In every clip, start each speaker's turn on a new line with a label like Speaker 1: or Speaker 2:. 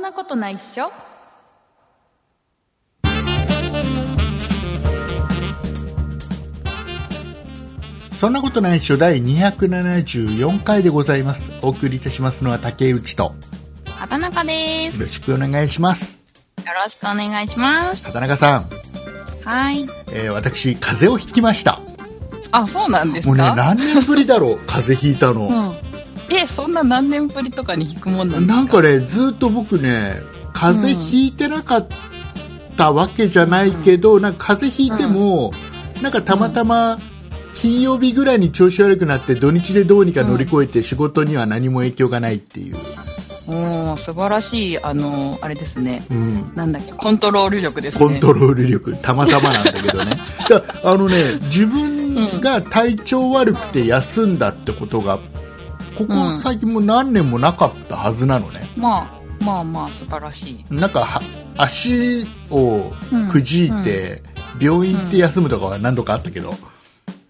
Speaker 1: なことないっしょ
Speaker 2: そんなことないっしょ第274回でございます。お送りいたしますのは竹内と、
Speaker 1: 畑中です
Speaker 2: よろしくお願いします。
Speaker 1: よろしくお願いします
Speaker 2: 畑中さん、
Speaker 1: はい
Speaker 2: えー私、風邪をひきました。
Speaker 1: あそうなんです
Speaker 2: もうね、
Speaker 1: か
Speaker 2: 何年ぶりだろう、風邪ひいた
Speaker 1: う
Speaker 2: の。
Speaker 1: んえそんな何年ぶりとかに弾くもんなんです
Speaker 2: なんかね、ずっと僕ね、風邪ひいてなかったわけじゃないけど、なんか風邪ひいても、なんかたまたま、金曜日ぐらいに調子悪くなって土日でどうにか乗り越えて仕事には何も影響がないっていう、
Speaker 1: おー素晴らしいあのあれですね
Speaker 2: うん、
Speaker 1: なんだっけコントロール力ですね
Speaker 2: コントロール力、たまたまなんだけ どね。だあのね、自分が体調悪くて休んだってことが、ここ最近もう何年もなかったはずなのね。
Speaker 1: まあまあまあ素晴らしい
Speaker 2: なんかは、足をくじいて、病院行って休むとかは何度かあったけど、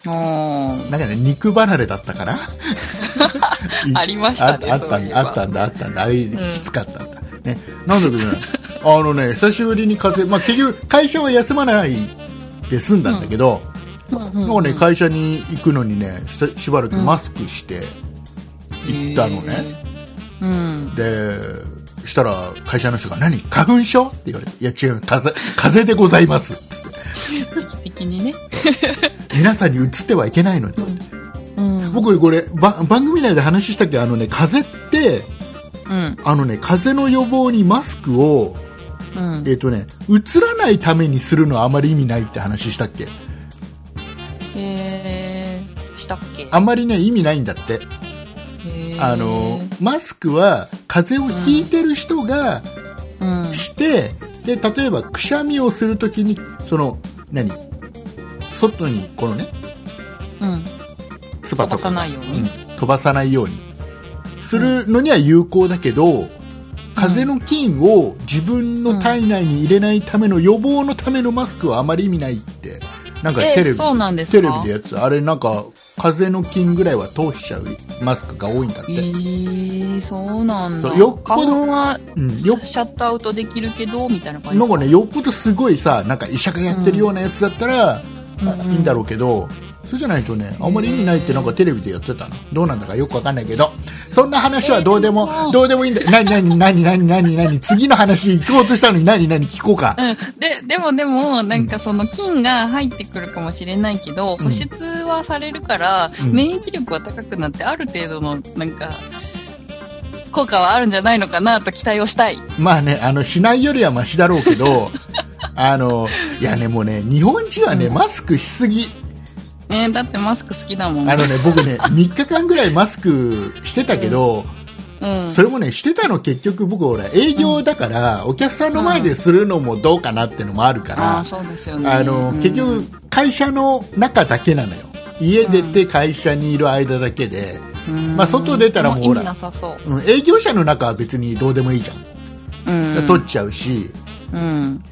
Speaker 1: おー
Speaker 2: なんかね、肉離れだったかな
Speaker 1: ありましたね
Speaker 2: ああった
Speaker 1: そうい
Speaker 2: ん
Speaker 1: え
Speaker 2: だ、
Speaker 1: ば
Speaker 2: あったんだ、あったんだ、あれ、
Speaker 1: ん
Speaker 2: きつかったんだ。ね。なんだけどね、あのね、久しぶりに風邪、まあ結局、会社は休まないで済んだんだけど、
Speaker 1: うん
Speaker 2: なんかね、会社に行くのにねししばらくマスクして行ったのね、
Speaker 1: へーうん
Speaker 2: でしたら会社の人が「何花粉症?」って言われて「いや違う風風邪でございます」つって
Speaker 1: 時期的にね
Speaker 2: 「皆さんに移ってはいけないのに」
Speaker 1: うん
Speaker 2: 僕これば番組内で話したっけあのね風邪って
Speaker 1: うん
Speaker 2: あのね風邪の予防にマスクを
Speaker 1: うん
Speaker 2: えっ、とね移らないためにするのはあまり意味ないって話したっけ
Speaker 1: へーしたっけ
Speaker 2: あんまりね意味ないんだって
Speaker 1: へー
Speaker 2: あのマスクは風邪をひいてる人が、
Speaker 1: うん
Speaker 2: してで例えばくしゃみをするときにその何外にこのね
Speaker 1: うん
Speaker 2: 唾
Speaker 1: 飛
Speaker 2: と
Speaker 1: ば
Speaker 2: か
Speaker 1: さないように、
Speaker 2: うん飛ばさないようにするのには有効だけど、風邪の菌を自分の体内に入れないための予防のためのマスクはあまり意味ないってなんか
Speaker 1: えー
Speaker 2: テレビ、
Speaker 1: そうなんですか
Speaker 2: テレビでやつあれなんか風邪の菌ぐらいは通しちゃうマスクが多いんだって、
Speaker 1: えー、そうなんだ
Speaker 2: そうよっぽ
Speaker 1: 花粉
Speaker 2: ど
Speaker 1: は
Speaker 2: うん、
Speaker 1: シ
Speaker 2: よっ
Speaker 1: ャットアウトできるけどみたいな感じ
Speaker 2: なんかねよっぽどすごいさなんか医者がやってるようなやつだったら、
Speaker 1: うんうん
Speaker 2: いいんだろうけど、そうじゃないとねあんまり意味ないってなんかテレビでやってたなどうなんだかよくわかんないけどそんな話はどうでも、
Speaker 1: えー
Speaker 2: どうでもいいんだ何何何何何何次の話行こうとしたのに何何聞こうか、
Speaker 1: うん、ででもでもなんかその菌が入ってくるかもしれないけど、
Speaker 2: うん
Speaker 1: 保湿はされるから、
Speaker 2: うん
Speaker 1: 免疫力は高くなってある程度のなんか効果はあるんじゃないのかなと期待をしたい
Speaker 2: まあねあのしないよりはマシだろうけどあのいやねもうね日本人はね、
Speaker 1: うん
Speaker 2: マスクしすぎ
Speaker 1: ねえだってマスク好きだもん
Speaker 2: あのね僕 ね3日間ぐらいマスクしてたけど、
Speaker 1: うん
Speaker 2: それもね、してたの結局僕、ほら、営業だから、お客さんの前でするのもどうかなってのもあるか
Speaker 1: あ
Speaker 2: ら
Speaker 1: あ、そうですよね
Speaker 2: あの、
Speaker 1: うん
Speaker 2: 結局、会社の中だけなのよ。家出て会社にいる間だけで、
Speaker 1: うん
Speaker 2: まあ外出たらもうほら
Speaker 1: 意味なさそう
Speaker 2: うん営業者の中は別にどうでもいいじゃん。
Speaker 1: うん
Speaker 2: 取っちゃうし、
Speaker 1: うん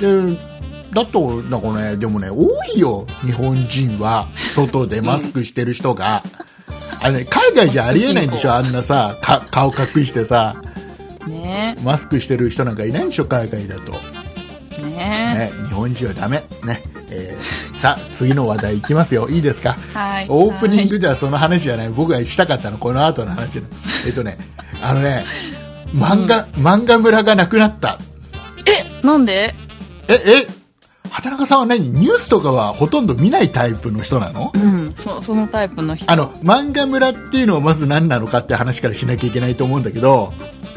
Speaker 2: で、だと、なんかね、でもね、多いよ、日本人は。外でマスクしてる人が。あれね、海外じゃありえないんでしょ、あんなさ、か顔隠してさ、
Speaker 1: ね
Speaker 2: マスクしてる人なんかいないんでしょ、海外だと。
Speaker 1: えね
Speaker 2: ね、日本人はダメ。ね。えーさあ、次の話題いきますよ。いいですか
Speaker 1: えはい
Speaker 2: オープニン
Speaker 1: は
Speaker 2: グではその話じゃない。僕がしたかったの、この後の話の。えっとね、あのね、漫画、漫画村がなくなった。
Speaker 1: いえなんで
Speaker 2: え、え、畑中さんは何ニュースとかはほとんど見ないタイプの人なの
Speaker 1: うんそそのタイプの人
Speaker 2: あの、漫画村っていうのはまず何なのかって話からしなきゃいけないと思うんだけど、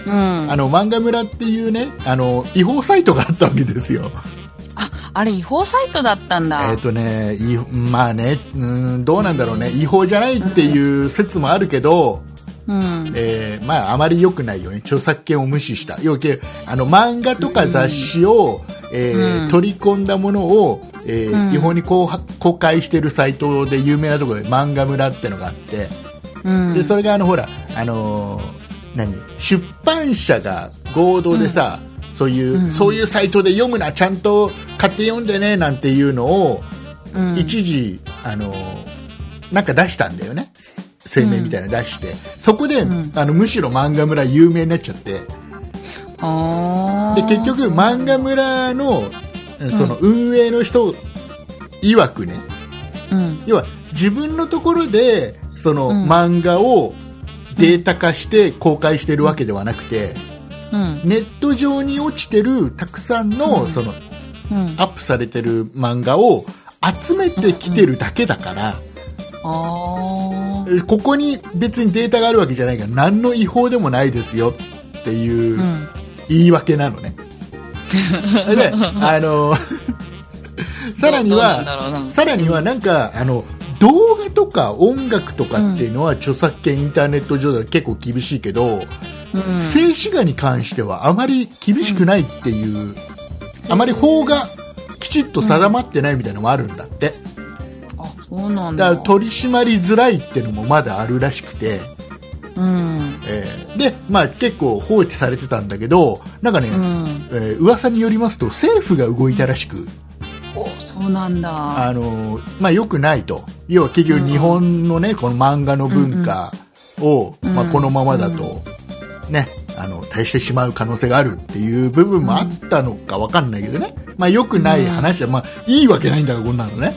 Speaker 1: うんあ
Speaker 2: あの、漫画村っていうね、あの、違法サイトがあったわけですよ。
Speaker 1: あれ違法サイトだったんだ
Speaker 2: えっ、とね、いまあね、うん、どうなんだろうね、違法じゃないっていう説もあるけど、
Speaker 1: うん
Speaker 2: えーまあ、あまり良くないよね、著作権を無視した、要はあの漫画とか雑誌を、えー
Speaker 1: うん
Speaker 2: 取り込んだものを、えー
Speaker 1: うん
Speaker 2: 違法に公公開してるサイトで有名なところで、漫画村ってのがあって、
Speaker 1: うん
Speaker 2: でそれがあのほら、あのー何出版社が合同でさ、そういう
Speaker 1: うん
Speaker 2: そういうサイトで読むな、ちゃんと買って読んでねなんていうのを、
Speaker 1: うん
Speaker 2: 一時あのなんか出したんだよね声明みたいなの出して、そこで、
Speaker 1: うん
Speaker 2: あのむしろ漫画村有名になっちゃって
Speaker 1: あー
Speaker 2: で結局漫画村のその運営の人曰くね、
Speaker 1: うん
Speaker 2: 要は自分のところでその
Speaker 1: うん
Speaker 2: 漫画をデータ化して公開してるわけではなくて、
Speaker 1: うん
Speaker 2: ネット上に落ちてるたくさんの,、
Speaker 1: うん
Speaker 2: その
Speaker 1: うん
Speaker 2: アップされてる漫画を集めてきてるだけだから、
Speaker 1: あ
Speaker 2: えここに別にデータがあるわけじゃないから何の違法でもないですよってい
Speaker 1: ーう
Speaker 2: うん言い訳なの ね。であのさらに
Speaker 1: どうなん
Speaker 2: は
Speaker 1: だろうな
Speaker 2: さらにはなんか、あの動画とか音楽とかっていうのは著作権インターネット上では結構厳しいけど、
Speaker 1: うん
Speaker 2: 静止画に関してはあまり厳しくないっていう、あまり法がきちっと定まってないみたいなのもあるんだって、
Speaker 1: あそうなん
Speaker 2: だ
Speaker 1: だ
Speaker 2: から取り締まりづらいっていうのもまだあるらしくて、
Speaker 1: うん
Speaker 2: えーで、まあ、結構放置されてたんだけどなんかね、
Speaker 1: うん
Speaker 2: えー噂によりますと政府が動いたらしく、
Speaker 1: おそうなんだ
Speaker 2: あのまあ、よくないと要は結局日本の,、ねこの漫画の文化を、
Speaker 1: うん
Speaker 2: まあ、このままだと、ね、あの大してしまう可能性があるっていう部分もあったのかわかんないけどね、まあ、よくない話だ、まあ、いいわけないんだからこんなのね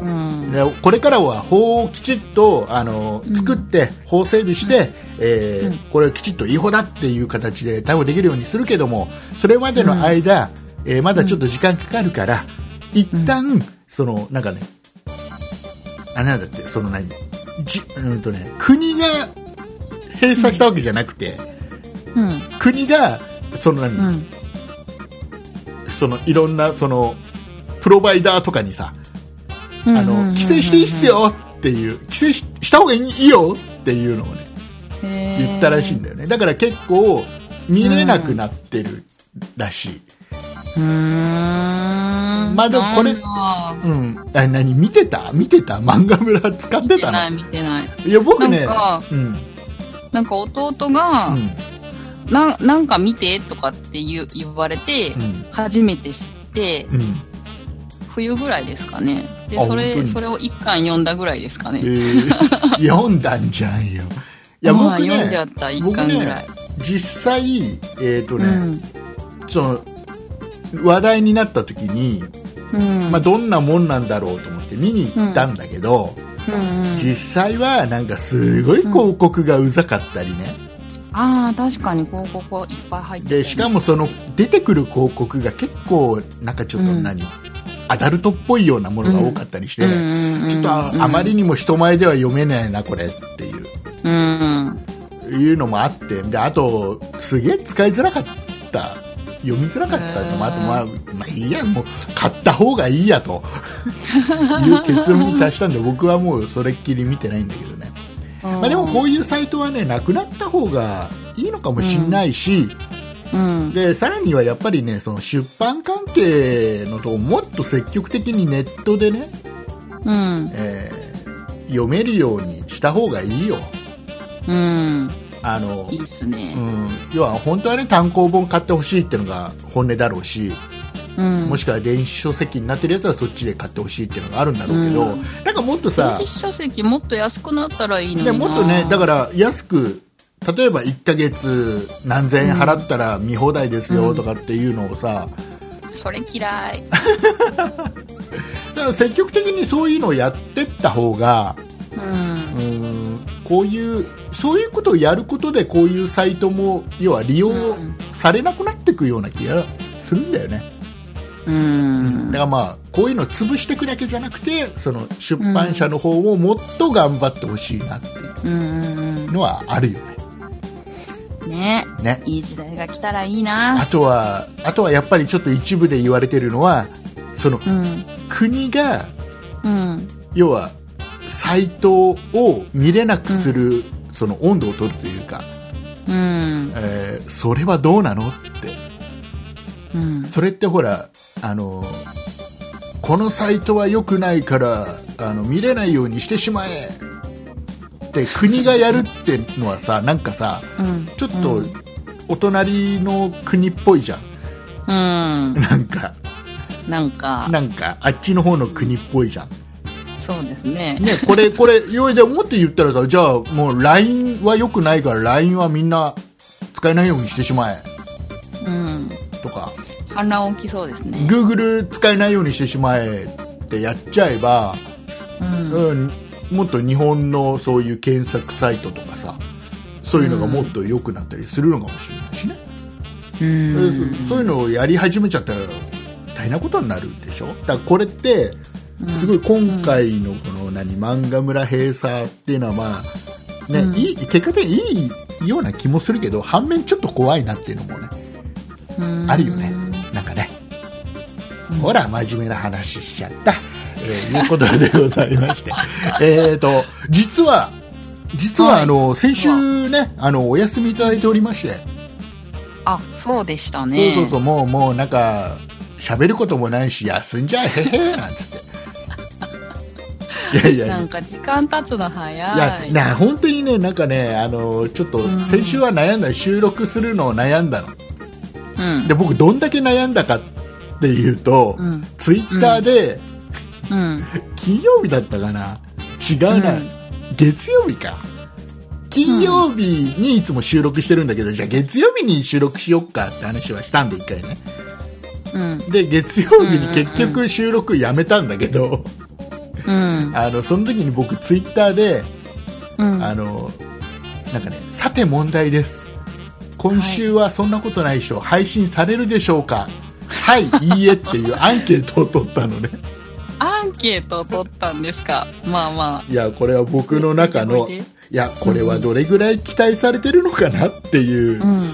Speaker 1: うん
Speaker 2: でこれからは法をきちっとあの
Speaker 1: うん
Speaker 2: 作って法整備して、えー
Speaker 1: うん
Speaker 2: これをきちっと違法だっていう形で逮捕できるようにするけどもそれまでの間、えーまだちょっと時間かかるから、一旦、そのなんかねあなんだってその何じうんとね国が閉鎖したわけじゃなくて、
Speaker 1: うん
Speaker 2: 国がその何、
Speaker 1: うん
Speaker 2: そのいろんなそのプロバイダーとかにさ、
Speaker 1: うん
Speaker 2: あ
Speaker 1: うんうんうん
Speaker 2: の規制していいっすよっていう規制しした方がいいよっていうのをね
Speaker 1: へー
Speaker 2: 言ったらしいんだよねだから結構見れなくなってるらしい、
Speaker 1: うーん
Speaker 2: まあでもこれ
Speaker 1: なんだ
Speaker 2: うんあ何見てた見てた漫画村使っ
Speaker 1: 見
Speaker 2: て
Speaker 1: て
Speaker 2: た
Speaker 1: ない
Speaker 2: の
Speaker 1: 見てない
Speaker 2: いや僕ね
Speaker 1: なんか
Speaker 2: うん
Speaker 1: なんか弟が、
Speaker 2: うん
Speaker 1: ななんか見てとかって言う言われて、
Speaker 2: うん
Speaker 1: 初めて知って
Speaker 2: うん
Speaker 1: 冬ぐらいですかねで
Speaker 2: あ
Speaker 1: そ
Speaker 2: 本当
Speaker 1: れ
Speaker 2: に
Speaker 1: それを一巻読んだぐらいですかね
Speaker 2: えー読んだんじゃんよいや
Speaker 1: まあ
Speaker 2: 僕
Speaker 1: 読んじゃ
Speaker 2: ね
Speaker 1: った一巻ぐらい、
Speaker 2: 実際えっ、と
Speaker 1: う
Speaker 2: ね、
Speaker 1: ん
Speaker 2: その話題になった時に、
Speaker 1: うん
Speaker 2: まあ、どんなもんなんだろうと思って見に行ったんだけど、
Speaker 1: うんうん
Speaker 2: 実際はなんかすごい広告がうざかったりね、
Speaker 1: ああ確かに広告いっぱい入ってたよね
Speaker 2: でしかもその出てくる広告が結構なんかちょっと何、アダルトっぽいようなものが多かったりして、ちょっとあ,、まりにも人前では読めないなこれっていう
Speaker 1: うん
Speaker 2: いうのもあってであとすげえ使いづらかった読みづらかったと、
Speaker 1: へー
Speaker 2: まああとまあ、まあいいやもう買った方がいい やという結論に達したんで僕はもうそれっきり見てないんだけどねまあ、でもこういうサイトはねなくなった方がいいのかもしれないし、
Speaker 1: うん、うん
Speaker 2: でさらにはやっぱりねその出版関係のとこもっと積極的にネットでね、
Speaker 1: うん
Speaker 2: えー読めるようにした方がいいよ
Speaker 1: うん
Speaker 2: あの
Speaker 1: いいっすね
Speaker 2: う、ん、要は本当はね単行本買ってほしいっていうのが本音だろうし、
Speaker 1: うん、
Speaker 2: もしくは電子書籍になってるやつはそっちで買ってほしいっていうのがあるんだろうけど、
Speaker 1: うん
Speaker 2: なんかもっとさ
Speaker 1: 電子書籍もっと安くなったらいいのに
Speaker 2: で
Speaker 1: な
Speaker 2: もっとねだから安く例えば1ヶ月何千円払ったら見放題ですよとかっていうのをさ、
Speaker 1: それ嫌い
Speaker 2: だから積極的にそういうのをやってった方が
Speaker 1: う
Speaker 2: うんーんこういうそういうことをやることでこういうサイトも要は利用
Speaker 1: うん
Speaker 2: されなくなってくような気がするんだよね、
Speaker 1: うん
Speaker 2: だからまあこういうのを潰していくだけじゃなくてその出版社の方ももっと頑張ってほしいなっていう
Speaker 1: うんうん
Speaker 2: のはあるよね。
Speaker 1: うんね
Speaker 2: ね
Speaker 1: いい時代が来たらいいな
Speaker 2: あとは、あとはやっぱりちょっと一部で言われてるのは、その
Speaker 1: うん
Speaker 2: 国が、
Speaker 1: うん
Speaker 2: 要は、サイトを見れなくする、その温度を取るというか、
Speaker 1: うん
Speaker 2: えーそれはどうなのっ
Speaker 1: う
Speaker 2: て。
Speaker 1: ん
Speaker 2: それってほら、あの、このサイトは良くないから、あの、見れないようにしてしまえって国がやるってのは さ、なんかさ、
Speaker 1: うん
Speaker 2: ちょっ
Speaker 1: う
Speaker 2: と
Speaker 1: ん、
Speaker 2: お隣の国っぽいじゃん。
Speaker 1: うん
Speaker 2: なんか、
Speaker 1: なんか
Speaker 2: なんか、あっちの方の国っぽいじゃん。
Speaker 1: そうですね
Speaker 2: ね、これ、これ、よいでもっと言ったらさ、じゃあ、もう LINE は良くないから、LINE はみんな使えないようにしてしまえ。とか、
Speaker 1: 反乱起きそうですね。
Speaker 2: Google 使えないようにしてしまえってやっちゃえば、
Speaker 1: うん。
Speaker 2: うん、もっと日本のそういう検索サイトとかさそういうのがもっと良くなったりするのかもしれないしね、
Speaker 1: うん
Speaker 2: そそういうのをやり始めちゃったら大変なことになるでしょだからこれってすごい今回のこの何漫画村閉鎖っていうのはまあね、
Speaker 1: うん
Speaker 2: いい結果的にいいような気もするけど反面ちょっと怖いなっていうのもね
Speaker 1: うん
Speaker 2: あるよねなんかね、ほら真面目な話しちゃった、えーいうことでございまして えーと実は実は
Speaker 1: はい
Speaker 2: あの、先週ねあのお休みいただいておりまして、
Speaker 1: あ、そうでしたね。
Speaker 2: そうそうそうもうもうなんか喋ることもないし休んじゃえへへなんつ っていやいやい
Speaker 1: な
Speaker 2: や
Speaker 1: んか時間経つの早い。
Speaker 2: いやな本当にね、なんかね、あのちょっと
Speaker 1: うん
Speaker 2: 先週は悩んだ、収録するのを悩んだの、
Speaker 1: うん
Speaker 2: で。僕、どんだけ悩んだかっていうと、
Speaker 1: うん。
Speaker 2: ツイッターで、
Speaker 1: うん。
Speaker 2: 金曜日だったかな違うな、
Speaker 1: うん
Speaker 2: 月曜日か金曜日にいつも収録してるんだけど、じゃあ月曜日に収録しよっかって話はしたんで一回ね
Speaker 1: うん。
Speaker 2: で月曜日に結局収録やめたんだけど、
Speaker 1: うん。
Speaker 2: あのその時に僕ツイッターで、
Speaker 1: うん。
Speaker 2: あのなんかねさて問題です今週はそんなことないでしょ、配信されるでしょうかはい、いいえって いうアンケートを取ったのね。
Speaker 1: アンケートを取ったんですか。まあまあ。
Speaker 2: いや、これは僕の中の、
Speaker 1: うん
Speaker 2: いやこれはどれぐらい期待されてるのかなっていう、
Speaker 1: うん。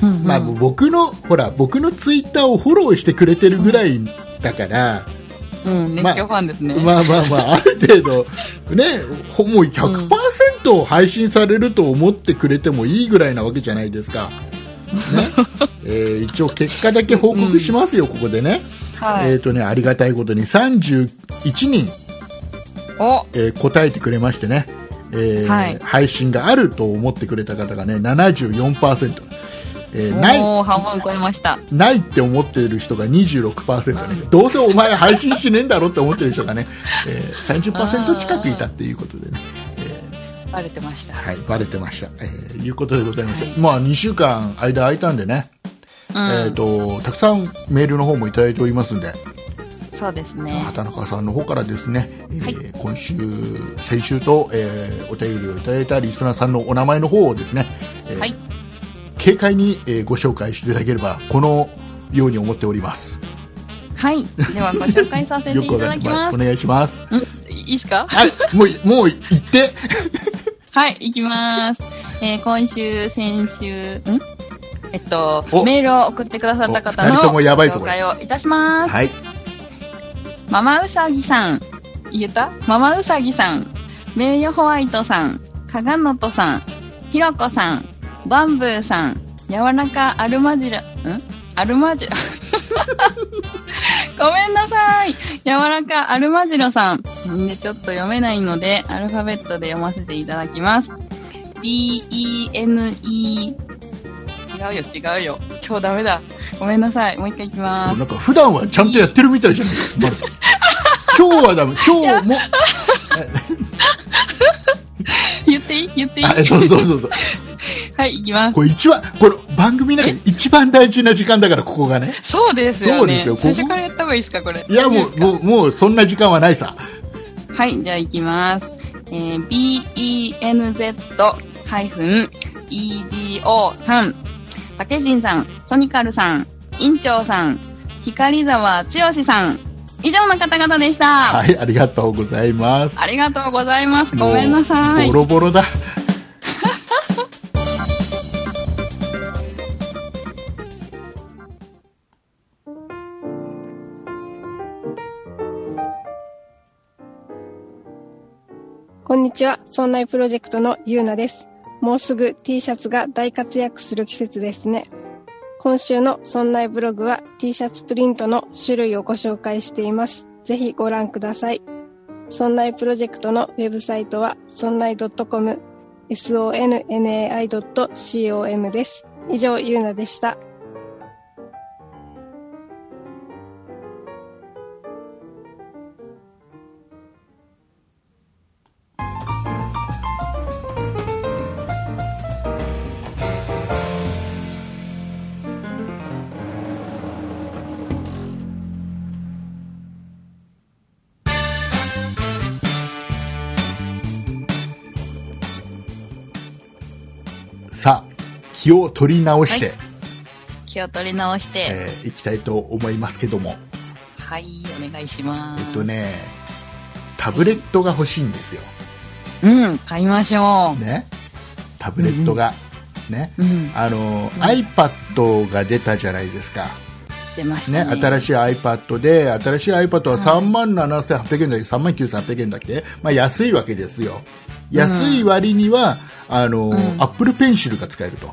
Speaker 1: うん。
Speaker 2: まあ、僕のほら僕のツイッターをフォローしてくれてるぐらいだから、
Speaker 1: うん。熱狂ファンですね。
Speaker 2: まあまあまあある程度ねほもう100%配信されると思ってくれてもいいぐらいなわけじゃないで すか。ねえー一応結果だけ報告しますよ、ここでね、
Speaker 1: はい。
Speaker 2: えっ、とねありがたいことに31人、
Speaker 1: お、
Speaker 2: えー答えてくれましてね、えー
Speaker 1: はい
Speaker 2: 配信があると思ってくれた方がね74%、えーない
Speaker 1: もう半分超えました。
Speaker 2: ないって思ってる人が26%ね、どうせお前配信しねえんだろって思ってる人がね、えー30%近くいたっていうことでね、
Speaker 1: バレてました。
Speaker 2: はい、バレてました、えーいうことでございました、
Speaker 1: はい
Speaker 2: まあ2週間間空いたんでね、え
Speaker 1: う
Speaker 2: ー、とたくさんメールの方もいただいておりますんで
Speaker 1: ん。そうですね。
Speaker 2: 畑中さんの方からですね、えー
Speaker 1: はい
Speaker 2: 今週、先週と、えーお便りをいただいたリストナーさんのお名前の方をですね、えー
Speaker 1: はい。
Speaker 2: 軽快に、えーご紹介していただければこのように思っております。
Speaker 1: はい。では、ご紹介させていた
Speaker 2: わか
Speaker 1: だ
Speaker 2: り
Speaker 1: きます
Speaker 2: お。願いします。
Speaker 1: うんいいですか
Speaker 2: はい、もうもう行って、
Speaker 1: はい、いきます。えー今週、先週、んえっと
Speaker 2: お、
Speaker 1: メールを送ってくださった方
Speaker 2: お二
Speaker 1: の
Speaker 2: 人とも
Speaker 1: ご
Speaker 2: やばいぞ
Speaker 1: 紹介をいたします。
Speaker 2: はい、
Speaker 1: ママウサギさん、言えたママウサギさん、名誉ホワイトさん、カガノトさん、ひろこさん、バンブーさん、柔らかアルマジラ、んアルマジラ。 ごめんなさい。柔らかアルマジロさん。んで、ちょっと読めないので、アルファベットで読ませていただきます。B-E-N-E 違うよ、違うよ。今日ダメだ。ごめんなさい。もう一回いきます。
Speaker 2: なんか普段はちゃんとやってるみたいじゃないか、まるで今日はダメ、今日も、
Speaker 1: 言っていい言っていい
Speaker 2: あえどうぞどうぞどうぞ。
Speaker 1: はい、いきます。
Speaker 2: これ一番、この番組の中で一番大事な時間だから、ここがね。
Speaker 1: そうですよね。
Speaker 2: そうですよここ
Speaker 1: 最初からやった方がいいですか、これ。
Speaker 2: いや、も
Speaker 1: 大丈夫で
Speaker 2: う、
Speaker 1: すか
Speaker 2: もう、もうそんな時間はないさ。
Speaker 1: はい、じゃあ行きます。えー、benz-edo さん、たけしんさん、ソニカルさん、院長さん、光沢剛さん、以上の方々でした。
Speaker 2: はい、ありがとうございます。
Speaker 1: ありがとうございます。ごめんなさい
Speaker 2: もう。ボロボロだ。
Speaker 3: こんにちは、村内プロジェクトのゆうなです。もうすぐ T シャツが大活躍する季節ですね。今週の村内ブログは T シャツプリントの種類をご紹介しています。ぜひご覧ください。村内プロジェクトのウェブサイトは村内 .com、sonnai.com です。以上、ゆうなでした。
Speaker 2: 気を取り直して、
Speaker 1: はい気を取り直して、
Speaker 2: えーいきたいと思いますけども、
Speaker 1: はい、お願いしま
Speaker 2: えっ
Speaker 1: す。
Speaker 2: とね、タブレットが欲しいんですよ。
Speaker 1: うん、買いましょ
Speaker 2: ね。タブレットが。ね。
Speaker 1: う。うん、
Speaker 2: あの、iPad が出たじゃないですか。
Speaker 1: 出まし
Speaker 2: ね、
Speaker 1: たね。
Speaker 2: 新しい iPad で、新しい iPad は3万7800円だっけ、3万9800円だっけ、まあ、安いわけですよ。安い割には、あ
Speaker 1: う
Speaker 2: の、
Speaker 1: ん
Speaker 2: Apple Pencil が使えると。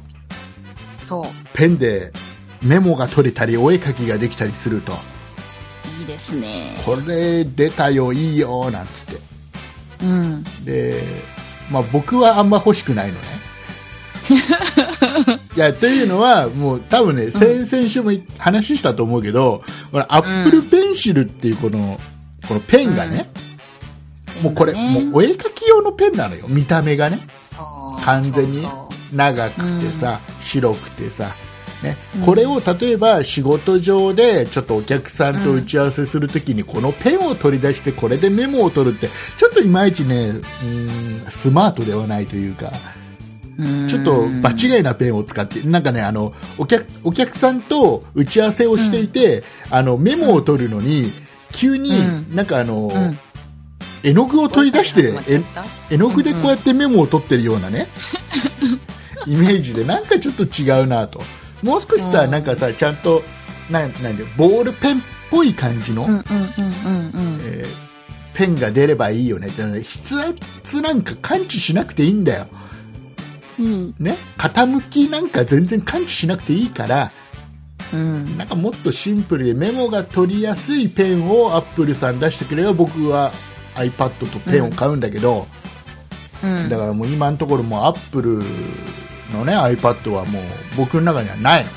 Speaker 1: そ
Speaker 2: ペンでメモが取れたり、お絵描きができたりすると。
Speaker 1: う、いいですね。
Speaker 2: これ出たよ、いいよ、なんつって。
Speaker 1: うん。
Speaker 2: で、まあ、僕はあんま欲しく ないのね。いやというのは、もう多分ね、先々週もい話したと思うけど、これ、アップルペンシルっていうこの、このペンがね、もうこれ、
Speaker 1: いい
Speaker 2: も
Speaker 1: ね
Speaker 2: うお絵描き用のペンなのよ、見た目がね、
Speaker 1: そう
Speaker 2: 完全に
Speaker 1: そう
Speaker 2: 長くてさ、白くてさ、ね、これを例えば仕事上でちょっとお客さんと打ち合わせするときに、このペンを取り出して、これでメモを取るって、ちょっといまいちね、うーんスマートではないというか。
Speaker 1: そううん
Speaker 2: ちょっと場違いなペンを使って、なんかね、あの、お客、お客さんと打ち合わせをしていて、あの、メモを取るのに、急に
Speaker 1: う
Speaker 2: なんかあの、
Speaker 1: うん
Speaker 2: 絵の具を取り出し
Speaker 1: ど
Speaker 2: て
Speaker 1: う、いう
Speaker 2: え
Speaker 1: ことだった
Speaker 2: 絵の具でこうやってメモを取ってるようなね、イメージで、なんかちょっと違うなと。もう少しさ、
Speaker 1: うん
Speaker 2: なんかさ、ちゃんと、なん、なんで、ボールペンっぽい感じの、
Speaker 1: うんうんうんうんうん。
Speaker 2: えーペンが出ればいいよねって、筆圧なんか感知しなくていいんだよ。
Speaker 1: うん。
Speaker 2: ね、傾きなんか全然感知しなくていいから
Speaker 1: うん。
Speaker 2: なんかもっとシンプルでメモが取りやすいペンをアップルさん出してくれば僕は iPad とペンを買うんだけど、
Speaker 1: うん
Speaker 2: だからもう今のところもうアップルの、ね、iPad はもう僕の中にはないの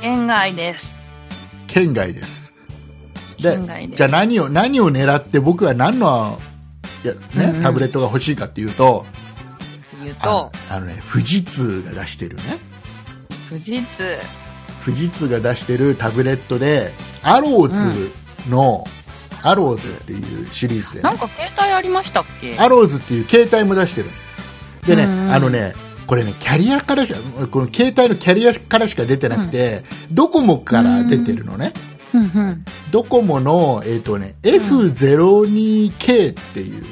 Speaker 1: 県外です。
Speaker 2: 県外ですで
Speaker 1: 県外です
Speaker 2: じゃあ何を何を狙って僕は何のいや、ね
Speaker 1: うんうん
Speaker 2: タブレットが欲しいかっていうと
Speaker 1: 言う
Speaker 2: あの
Speaker 1: と、
Speaker 2: あの、ね、富士通が出してるね
Speaker 1: 富士通。
Speaker 2: 富士通が出してるタブレットでアローズの、アローズっていうシリーズで
Speaker 1: なん
Speaker 2: ね
Speaker 1: か携帯ありましたっけ
Speaker 2: アローズっていう携帯も出してるでね、
Speaker 1: うんうん
Speaker 2: あのねこれねキャリアからしかこの携帯のキャリアからしか出てなくて、ドコモから出てるのね、
Speaker 1: うんうん。
Speaker 2: ドコモの、えっとね、F02K っていう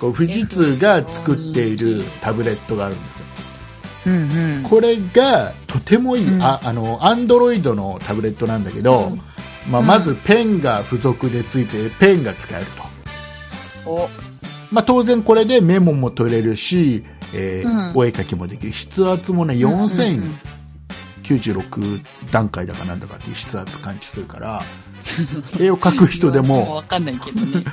Speaker 2: こう富士通が作っているタブレットがあるんですよ
Speaker 1: うんうん。
Speaker 2: これがとてもいい、
Speaker 1: うん
Speaker 2: ああのアンドロイドのタブレットなんだけど、
Speaker 1: うん
Speaker 2: まあ、
Speaker 1: うん
Speaker 2: まずペンが付属でついてペンが使えると、
Speaker 1: お、
Speaker 2: まあ、当然これでメモも取れるし、えー
Speaker 1: うん
Speaker 2: お絵描きもできる筆圧もね
Speaker 1: うんうん
Speaker 2: 4096段階だかなんだかっていう筆圧感知するから 絵を描く人 で
Speaker 1: う
Speaker 2: も
Speaker 1: わかんないけどね。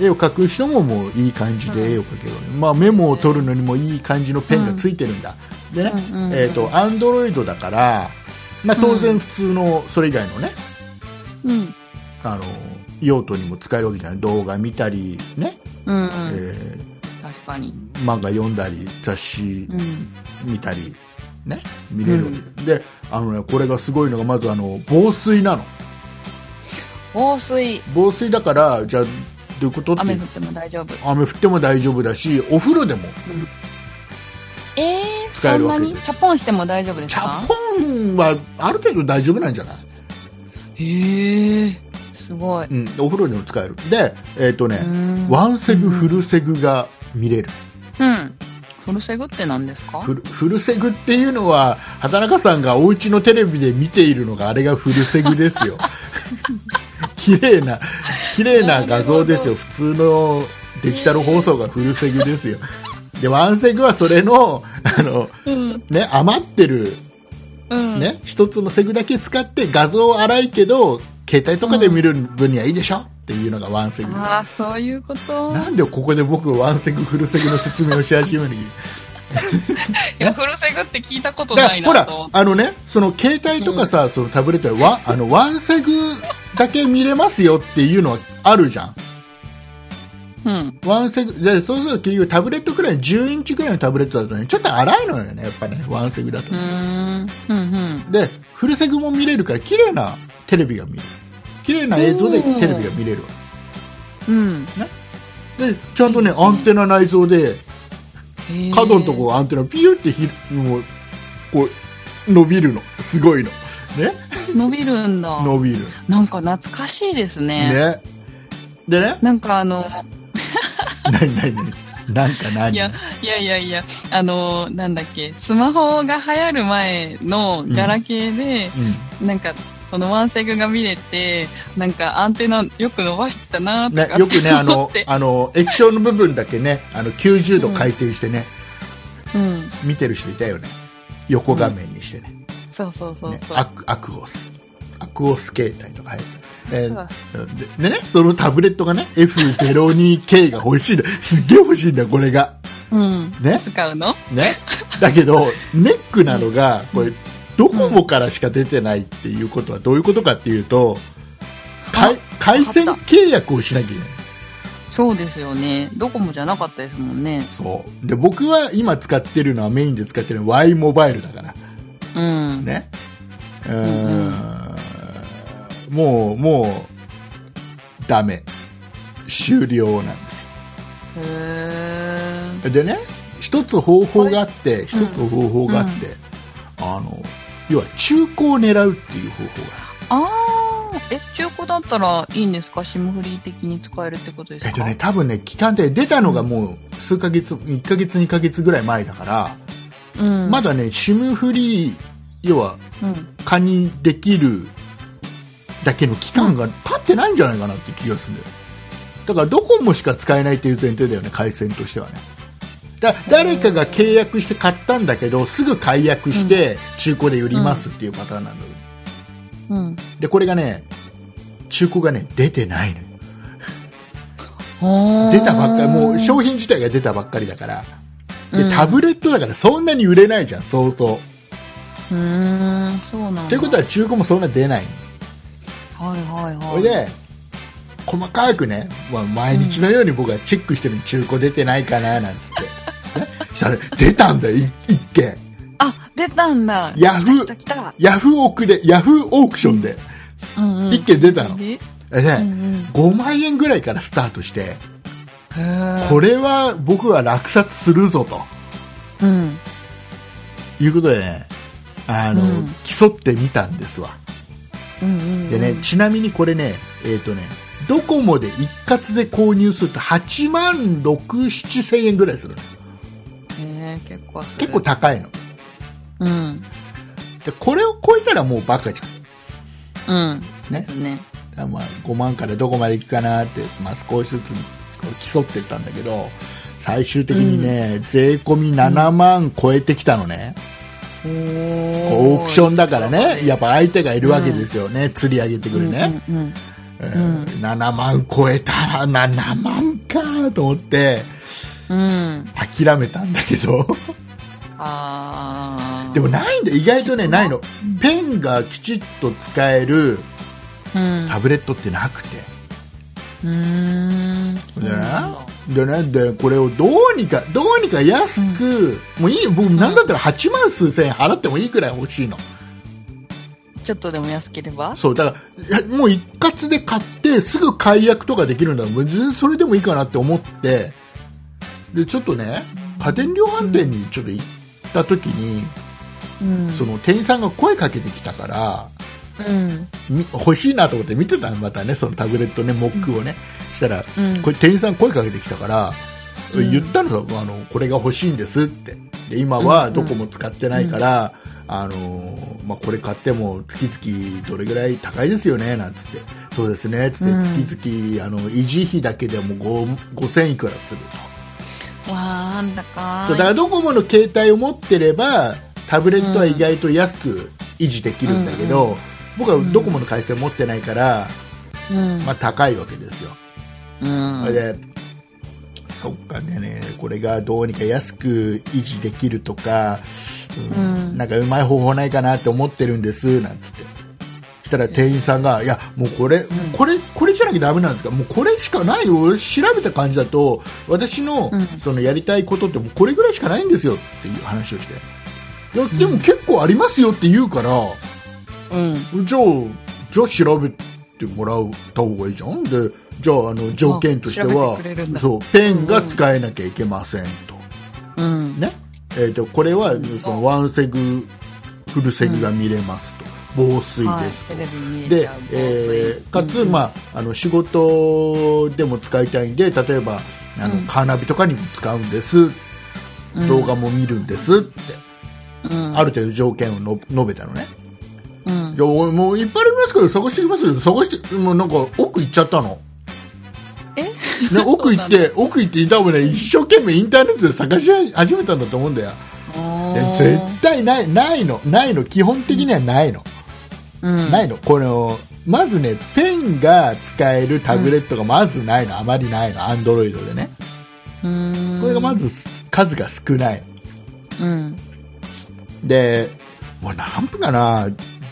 Speaker 2: 絵を描く人ももういい感じで絵を描ける、まあ、メモを取るのにもいい感じのペンがついてるんだ、でね、
Speaker 1: うんうん
Speaker 2: えー、とアンドロイドだから、まあ、当然普通のそれ以外のね、
Speaker 1: うん。
Speaker 2: あの用途にも使えるわけじゃない動画見たりね、
Speaker 1: うん
Speaker 2: え
Speaker 1: うん。確
Speaker 2: ー
Speaker 1: かに。
Speaker 2: 漫画読んだり雑誌
Speaker 1: うん。
Speaker 2: 見たりね見れるわけ、であの、ね、これがすごいのがまずあの防水なの
Speaker 1: 防水。
Speaker 2: 防水だからじゃあどういうことって
Speaker 1: 雨降っても大丈夫。
Speaker 2: 雨降っても大丈夫だしお風呂でも
Speaker 1: ええー、
Speaker 2: 使え
Speaker 1: そ
Speaker 2: る
Speaker 1: ん
Speaker 2: わ
Speaker 1: な
Speaker 2: け
Speaker 1: に
Speaker 2: です
Speaker 1: チャポンしても大丈夫です
Speaker 2: チャ
Speaker 1: か
Speaker 2: ポンはある程度大丈夫なんじゃない
Speaker 1: へえ、すごい。
Speaker 2: うん、お風呂にも使えるで、えっとね
Speaker 1: うん
Speaker 2: ワンセグフルセグが見れる
Speaker 1: うん。フルセグって何ですか
Speaker 2: フルフルセグっていうのは畑中さんがお家のテレビで見ているのがあれがフルセグです よ綺麗な綺麗な画像ですよ普通のデジタル放送がフルセグですよでワンセグはそれのあの、
Speaker 1: うん。
Speaker 2: ね、余ってる
Speaker 1: うん。
Speaker 2: ね、一つのセグだけ使って画像荒いけど携帯とかで見る分にはいいでしょっていうのがワンセグです
Speaker 1: ああ、そういうこと。
Speaker 2: なんでここで僕ワンセグフルセグの説明をし始めるのに
Speaker 1: いや、フルセグって聞いたこと
Speaker 2: だ
Speaker 1: ない
Speaker 2: ほ
Speaker 1: な
Speaker 2: ら
Speaker 1: と思って。
Speaker 2: あのねその携帯とかさ、そのタブレットでワあのワンセグだけ見れますよっていうのはあるじゃん
Speaker 1: うん。
Speaker 2: ワンセグでそうすると結局タブレットくらい10インチくらいのタブレットだとねちょっと荒いのよねやっぱねワンセグだと
Speaker 1: うー
Speaker 2: ね、
Speaker 1: ん。うんうん。
Speaker 2: でフルセグも見れるから綺麗なテレビが見れる綺麗な映像でテレビが見れるわ
Speaker 1: うん。
Speaker 2: でちゃんとねアンテナ内蔵で角のところアンテナピューってひもうこう伸びるのすごいの
Speaker 1: 伸びるんだ。
Speaker 2: 伸びる
Speaker 1: なんか懐かしいですね。
Speaker 2: ねでね
Speaker 1: なんかあの、
Speaker 2: 何何何なんか何
Speaker 1: いやいやいやいや、あの、なんだっけ、スマホが流行る前のガラケーで、
Speaker 2: うん
Speaker 1: なんか、そのワンセグが見れて、なんかアンテナよく伸ばしてたなとか
Speaker 2: ね
Speaker 1: って思って、
Speaker 2: よくねあのあの液晶の部分だけねあの90度回転してね、
Speaker 1: うん。
Speaker 2: 見てる人いたよね横画面にしてね,、
Speaker 1: そうそうそう
Speaker 2: ね
Speaker 1: そう。
Speaker 2: アクアクオスアクオス携帯とか入ってたえー
Speaker 1: そう
Speaker 2: ででね、そのタブレットがね F02K が欲しいんだすっげえ欲しいんだこれが
Speaker 1: うん。
Speaker 2: ね
Speaker 1: 使うの
Speaker 2: ね、だけど、ネックなのが、これ、ドコモからしか出てないっていうことはどういうことかっていうと、かい回線契約をしなきゃいけない。
Speaker 1: そうですよね。ドコモじゃなかったですもんね。
Speaker 2: そう。で、僕は今使ってるのはメインで使ってるのは Y モバイルだから、
Speaker 1: うん。
Speaker 2: ね。うーん、もう、もう、ダメ。終了なんです
Speaker 1: へー
Speaker 2: よ。でね、一つ方法があって、一つ方法があって、あの、要は中古を狙うっていう方法がある。
Speaker 1: あー、え、中古だったらいいんですかシムフリー的に使えるってことです
Speaker 2: え
Speaker 1: か
Speaker 2: っとね、多分ね、期間で出たのがもう数ヶ月、1ヶ月、2ヶ月ぐらい前だから、
Speaker 1: うん。
Speaker 2: まだね、SIM フリー、要は、
Speaker 1: うん。
Speaker 2: 加入できるだけの期間が経ってないんじゃないかなって気がするんだよ。だから、ドコモしか使えないっていう前提だよね、回線としてはね。だ誰かが契約して買ったんだけど、すぐ解約して、中古で売りますっていうパターンなんだよ。
Speaker 1: うん。
Speaker 2: で、これがね、中古がね、出てないのよ。出
Speaker 1: 出
Speaker 2: たばっかり、もう商品自体が出たばっかりだから。
Speaker 1: う
Speaker 2: で
Speaker 1: ん
Speaker 2: タブレットだからそんなに売れないじゃん、そうそう。
Speaker 1: うーん、そうなんだ。
Speaker 2: ということは中古もそんな出ない。
Speaker 1: はいはいはい。
Speaker 2: それで、細かくね、まあ、毎日のように僕はチェックしてるの中古出て ないかななんつって。ねしたら出たんだよ、い一件。
Speaker 1: あ、出たんだ。
Speaker 2: ヤフ
Speaker 1: 来た来た来
Speaker 2: ヤフオクで、ヤフーオークションで
Speaker 1: た。うんうん。
Speaker 2: 一件出たの。
Speaker 1: で
Speaker 2: えで、
Speaker 1: うんうん。
Speaker 2: 5万円ぐらいからスタートして、
Speaker 1: へー
Speaker 2: これは僕は落札するぞと
Speaker 1: うん。
Speaker 2: いうことでね、あの、
Speaker 1: うん
Speaker 2: 競ってみたんですわ。
Speaker 1: うんうんうん。
Speaker 2: でね、ちなみにこれね、えっ、とね、ドコモで一括で購入すると8万6、7千円ぐらいするの。
Speaker 1: へー結構する。
Speaker 2: 結構高いの。
Speaker 1: うん。
Speaker 2: で、これを超えたらもうバカじゃん。
Speaker 1: うん。
Speaker 2: ね
Speaker 1: ですね。
Speaker 2: だからまあ、5万からどこまで行くかなって、まあ少しずつこう競っていったんだけど、最終的にね、税込み7万超えてきたのね。
Speaker 1: お
Speaker 2: こ
Speaker 1: ー
Speaker 2: うオークションだからね、やっぱ相手がいるわけですよね。釣り上げてくるね。。
Speaker 1: うんうんうん。
Speaker 2: うん7万超えたら7万かと思って、
Speaker 1: うん。
Speaker 2: 諦めたんだけど。
Speaker 1: あー
Speaker 2: でも、ないんだ意外とねないのペンがきちっと使える
Speaker 1: うん。
Speaker 2: タブレットってなくて
Speaker 1: うーん。
Speaker 2: ねでねでこれをどうにかどうにか安く、もういい僕なんだったら8万数千円払ってもいいくらい欲しいの
Speaker 1: ちょっとでも安ければ
Speaker 2: そうだからいやもう一括で買ってすぐ解約とかできるんだもう全然それでもいいかなって思ってでちょっとね家電量販店にちょっと行った時に、
Speaker 1: うん。
Speaker 2: その店員さんが声かけてきたから
Speaker 1: うん。
Speaker 2: み欲しいなと思って見てたのまたねそのタブレットねモックをね、したら
Speaker 1: うん。
Speaker 2: これ店員さん声かけてきたから、
Speaker 1: うん
Speaker 2: 言ったのよあのこれが欲しいんですってで今は
Speaker 1: うん
Speaker 2: どこも使ってないから、あのーまあ、これ買っても月々どれぐらい高いですよねなんつってそうですねつって、
Speaker 1: うん
Speaker 2: 月々あの維持費だけでも5 5000いくらすると
Speaker 1: わー、だか
Speaker 2: そうだからドコモの携帯を持ってればタブレットは意外と安く維持できるんだけど、僕はドコモの回線持ってないから、
Speaker 1: うん。
Speaker 2: まあ、高いわけですよ、
Speaker 1: うん
Speaker 2: それでそっかねこれがどうにか安く維持できるとか、うん
Speaker 1: うん
Speaker 2: なんかうまい方法ないかなって思ってるんですなんつってそしたら店員さんが「いやもうこれ、これこれじゃなきゃダメなんですかもうこれしかないよ俺調べた感じだと私の,、
Speaker 1: うん
Speaker 2: そのやりたいことってもうこれぐらいしかないんですよ」っていう話をして「いやでも結構ありますよ」って言うから、
Speaker 1: うん。
Speaker 2: じゃあ、じゃあ調べてもらった方がいいじゃん。で、じゃあ、あの、条件として
Speaker 1: あ調
Speaker 2: は
Speaker 1: べてくれるん、だ
Speaker 2: そう、ペンが使えなきゃいけませんと。
Speaker 1: うん。
Speaker 2: ねえー、とこれは
Speaker 1: ん
Speaker 2: そのワンセグフルセグが見れますと、防水ですと、
Speaker 1: はい、テレビ見えち
Speaker 2: で
Speaker 1: ゃう、
Speaker 2: えー
Speaker 1: 防
Speaker 2: か
Speaker 1: 水
Speaker 2: つ、まあ、あの仕事でも使いたいんで例えばあの、
Speaker 1: うん
Speaker 2: カーナビとかにも使うんです
Speaker 1: うん
Speaker 2: 動画も見るんですって、
Speaker 1: うん、
Speaker 2: ある程度条件をの述べたのね
Speaker 1: うん
Speaker 2: いや俺もういっぱいありますけど探してきますよ探してもうなんか奥行っちゃったの
Speaker 1: え
Speaker 2: ね、奥行って奥行って多分ね一生懸命インターネットで探し始めたんだと思うんだよ
Speaker 1: お
Speaker 2: で
Speaker 1: ー
Speaker 2: 絶対ないないのないの基本的にはないの、
Speaker 1: うん
Speaker 2: ないのこのまずねペンが使えるタブレットがまずないの、あまりないのアンドロイドでね
Speaker 1: うん
Speaker 2: これがまず数が少ない
Speaker 1: うん
Speaker 2: でもう何分かな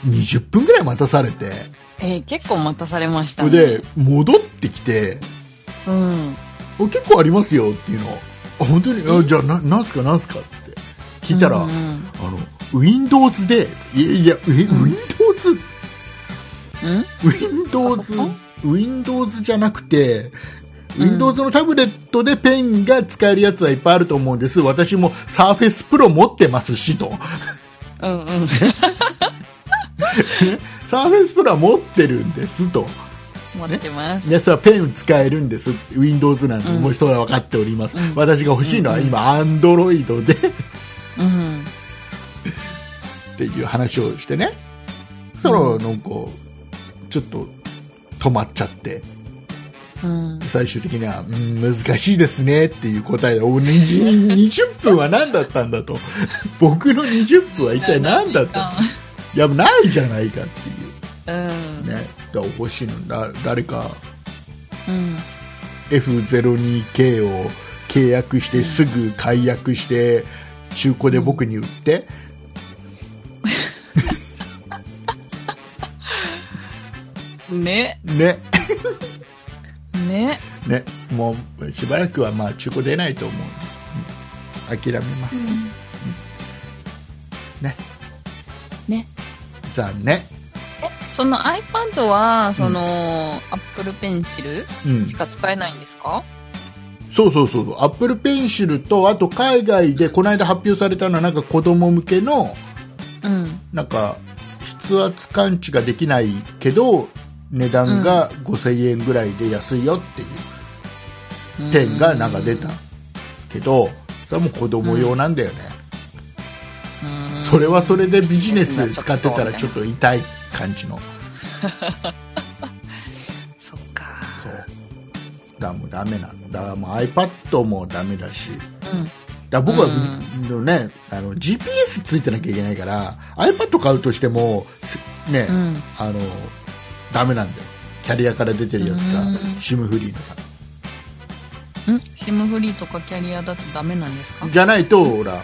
Speaker 2: 20分ぐらい待たされて
Speaker 1: えー結構待たされましたね
Speaker 2: で戻ってきて
Speaker 1: うん
Speaker 2: お結構ありますよっていうのをあ本当にあ
Speaker 1: うん
Speaker 2: じゃあななんすかなんすかって聞いたら、
Speaker 1: うんうん
Speaker 2: あの Windows でいやいやえ、
Speaker 1: ん
Speaker 2: Windows
Speaker 1: うん
Speaker 2: Windows
Speaker 1: パソ
Speaker 2: Windows じゃなくて
Speaker 1: うん
Speaker 2: Windows のタブレットでペンが使えるやつはいっぱいあると思うんです私も Surface Pro 持ってますしと
Speaker 1: うんうん
Speaker 2: Surface Pro は持ってるんですと
Speaker 1: 待ってます、
Speaker 2: でそれはペン使えるんです Windows なんて、
Speaker 1: うん
Speaker 2: もうそれは分かっております、
Speaker 1: うん
Speaker 2: 私が欲しいのは今 Android で
Speaker 1: うん
Speaker 2: っていう話をしてねそしたら
Speaker 1: う
Speaker 2: なんかちょっと止まっちゃって
Speaker 1: うん
Speaker 2: 最終的にはうん難しいですねっていう答えでお20 20分は何だったんだと僕の20分は一体何だったいやないじゃないかっていう
Speaker 1: うん
Speaker 2: ねだから欲しいのだ誰か
Speaker 1: うん
Speaker 2: F02K を契約してすぐ解約して中古で僕に売って、
Speaker 1: ね
Speaker 2: ね
Speaker 1: ね
Speaker 2: ね、もうしばらくはまあ中古出ないと思ううん諦めます、ね
Speaker 1: ね
Speaker 2: 残念、
Speaker 1: その iPad はその、Apple Pencil
Speaker 2: うん
Speaker 1: し、か使えないんですか、
Speaker 2: そうそうそうそうアップルペンシルとあと海外でこの間発表されたのはなんか子供向けの
Speaker 1: うん、
Speaker 2: なんか筆圧感知ができないけど値段が5000円ぐらいで安いよっていうペンがなんか出たけどそれはもう子供用なんだよね、
Speaker 1: うん
Speaker 2: それはそれでビジネスで使ってたらちょっと痛い感じの
Speaker 1: そっか
Speaker 2: そうだからもうダメなんだからもう iPad もダメだしだから僕は、
Speaker 1: う
Speaker 2: のね、あの GPS ついてなきゃいけないから iPad 買うとしてもすね、
Speaker 1: うんうん
Speaker 2: あのダメなんだよキャリアから出てるやつか、
Speaker 1: うん
Speaker 2: SIM フリーのさ
Speaker 1: ん SIM フリーとかキャリアだとダメなんですか
Speaker 2: じゃないとほら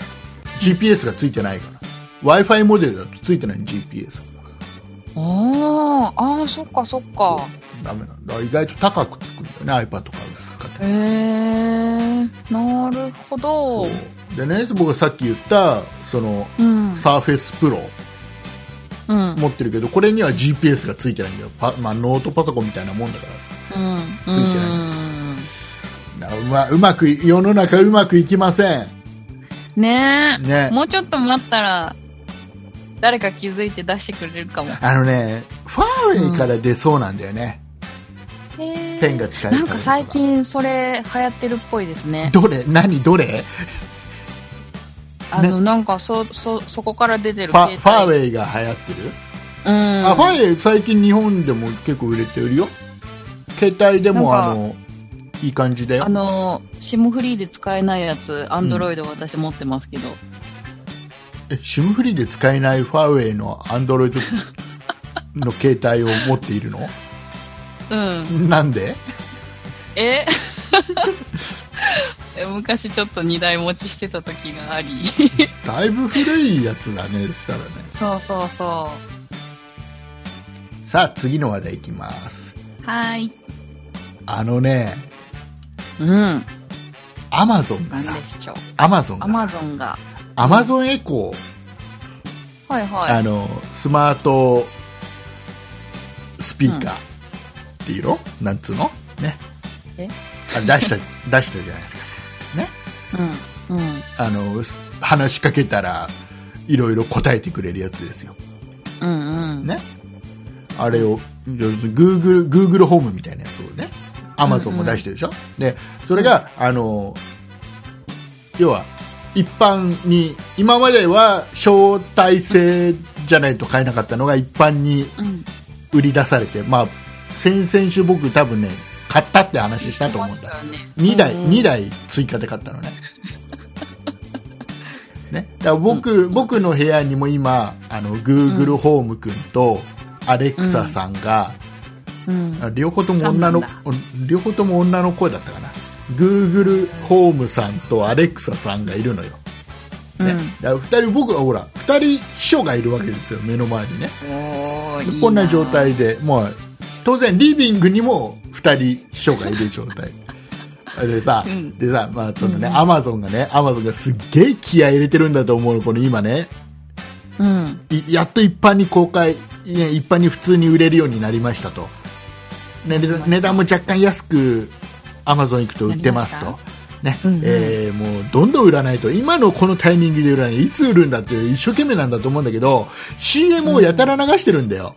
Speaker 2: GPS がついてないから w i f i モデルだとついてない GPS が
Speaker 1: あーあーそっかそっか
Speaker 2: ダメなんだから意外と高くつくんだよね iPad 買う方
Speaker 1: へえなるほどう
Speaker 2: そうでね僕がさっき言ったその
Speaker 1: ん
Speaker 2: サーフェスプロ
Speaker 1: うん
Speaker 2: 持ってるけどこれには GPS がついてないんだよパ、まあ、ノートパソコンみたいなもんだからさ
Speaker 1: うん
Speaker 2: ついてないだからうまうまくい世の中うまくいきません
Speaker 1: うんねえ
Speaker 2: ね
Speaker 1: もうちょっと待ったら誰か気づいて出してくれるか も
Speaker 2: あのねファーウェイから出そうなんだよね、ペ
Speaker 1: ペ
Speaker 2: ンが使える
Speaker 1: なんか最近それ流行ってるっぽいですね
Speaker 2: どれ何どれ
Speaker 1: あのなんかそそそこから出てる
Speaker 2: ファファーウ
Speaker 1: イ
Speaker 2: ェイが流行ってる、
Speaker 1: うん
Speaker 2: あファーウェイ最近日本でも結構売れてるよ携帯でも
Speaker 1: なんか
Speaker 2: あのいい感じだよ
Speaker 1: あの SIM フリーで使えないやつ Android 私持ってますけど、
Speaker 2: え SIM フリーで使えないファーウェイのアンドロイドの携帯を持っているの
Speaker 1: うん、
Speaker 2: なんで
Speaker 1: ええ昔ちょっと2台持ちしてた時があり
Speaker 2: だいぶ古いやつだねそしたらね
Speaker 1: そうそうそ
Speaker 2: さあ次の話題いきます
Speaker 1: うはい
Speaker 2: あのね
Speaker 1: うん
Speaker 2: アマゾンが
Speaker 1: 何
Speaker 2: さ
Speaker 1: でしょう
Speaker 2: アマゾンが
Speaker 1: ア
Speaker 2: さ
Speaker 1: マゾンが
Speaker 2: アマゾンエコー、
Speaker 1: はいは
Speaker 2: あ
Speaker 1: い
Speaker 2: のスマートスピーカーっていうの、なんつうのね
Speaker 1: え
Speaker 2: あ出した出したじゃないですか
Speaker 1: うんうん。
Speaker 2: あのす話しかけたらいろいろ答えてくれるやつですよ
Speaker 1: うんうん。
Speaker 2: ねあれを Google, Google ホームみたいなやつをね Amazon も出してるでしょ、でそれが、あの要は一般に今までは招待制じゃないと買えなかったのが一般に
Speaker 1: うん。
Speaker 2: 売り出されて、まあ、先々週僕多分ね買ったって話したと思うんだ
Speaker 1: そうですよね
Speaker 2: 2台、
Speaker 3: う
Speaker 2: 二
Speaker 3: んうん
Speaker 2: 台追加で買ったのねねだから僕,、僕の部屋にも今あの Google ホーム君とアレクサさんが、
Speaker 1: うん。
Speaker 2: あ両方とも女の
Speaker 1: そう
Speaker 2: 両方とも女の声だったかな Google ホームさんとアレクサさんがいるのよ、
Speaker 1: う
Speaker 2: ね
Speaker 1: ん。
Speaker 2: だから2人僕はほら2人秘書がいるわけですよ目の前にね
Speaker 1: おーいい
Speaker 2: こんな状態で、もう当然リビングにも2人秘書がいる状態 でさ、
Speaker 1: うん
Speaker 2: でさ、まあそのね、
Speaker 1: うん
Speaker 2: アマゾンがね、アマゾンがすっげえ気合い入れてるんだと思うの、この今ね、
Speaker 1: うん。
Speaker 2: いやっと一般に公開、ね、一般に普通に売れるようになりましたと。ね、で値段も若干安くアマゾン行くと売ってます
Speaker 1: なり
Speaker 2: と
Speaker 1: ま。
Speaker 2: ね
Speaker 1: うんうん
Speaker 2: えーもうどんどん売らないと今のこのタイミングで売らないいつ売るんだっていう一生懸命なんだと思うんだけど CM をやたら流してるんだよ、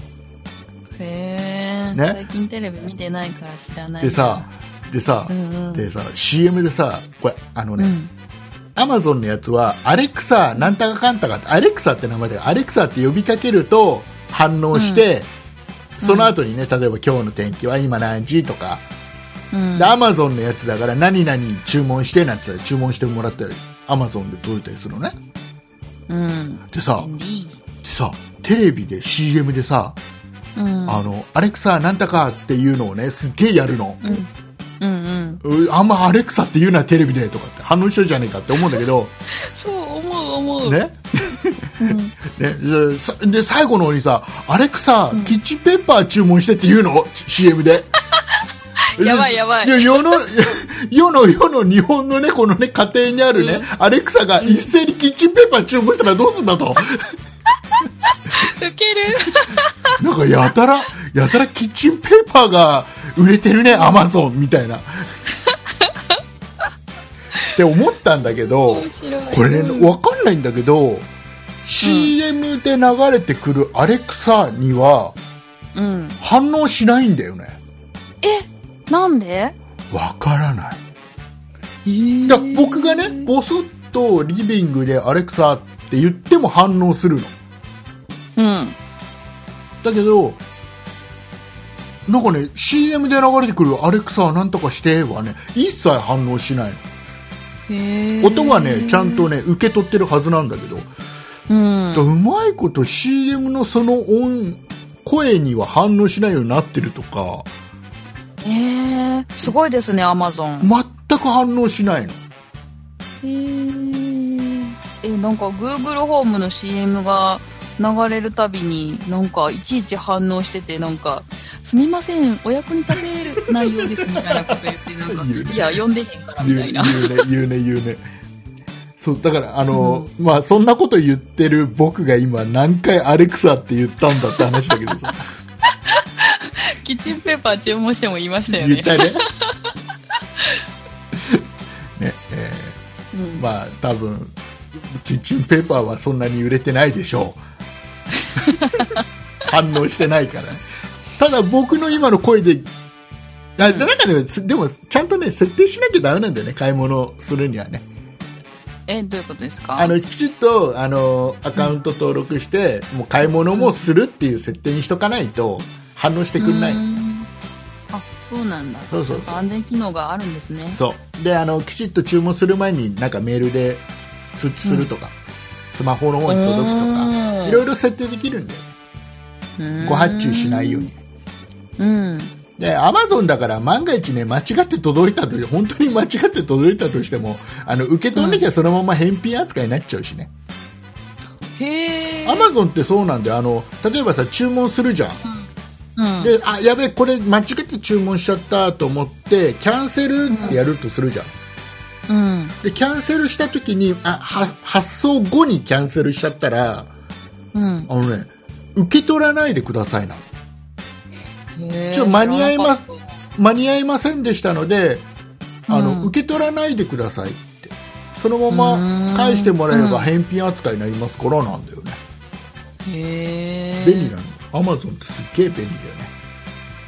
Speaker 1: へえ、
Speaker 2: ね
Speaker 1: 最近テレビ見てないから知らない。
Speaker 2: でさ、でさ、
Speaker 1: うんうん。
Speaker 2: でさ CM でさこれあの
Speaker 1: う
Speaker 2: ね、
Speaker 1: ん。
Speaker 2: アマゾンのやつはアレクサなんたかかんたかってアレクサって名前でアレクサって呼びかけると反応して、
Speaker 1: うん
Speaker 2: その後にね例えば今日の天気は今何時とか、
Speaker 1: うん。
Speaker 2: でアマゾンのやつだから何々注文してなんつって注文してもらったりアマゾンで届いたりするのね
Speaker 1: うん。
Speaker 2: でさ
Speaker 1: 便利
Speaker 2: でさテレビで CM でさ、
Speaker 1: うん。
Speaker 2: あのアレクサなんたかっていうのをねすっげえやるの、
Speaker 1: うん。うんうん。
Speaker 2: うあんまアレクサって言うなテレビでとかって反応してるじゃねえかって思うんだけど、
Speaker 1: そう、思う思う。。
Speaker 2: ね
Speaker 1: うん。
Speaker 2: ね、でさで最後の方にさ「アレクサ、キッチンペーパー注文して」って言うの CM で
Speaker 1: やばいやばい
Speaker 2: で世の 世の世の日本のねこのね家庭にあるね、アレクサが一斉にキッチンペーパー注文したらどうすん だと
Speaker 1: ウケる。
Speaker 2: なんかやたらやたらキッチンペーパーが売れてるねアマゾンみた いなって思ったんだけど、
Speaker 1: 面白い。
Speaker 2: これね、
Speaker 1: うん
Speaker 2: わかんないんだけど、CM で流れてくるアレクサには
Speaker 1: うん。
Speaker 2: 反応しないんだよね。
Speaker 1: なんで
Speaker 2: わからない。
Speaker 1: えー
Speaker 2: だから僕がね、ぼそっとリビングでアレクサって言っても反応するの。
Speaker 1: うん。
Speaker 2: だけど、なんかね、CM で流れてくるアレクサなんとかしてはね、一切反応しない
Speaker 1: へー
Speaker 2: の。音はね、ちゃんと。ね、受け取ってるはずなんだけど、
Speaker 1: うん。
Speaker 2: うまいこと CM のその音声には反応しないようになってるとか
Speaker 1: えー、すごいですね、アマゾン。
Speaker 2: 全く反応しないの
Speaker 1: えー、え、なんか Google ホームの CM が流れるたびに、なんかいちいち反応してて、なんか、すみません、お役に立てる内容ですみたいなこと言って、なんか、
Speaker 2: 言うね
Speaker 1: いや、読んでへんからみ
Speaker 2: 言う
Speaker 1: たいな。
Speaker 2: 言うね言うね言うねそうだからあの、まあそんなこと言ってる僕が今何回アレクサって言ったんだって話だけど さ
Speaker 1: キッチンペーパー注文しても言いましたよ
Speaker 2: 言っ
Speaker 1: ね。
Speaker 2: たよね ねえ
Speaker 1: うん
Speaker 2: ーまあ多分キッチンペーパーはそんなに売れてないで しょう反応してないからねただ僕の今の声であなんかね、すでもちゃんとね設定しなきゃダメなんだよね買い物するにはね
Speaker 1: え、どういうことですか
Speaker 2: あのきちっとあのアカウント登録して、もう買い物もするっていう設定にしとかないと反応してくんない、
Speaker 1: うーんあそうなんだ
Speaker 2: そうそうそう
Speaker 1: やっぱ安全機能があるんですね
Speaker 2: そうであのきちっと注文する前になんかメールで通知するとか、スマホの方に届くとかいろいろ設定できるんでご発注しないように
Speaker 1: うん
Speaker 2: でアマゾンだから万が一ね間違って届いたと本当に間違って届いたとしてもあの受け取んなきゃそのまま返品扱いになっちゃうしね、
Speaker 1: へえ
Speaker 2: アマゾンってそうなんであの例えばさ注文するじゃん
Speaker 1: うん
Speaker 2: であやべえこれ間違って注文しちゃったと思ってキャンセルってやるとするじゃ
Speaker 1: う
Speaker 2: ん、
Speaker 1: ん
Speaker 2: でキャンセルした時にあは発送後にキャンセルしちゃったら
Speaker 1: うん
Speaker 2: あのね受け取らないでくださいなの
Speaker 1: へー
Speaker 2: ちょ間に合います
Speaker 1: 知らなかっ
Speaker 2: 間に合いませんでしたのであの、
Speaker 1: うん
Speaker 2: 受け取らないでくださいってそのま
Speaker 1: う
Speaker 2: ま
Speaker 1: ん
Speaker 2: 返してもらえれ
Speaker 1: うん
Speaker 2: ば返品扱いになりますからなんだよね、
Speaker 1: へえ。
Speaker 2: 便利なのアマゾンってすっげえ便利だよね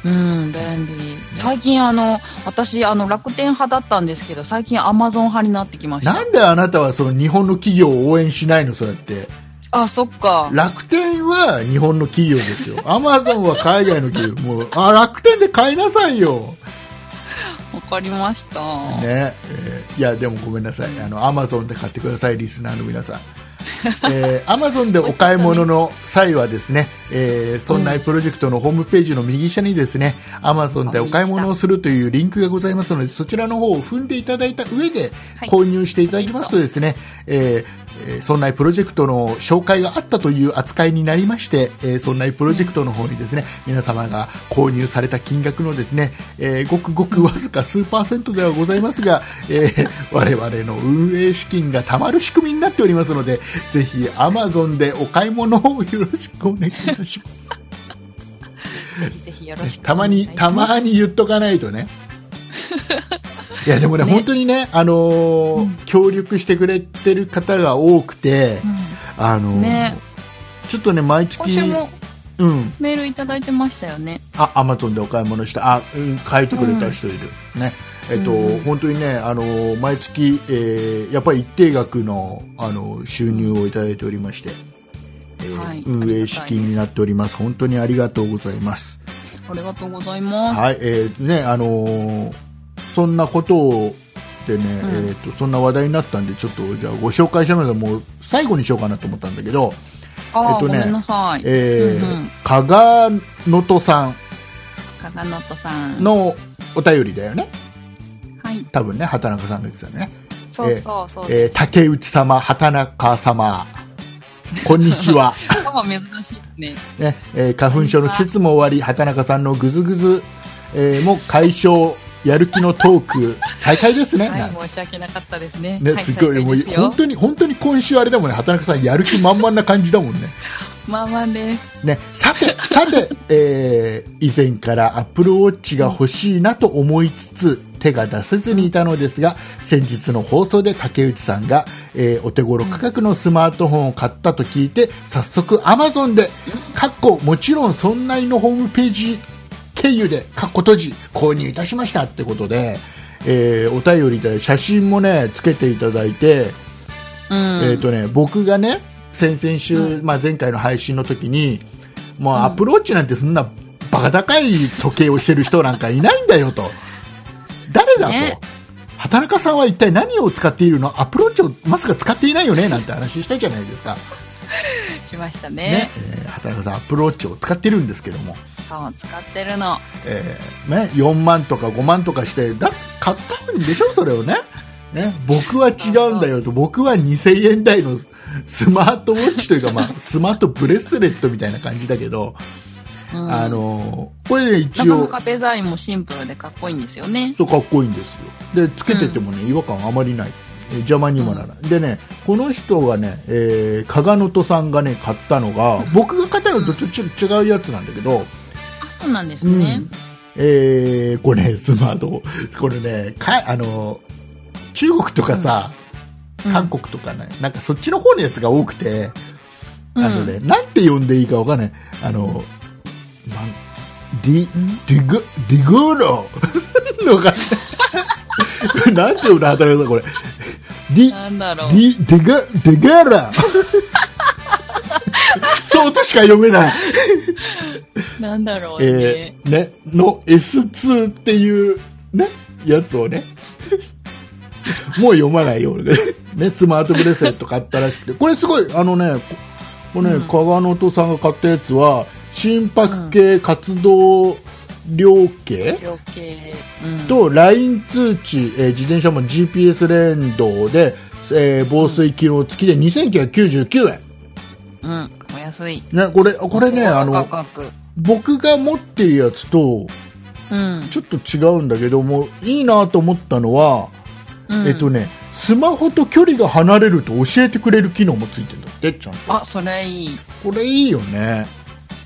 Speaker 1: うん、便利。最近あの、私あの楽天派だったんですけど、最近アマゾン派になってきました。
Speaker 2: なんであなたはその日本の企業を応援しないのそうやって
Speaker 1: あ、そっか。
Speaker 2: 楽天は日本の企業ですよアマゾンは海外の企業もうあ楽天で買いなさいよ
Speaker 1: わかりました。
Speaker 2: ねえーいやでもごめんなさいあのアマゾンで買ってくださいリスナーの皆さんえー、アマゾンでお買い物の際はですね、えー、そんなプロジェクトのホームページの右下にですね、アマゾンでお買い物をするというリンクがございますので、そちらの方を踏んでいただいた上で
Speaker 1: はい
Speaker 2: 購入していただきますとですね、えーえーそんなプロジェクトの紹介があったという扱いになりまして、えー、そんなプロジェクトの方にですね、皆様が購入された金額のですね、えーごくごくわずか数パーセントではございますが、えー我々の運営資金が貯まる仕組みになっておりますので、ぜひ Amazon でお買い物をよろしくお願いいたします。
Speaker 1: ぜひよろしく
Speaker 2: たまに、た
Speaker 1: に。
Speaker 2: まに言っとかないと ね。いや、でもね、
Speaker 1: ね
Speaker 2: 本当にね、あのー協力してくれてる方が多くて、あのー
Speaker 1: ね
Speaker 2: ちょっとね、毎
Speaker 1: 今
Speaker 2: 月、
Speaker 1: 週も
Speaker 2: うん、
Speaker 1: メールいただいてましたよね。
Speaker 2: あ、アマゾンでお買い物した、あ、うん、書いてくれた人いる。ね。えっと、
Speaker 1: うん
Speaker 2: 本当にね、あのー毎月、えーやっぱり一定額の、あのー収入をいただいておりまして、えー
Speaker 1: はい
Speaker 2: 運営資金になっております。本当にありがとうございます。
Speaker 1: ありがとうございます。
Speaker 2: はい、えーね、あのーそんなことを、でね、
Speaker 1: うん
Speaker 2: えーと、そんな話題になったんで、ちょっと、じゃあご紹介したので、もう最後にしようかなと思ったんだけど、
Speaker 1: あ
Speaker 2: えっ
Speaker 1: あ、
Speaker 2: と
Speaker 1: ご
Speaker 2: ね
Speaker 1: めんなさい。
Speaker 2: えー
Speaker 1: うんうん
Speaker 2: 加賀のとさ
Speaker 1: かがのとさ
Speaker 2: ん
Speaker 1: ん。
Speaker 2: のお便りだよね。
Speaker 1: はい。
Speaker 2: 多分ね、畑中さんが言ってたね。
Speaker 1: そうそうそう。
Speaker 2: えー竹内様、畑中様、こんにち は。
Speaker 1: パパ珍しいですね。
Speaker 2: ねえー花粉症の季節も終わり畑中さんのぐずぐず、えーも解消やる気のトーク再開ですね、なんつっ
Speaker 1: はい、
Speaker 2: て
Speaker 1: 申し訳なかったですね。
Speaker 2: ね、
Speaker 1: はい、
Speaker 2: すごい、も
Speaker 1: 最低
Speaker 2: う
Speaker 1: ですよ
Speaker 2: 本当に本当に今週あれだもんね畑中さんやる気満々な感じだもんね
Speaker 1: まあまあです。
Speaker 2: ねさ てさて、えー以前からアップルウォッチが欲しいなと思いつつ手が出せずにいたのですが先日の放送で竹内さんが、えーお手頃価格のスマートフォンを買ったと聞いて早速 Amazon でかっこもちろんそんなにのホームページ経由でかっこ閉じ購入いたしましたってことで、えーお便りで写真もねつけていただいて
Speaker 1: うん。
Speaker 2: えーとね、僕がね先々週、まあ、前回の配信の時にもうアプローチなんてそんなバカ高い時計をしてる人なんかいないんだよと誰だと、
Speaker 1: ね
Speaker 2: 畑中さんは一体何を使っているのアプローチをまさか使っていないよねなんて話したじゃないですか、
Speaker 1: しましたね
Speaker 2: ねえー畑中さんアプローチを使ってるんですけども、
Speaker 1: そう、使ってるの。
Speaker 2: えーね、4万とか5万とかして出す買ったんでしょそれをねね僕は違うんだよと僕は2000円台のスマートウォッチというか、まあ、スマートブレスレットみたいな感じだけど、
Speaker 1: うん、
Speaker 2: あのーこれね
Speaker 1: な
Speaker 2: 一
Speaker 1: かな
Speaker 2: 応
Speaker 1: かデザインもシンプルでかっこいいんですよね。
Speaker 2: そうかっこいいんですよでつけててもね、違和感あまりないえー邪魔にもならない、でねこの人がね、えー、加賀のとさんがね買ったのが僕が買ったのとちょっと違うやつなんだけど、
Speaker 1: あ、そうなんですね。
Speaker 2: うんえー、これねスマートフォンこれねかあの中国とかさ、
Speaker 1: うん
Speaker 2: 韓国とかねなんかそっちの方のやつが多くて、
Speaker 1: うん
Speaker 2: あのねなんて呼んでいいかわかんないあのなんディディグディグーロの が なんて呼んだ働くのこれディ
Speaker 1: なんだろう。
Speaker 2: ディディガディガーラ そうとしか読めない
Speaker 1: なんだろう
Speaker 2: え
Speaker 1: ね。
Speaker 2: ーね、の S2 っていう、ね、やつをね、 もう読まないよ、俺 ね。ね、スマートブレスレット買ったらしくて。これすごい、あのね、ここれね、
Speaker 1: うん
Speaker 2: 加賀のとさんが買ったやつは、心拍計、活動量計
Speaker 1: 余計。うん。
Speaker 2: と LINE 通知、えー自転車も GPS 連動で、えー防水機能付きで2999円。
Speaker 1: うん。お安い。
Speaker 2: ね、これ、これね、あ
Speaker 1: 価
Speaker 2: の、
Speaker 1: 格。
Speaker 2: 僕が持ってるやつと、
Speaker 1: うん。
Speaker 2: ちょっと違うんだけどもいいなと思ったのは、
Speaker 1: うん
Speaker 2: えっとねスマホと距離が離れると教えてくれる機能もついてるんだってちゃんと
Speaker 1: あ、それいい。
Speaker 2: これいいよね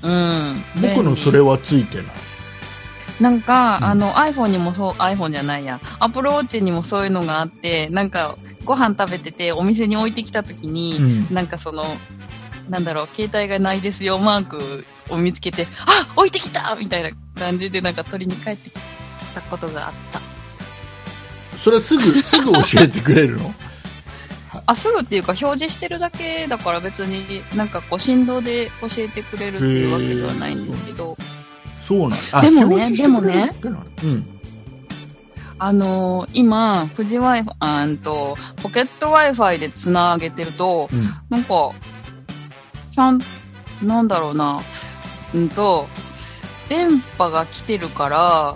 Speaker 1: うん。
Speaker 2: 僕のそ
Speaker 1: 便
Speaker 2: れはついてない
Speaker 1: なんか、
Speaker 2: うん
Speaker 1: あの iPhone にもそう iPhone じゃないや Apple Watch にもそういうのがあってなんかご飯食べててお店に置いてきた時に、
Speaker 2: うん
Speaker 1: なんかそのなんだろう携帯がないですよマークを見つけてあ置いてきたみたいな感じでなんか取りに帰ってきたことがあった
Speaker 2: それは すぐすぐ教えてくれるの
Speaker 1: あすぐっていうか表示してるだけだから別になんかこう振動で教えてくれるっていうわけではないんですけど
Speaker 2: そうなんあ
Speaker 1: でもね
Speaker 2: 表示してくれる
Speaker 1: でもね
Speaker 2: ってのはうん
Speaker 1: あのー今、富士 Wi-Fi、あーんと、ポケット Wi-Fi でつなげてると、
Speaker 2: うん
Speaker 1: なんか、ちゃん、なんだろうな、うんと、電波が来てるから、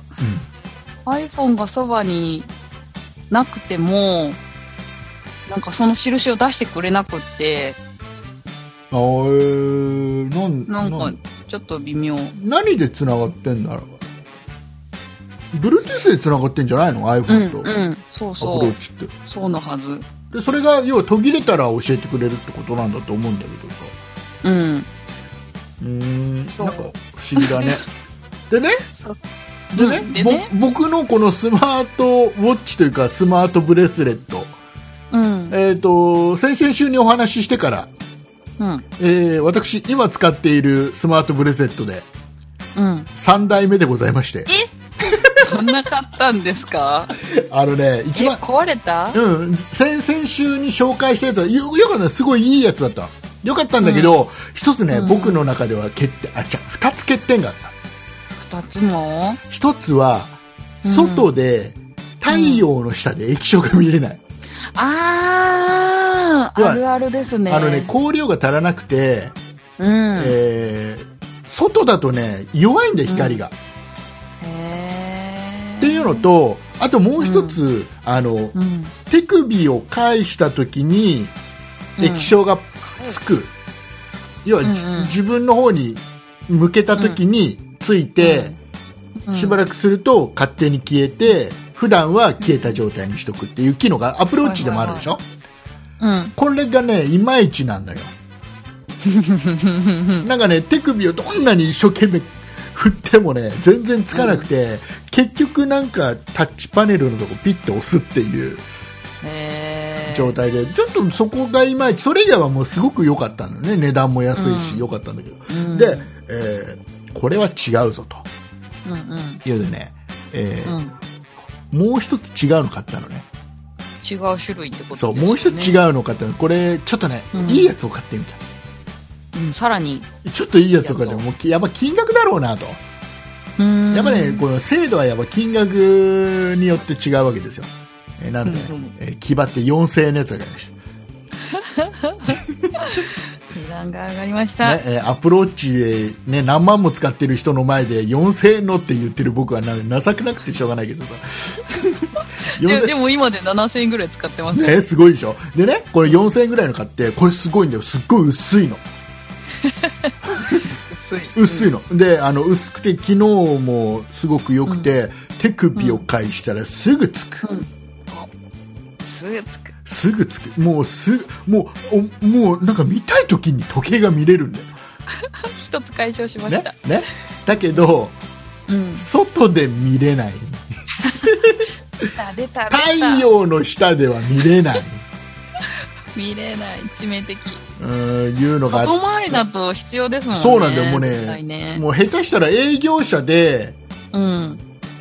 Speaker 1: iPhone がそばになくても、なんかその印を出してくれなくって、
Speaker 2: あーえーなん
Speaker 1: なん
Speaker 2: な
Speaker 1: か
Speaker 2: ん
Speaker 1: ちょっと微妙。
Speaker 2: 何でつながってんだろう Bluetooth でつながってんじゃないの
Speaker 1: うん、う
Speaker 2: iPhone と、
Speaker 1: ん、そう
Speaker 2: アプ
Speaker 1: そ
Speaker 2: ロ
Speaker 1: う
Speaker 2: ー、チって
Speaker 1: そうのはず。
Speaker 2: でそれが要は途切れたら教えてくれるってことなんだと思うんだけどさ
Speaker 1: うん、
Speaker 2: うーんなんか不
Speaker 1: そう
Speaker 2: 思議 だねでねでね,ぼ、
Speaker 1: うんでね
Speaker 2: 僕のこのスマートウォッチというかスマートブレスレット、
Speaker 1: うん、
Speaker 2: えっと先々週にお話ししてから、
Speaker 1: うん、
Speaker 2: えー私今使っているスマートブレスレットで
Speaker 1: うん。
Speaker 2: 3代目でございまして
Speaker 1: えそんな買ったんですか
Speaker 2: あのね一
Speaker 1: え
Speaker 2: 番
Speaker 1: 壊れた
Speaker 2: うん、先々週に紹介したやつはよよかったすごいいいやつだったよかったんだけど、一つね、
Speaker 1: うん
Speaker 2: 僕の中では欠点あ違う二つ欠点があった
Speaker 1: 二つも
Speaker 2: 一つは
Speaker 1: うん
Speaker 2: 外で太陽の下で液晶が見えない、
Speaker 1: あ
Speaker 2: う
Speaker 1: ー
Speaker 2: わ
Speaker 1: あるあるですね
Speaker 2: あのね光量が足らなくて、
Speaker 1: うんへ
Speaker 2: えー外だとね弱いんだよ光が、
Speaker 1: え
Speaker 2: っていうのとあともう一つ、あの
Speaker 1: うん
Speaker 2: 手首を返した時に液晶がつく、要は、
Speaker 1: うんうん
Speaker 2: じ自分の方に向けた時について、しば
Speaker 1: ら
Speaker 2: らくすると勝手に消えて普段は消えた状態にしとくっていう機能がアプローチでもあるでしょ、
Speaker 1: くうん
Speaker 2: これがねいまいちなんだよなんかね手首をどんなに一生懸命振ってもね全然つかなくて、結局なんかタッチパネルのとこピッて押すっていう
Speaker 1: へえ
Speaker 2: 状態でちょっとそこがいまいちそれ以外はもうすごく良かったんだよね値段も安いし
Speaker 1: うん
Speaker 2: 良かったんだけど、
Speaker 1: うん
Speaker 2: で、えーこれは違うぞと
Speaker 1: うんうん
Speaker 2: いうのでね、え
Speaker 1: う
Speaker 2: ー
Speaker 1: ん
Speaker 2: もう一つ違うの買ったのね
Speaker 1: 違う種類ってことです
Speaker 2: そ
Speaker 1: よ
Speaker 2: う
Speaker 1: ね
Speaker 2: もう一つ違うの買ったのこれちょっとね、
Speaker 1: うん
Speaker 2: いいやつを買ってみた
Speaker 1: うんさらに
Speaker 2: ちょっといいやつとかでももうやっぱ金額だろうなと、
Speaker 1: うん
Speaker 2: やっぱねこの制度はやっぱ金額によって違うわけですよ、えーなんで、
Speaker 1: うんうん
Speaker 2: えー気張って4000円のやつが買いました
Speaker 1: 値段が上がりました
Speaker 2: ねえーアプローチで、ね、何万も使ってる人の前で4000円のって言ってる僕はな情けなくてしょうがないけどさ
Speaker 1: で
Speaker 2: 4000
Speaker 1: でも今で7000円ぐらい使ってます
Speaker 2: ね、すごいでしょでねこれ4000円ぐらいの買ってこれすごいんだよすっごい薄いの
Speaker 1: 薄い
Speaker 2: 薄いの、であの薄くて機能もすごく良くて、手首を返したらすぐつく、
Speaker 1: うんすぐつく
Speaker 2: すぐつくもうすぐもうおもうなんか見たい時に時計が見れるんだよ
Speaker 1: 一つ解消しまし
Speaker 2: ね
Speaker 1: た
Speaker 2: ねだけど
Speaker 1: うん
Speaker 2: 外で見れない
Speaker 1: 出た出た出た
Speaker 2: 太陽の下では見 れない
Speaker 1: 見れない致命的
Speaker 2: うーんいうのが
Speaker 1: 外回りだと必要ですもんね
Speaker 2: そうなんだよもう
Speaker 1: 絶対
Speaker 2: ね
Speaker 1: ね
Speaker 2: もう下手したら営業者で
Speaker 1: うん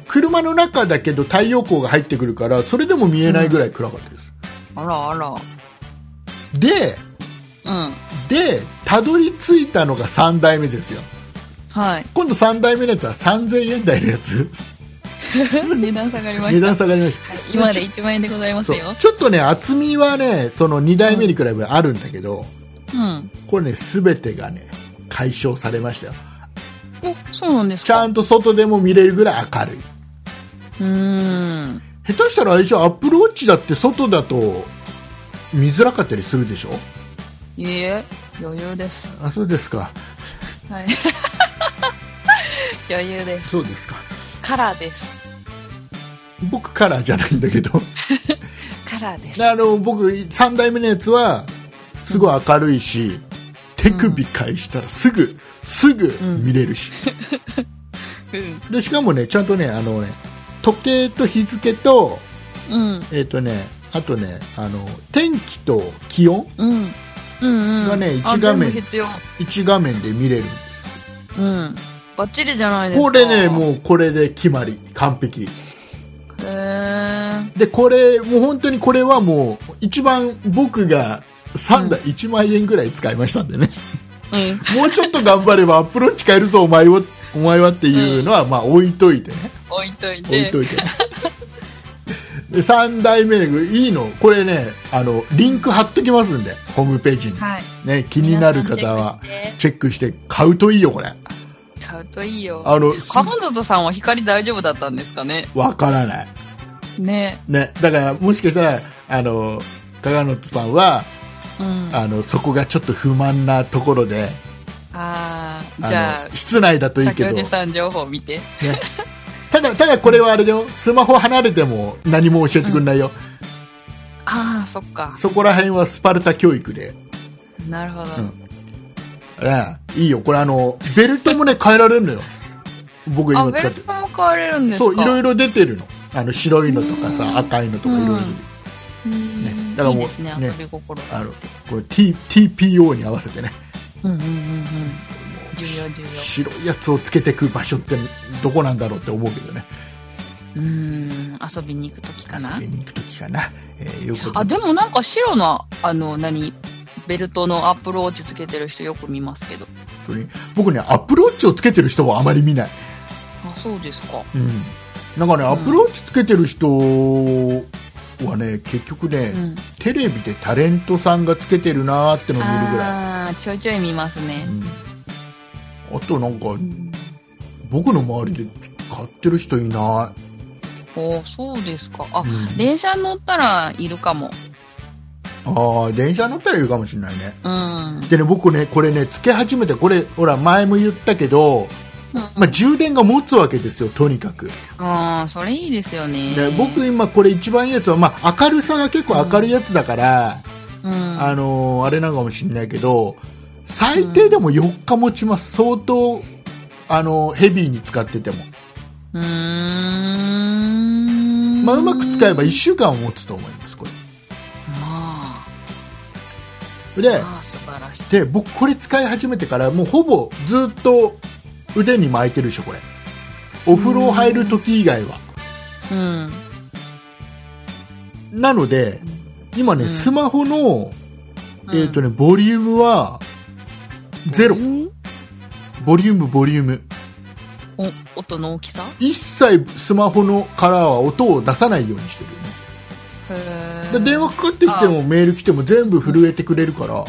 Speaker 2: 車の中だけど太陽光が入ってくるからそれでも見えないぐらい暗かったです、
Speaker 1: あらあら
Speaker 2: で
Speaker 1: うん
Speaker 2: でたどり着いたのが3代目ですよ
Speaker 1: はい
Speaker 2: 今度3代目のやつは3000円台のやつ
Speaker 1: 値段下がりま
Speaker 2: 値
Speaker 1: した
Speaker 2: 段下がりました
Speaker 1: 今まで1万円でございます
Speaker 2: そう
Speaker 1: よ
Speaker 2: ちょっとね厚みはねその2代目に比べあるんだけど、
Speaker 1: うん
Speaker 2: これね全てがね解消されましたよ
Speaker 1: おそうなんです
Speaker 2: ちゃ
Speaker 1: か
Speaker 2: んと外でも見れるぐらい明るいう
Speaker 1: ーん
Speaker 2: 下手したらあれでしょアップルウォッチだって外だと見づらかったりするでしょ
Speaker 1: いいえ余裕です
Speaker 2: あそうですか
Speaker 1: はい 余裕です
Speaker 2: そうですか
Speaker 1: カラーです
Speaker 2: 僕カラーじゃないんだけど
Speaker 1: カラーです
Speaker 2: あの僕3代目のやつはすごい明るいし、手首返したらすぐすぐ見れるし、
Speaker 1: うん
Speaker 2: でしかもねちゃんとねあのね時計と日付と
Speaker 1: うん
Speaker 2: えっ、とねあとねあの天気と気温
Speaker 1: うんうんうん
Speaker 2: がね
Speaker 1: あ
Speaker 2: 一画
Speaker 1: 全
Speaker 2: 面
Speaker 1: 部必要
Speaker 2: 1画面で見れる
Speaker 1: うんバッチリじゃないですか
Speaker 2: これねもうこれで決まり完璧
Speaker 1: へえ
Speaker 2: でこれもう本当にこれはもう一番僕が3台1万円ぐらい使いましたんでね、
Speaker 1: うん
Speaker 2: もうちょっと頑張ればアップローチ買えるぞお前をお前はっていうのは、まあ置いといてね
Speaker 1: 置いとい
Speaker 2: 置い
Speaker 1: て
Speaker 2: といて、ね、 で3代目いいのこれねあのリンク貼っときますんでホームページに、
Speaker 1: はい
Speaker 2: ね、気になる方は
Speaker 1: 皆さんチェックして
Speaker 2: チェックして買うといいよこれ
Speaker 1: 買うといいよ
Speaker 2: あの
Speaker 1: カバンドトさんは光大丈夫だったんですかね
Speaker 2: わからない
Speaker 1: ね
Speaker 2: ねだからもしかしたらあの加賀野さんは
Speaker 1: うんあ
Speaker 2: あのそこがちょっと不満なところで
Speaker 1: あー
Speaker 2: あ
Speaker 1: じゃ
Speaker 2: の室内だと
Speaker 1: あ
Speaker 2: いいけ
Speaker 1: 竹
Speaker 2: ど
Speaker 1: 内さん情報見て
Speaker 2: ただただこれはあれだよスマホ離れても何も教えてくれないよ、
Speaker 1: ああそっか
Speaker 2: そこら辺はスパルタ教育で、
Speaker 1: なるほど、
Speaker 2: うんねいいよこれあのベルトもね変えられるのよ僕
Speaker 1: あ
Speaker 2: 今
Speaker 1: ベ
Speaker 2: 使っ
Speaker 1: ル
Speaker 2: てる
Speaker 1: トも買われるんですか
Speaker 2: そういろ
Speaker 1: ろ
Speaker 2: いろ出てるのあの白いのとか
Speaker 1: うん
Speaker 2: さ赤いのとかいろいろ出てるねだから
Speaker 1: いい
Speaker 2: もう
Speaker 1: ですね
Speaker 2: ね
Speaker 1: 遊び心が
Speaker 2: あのこれ T TPO に合わせてね
Speaker 1: うんうんうんうん重要重要
Speaker 2: 白いやつをつけてく場所ってどこなんだろうって思うけどね
Speaker 1: うーん遊びに行く時かな
Speaker 2: 遊びに行く時かな、えーいうこと
Speaker 1: あでもなんか白のあの何ベルトのアップローチつけてる人よく見ますけど
Speaker 2: 本当に僕ねアップルウォッチをつけてる人はあまり見ない、
Speaker 1: あそうですか
Speaker 2: うん、なんかねアップルウォッチつけてる人はね結局ね、
Speaker 1: うん
Speaker 2: テレビでタレントさんがつけてるなーってのを見るぐら
Speaker 1: ああーちょいちょい見ます
Speaker 2: い、
Speaker 1: ね、
Speaker 2: うん、あとなんか僕の周りで買ってる人いな
Speaker 1: おおそうですかあ
Speaker 2: い、うん
Speaker 1: 電車乗ったらいるかも
Speaker 2: あー電車乗ったらいるかもしれないね
Speaker 1: うん、
Speaker 2: でね僕ねこれねつけ始めてこれほら前も言ったけど、まあ、充電が持つわけですよとにかく
Speaker 1: ああそれいいですよね
Speaker 2: で僕今これ一番いいやつは、まあ、明るさが結構明るいやつだから、
Speaker 1: うん
Speaker 2: あのーあれなのかもしれないけど最低でも4日持ちます相当あのーヘビーに使ってても、
Speaker 1: うーん
Speaker 2: まあ、うまく使えば1週間は持つと思いますこ
Speaker 1: ま
Speaker 2: れで
Speaker 1: ああ素晴らしい
Speaker 2: で僕これ使い始めてからもうほぼずっと腕に巻いてるでしょこれお風呂入る時以外は
Speaker 1: うん
Speaker 2: なので今ね、
Speaker 1: うん
Speaker 2: スマホの、
Speaker 1: うん
Speaker 2: えっとね、ボリュームはゼロ
Speaker 1: うん
Speaker 2: ボリュームボリューム
Speaker 1: お音の大きさ
Speaker 2: 一切スマホのからは音を出さないようにしてるよね
Speaker 1: へー
Speaker 2: で電話かかってきてもメール来ても全部震えてくれるから、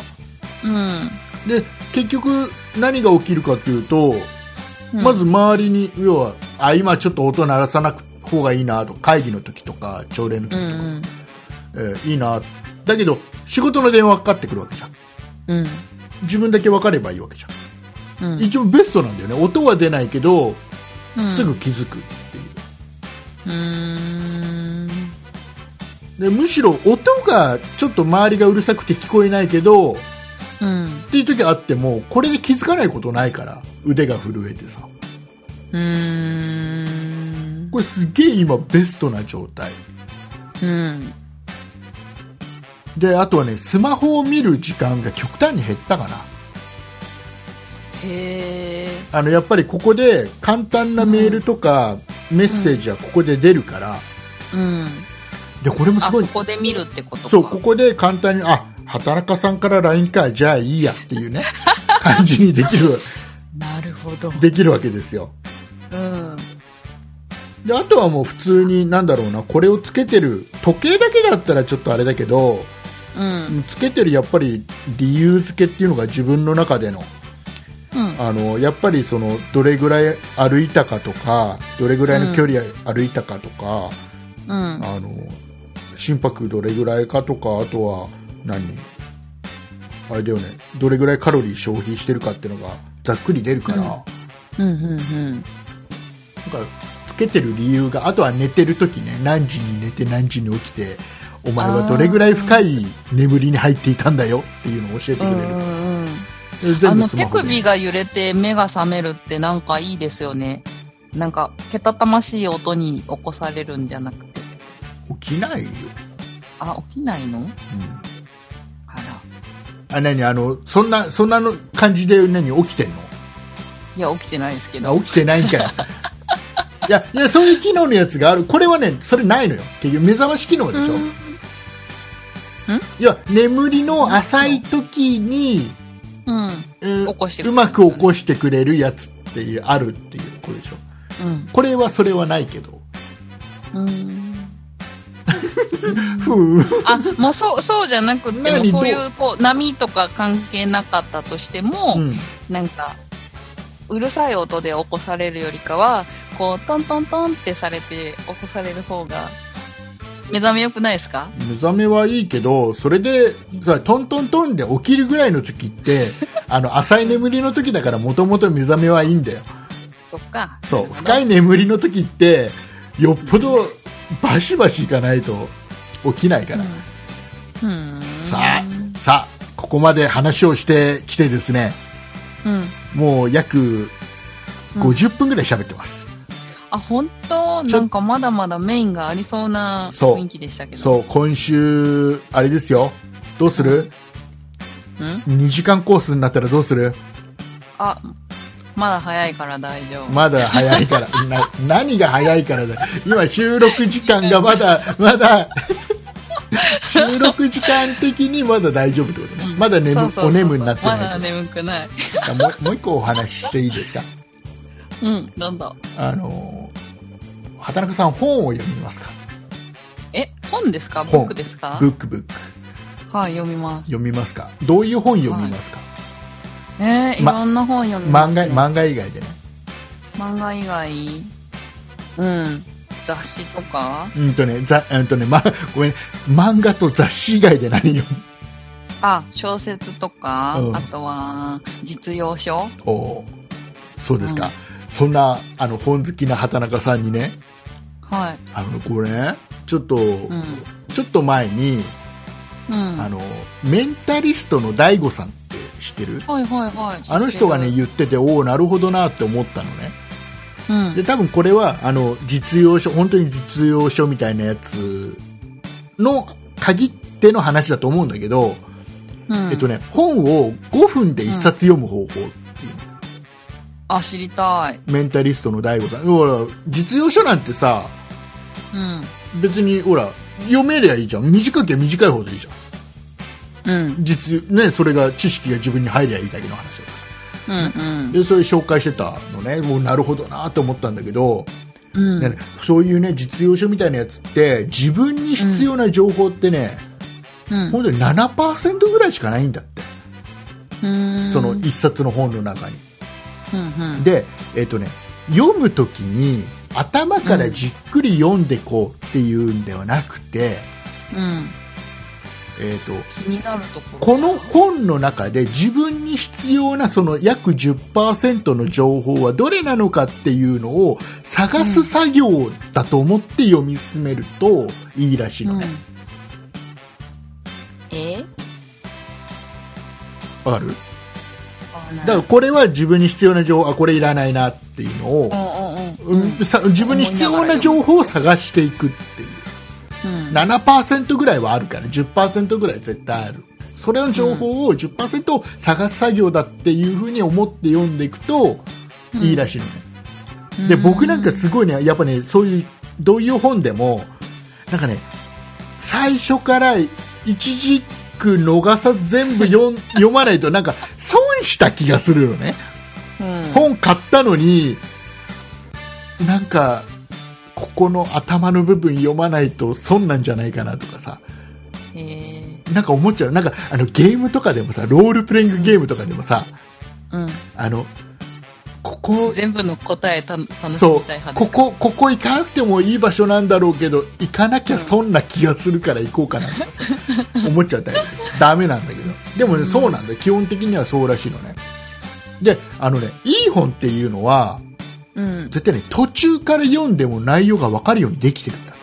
Speaker 1: うん
Speaker 2: で結局何が起きるかというと、
Speaker 1: うん
Speaker 2: まず周りに要はあ今ちょっと音鳴らさなく方がいいなと会議の時とか朝礼の時
Speaker 1: う
Speaker 2: とか、
Speaker 1: ん
Speaker 2: えーいいなだけど仕事の電話かかってくるわけじゃん
Speaker 1: うん
Speaker 2: 自分だけ分かればいいわけじゃん、
Speaker 1: うん
Speaker 2: 一応ベストなんだよね音は出ないけど
Speaker 1: うん
Speaker 2: すぐ気づくっていう
Speaker 1: うーん
Speaker 2: でむしろ音がちょっと周りがうるさくて聞こえないけど
Speaker 1: うん
Speaker 2: っていう時あってもこれで気づかないことないから腕が震えてさ
Speaker 1: うーん
Speaker 2: これすげえ今ベストな状態
Speaker 1: うん
Speaker 2: であとはねスマホを見る時間が極端に減ったかな
Speaker 1: へえ
Speaker 2: あのやっぱりここで簡単なメールとかメッセージはここで出るから、
Speaker 1: うん
Speaker 2: でこれも
Speaker 1: あ
Speaker 2: すご
Speaker 1: そ
Speaker 2: い
Speaker 1: こで見るってことか
Speaker 2: そうここで簡単にあ畑中さんから LINE かじゃあいいやっていうね感じにできる
Speaker 1: なるほど
Speaker 2: できるわけですよ
Speaker 1: うん
Speaker 2: であとはもう普通になんだろうなこれをつけてる時計だけだったらちょっとあれだけど
Speaker 1: うん
Speaker 2: つけてるやっぱり理由付けっていうのが自分の中での
Speaker 1: うん
Speaker 2: あのやっぱりそのどれぐらい歩いたかとかどれぐらいの距離歩いたかとか、
Speaker 1: うん
Speaker 2: あの心拍どれぐらいかとかあとは何あれだよねどれぐらいカロリー消費してるかっていうのがざっくり出るから、
Speaker 1: うん
Speaker 2: なんか
Speaker 1: うんうん
Speaker 2: つけてる理由があとは寝てる時ね何時に寝て何時に起きてお前はどれぐらい深い眠りに入っていたんだよっていうのを教えて
Speaker 1: う
Speaker 2: くれ
Speaker 1: ん
Speaker 2: る、
Speaker 1: うんうん
Speaker 2: 全
Speaker 1: あ
Speaker 2: 部
Speaker 1: の
Speaker 2: ス
Speaker 1: 手
Speaker 2: マホで
Speaker 1: 首が揺れて目が覚めるってなんかいいですよねなんか、けたたましい音に起こされるんじゃなくて、
Speaker 2: 起きないよ、
Speaker 1: あ、起きないの
Speaker 2: うん、
Speaker 1: あら。
Speaker 2: あ何あのそんなそんなの感じで何起きてん
Speaker 1: いや、起きてないですけ
Speaker 2: のあ
Speaker 1: ど。
Speaker 2: 起きて ないんかいいやいやそういう機能のやつがあるこれはねそれないのよ結局目覚まし機能でしょ、
Speaker 1: うん
Speaker 2: いや眠りの浅い時に、
Speaker 1: うん。
Speaker 2: うん
Speaker 1: 起こしてくれ
Speaker 2: う
Speaker 1: る
Speaker 2: まく起こしてくれるやつっていうあるっていうこれでしょ
Speaker 1: うん。
Speaker 2: これはそれはないけど
Speaker 1: うん。
Speaker 2: ふう
Speaker 1: あ、もうそう、そうじゃなくても、
Speaker 2: 何
Speaker 1: そうい
Speaker 2: ど
Speaker 1: う、こう、波とか関係なかったとしても、
Speaker 2: うん
Speaker 1: なんか、うるさい音で起こされるよりかは、こう、トントントンってされて起こされる方が、目覚めよくないですか
Speaker 2: 目覚めはいいけどそれで
Speaker 1: うん
Speaker 2: さトントントンで起きるぐらいの時ってあの浅い眠りの時だからもともと目覚めはいいんだよ
Speaker 1: そっか。
Speaker 2: そう深
Speaker 1: い。
Speaker 2: い眠りの時ってよっぽどバシバシいかないと起きないから、
Speaker 1: うん。うん
Speaker 2: さあさあここまで話をしてきてですね
Speaker 1: うん。
Speaker 2: もう約50分ぐらい喋ってます、
Speaker 1: あ、本当
Speaker 2: ちょ
Speaker 1: なんかまだまだメインがありそうな
Speaker 2: そう
Speaker 1: 雰囲気でしたけど。
Speaker 2: そう今週あれですよどうする
Speaker 1: うん
Speaker 2: 2時間コースになったらどうする
Speaker 1: あ、まだ早いから大丈夫。
Speaker 2: まだ早い からな何が早いからだ今収録時間がまだまだ収録時間的にまだ大丈夫ってことねまだ眠
Speaker 1: そうそうそうそう
Speaker 2: お眠になってない
Speaker 1: まだ眠くない。
Speaker 2: あもうもう一個お話ししていいですか
Speaker 1: うん、どんどん。
Speaker 2: あの畑中さん本を読みますか
Speaker 1: え、本ですかブ
Speaker 2: 本
Speaker 1: ックですか
Speaker 2: ブックブック
Speaker 1: はい、読みます。
Speaker 2: 読みますかどういう本読みますか、
Speaker 1: えー、い
Speaker 2: ま
Speaker 1: ろんな本読みま
Speaker 2: 漫
Speaker 1: す、
Speaker 2: 画
Speaker 1: ね。
Speaker 2: 漫画以外でね
Speaker 1: 漫画以外、うん、雑誌とか
Speaker 2: うんとねざうんとねまごめんね漫画と雑誌以外で何読む
Speaker 1: あ、小説とか、
Speaker 2: うん
Speaker 1: あとは、実用書
Speaker 2: おーそうですか、そんなあの本好きな畑中さんにね
Speaker 1: はい。
Speaker 2: あのこれねちょっと、
Speaker 1: うん。
Speaker 2: ちょっと前に、
Speaker 1: うん。
Speaker 2: あ
Speaker 1: はい
Speaker 2: のメンタリストの DAIGO さんって知ってる
Speaker 1: はいはい。
Speaker 2: あの人が
Speaker 1: 知
Speaker 2: ね
Speaker 1: ってる
Speaker 2: 言ってておおなるほどなって思ったのね
Speaker 1: うん。
Speaker 2: で多分これはあの実用書本当に実用書みたいなやつの限っての話だと思うんだけど、
Speaker 1: うん、
Speaker 2: えっとね、本を5分で1冊読む方法っていう、
Speaker 1: あ、知りたい。
Speaker 2: メンタリストの DAIGO さんほら実用書なんてさ
Speaker 1: うん。
Speaker 2: 別にほら読めりゃいいじゃん短きゃ短い方でいいじゃん
Speaker 1: うん。
Speaker 2: 実、ね、それが知識が自分に入りゃいいだけの話だか
Speaker 1: うん
Speaker 2: ら。でそれ紹介してたのねもうなるほどなと思ったんだけど、
Speaker 1: うん。う
Speaker 2: ね
Speaker 1: ん。
Speaker 2: そういうね実用書みたいなやつって自分に必要な情報ってね、
Speaker 1: うん
Speaker 2: 本当に7%ぐらいしかないんだって、
Speaker 1: うん。
Speaker 2: その
Speaker 1: うん。
Speaker 2: 一冊の本の中に。
Speaker 1: うん。
Speaker 2: で、えっとね、読むときに頭からじっくり読んでこうっていうんではなくて、
Speaker 1: うん。
Speaker 2: えっと
Speaker 1: 気になるところ。
Speaker 2: この本の中で自分に必要なその約10%の情報はどれなのかっていうのを探す作業だと思って読み進めるといいらしいのね。
Speaker 1: うん、え
Speaker 2: わ、かる
Speaker 1: あな
Speaker 2: だからこれは自分に必要な情報、あ、これいらないなっていうのを、
Speaker 1: うんうんうんうん
Speaker 2: うんさ自分に必要な情報を探していくっていう
Speaker 1: うん
Speaker 2: 7%ぐらいはあるから10%ぐらい絶対あるそれの情報を10%を探す作業だっていうふうに思って読んでいくと
Speaker 1: うん
Speaker 2: いいらしいのね、で僕なんかすごいねやっぱねそういうどういう本でもなんかね最初から一軸逃さず全部 読ん読まないとなんか損した気がするのね
Speaker 1: うん
Speaker 2: 本買ったのになんかここの頭の部分読まないと損なんじゃないかなとかさ
Speaker 1: へー
Speaker 2: なんか思っちゃうなんかあのゲームとかでもさロールプレイングゲームとかでもさ
Speaker 1: うん
Speaker 2: あのここ
Speaker 1: 全部の答えた楽し
Speaker 2: そ
Speaker 1: み
Speaker 2: う
Speaker 1: たい派
Speaker 2: ここここ行かなくてもいい場所なんだろうけど行かなきゃ損な気がするから行こうかなとか さ思っちゃったりすダメなんだけどでもね、
Speaker 1: うん
Speaker 2: そうなんだ基本的にはそうらしいのねであのねいい本っていうのは
Speaker 1: うん
Speaker 2: 絶対ね途中から読んでも内容が分かるようにできてるんだっ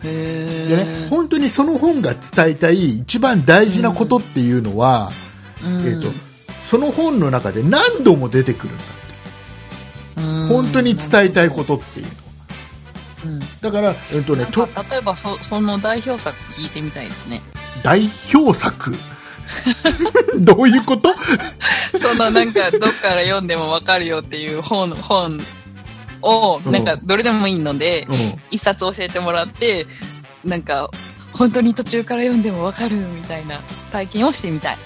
Speaker 2: て
Speaker 1: へえ
Speaker 2: でね本当にその本が伝えたい一番大事なことっていうのは、えー、とその本の中で何度も出てくるんだって本当に伝えたいことっていう
Speaker 1: うん
Speaker 2: だから、えっとね、
Speaker 1: なん
Speaker 2: と
Speaker 1: か例えばそその代表作聞いてみたいですね
Speaker 2: 代表作 どういうこと
Speaker 1: そのなんかどっから読んでもわかるよっていう本本を
Speaker 2: うん
Speaker 1: なんかどれでもいいので
Speaker 2: う
Speaker 1: 一冊教えてもらってなんか本当に途中から読んでもわかるみたいな体験をしてみたい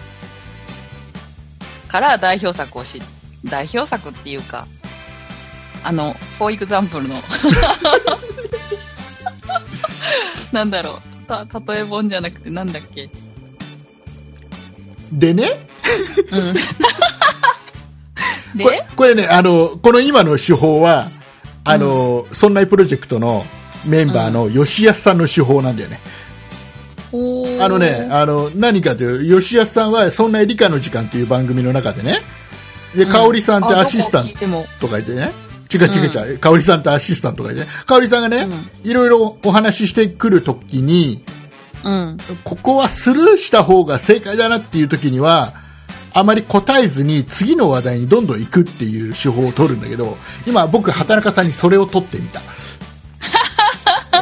Speaker 1: から代表作をし代表作っていうかあの for example の なんだろうた例え本じゃなくてなんだっけ
Speaker 2: ん、でね
Speaker 1: うん。
Speaker 2: これ
Speaker 1: で、
Speaker 2: これねあのこの今の手法はあの、そんなプロジェクトのメンバーの吉安さんの手法なんだよね、
Speaker 1: おー
Speaker 2: あのね、あの何かという吉安さんは「そんな理科の時間」という番組の中でねで
Speaker 1: うん
Speaker 2: 香織さんってアシスタ
Speaker 1: あど
Speaker 2: ン
Speaker 1: こ聞いても
Speaker 2: トとかいてね違う違う違う、香織さんってアシスタントとかいてね香織さんがね、いろいろお話ししてくるときに
Speaker 1: うん。
Speaker 2: ここはスルーした方が正解だなっていうときにはあまり答えずに次の話題にどんどん行くっていう手法を取るんだけど今僕畑中さんにそれを取ってみ た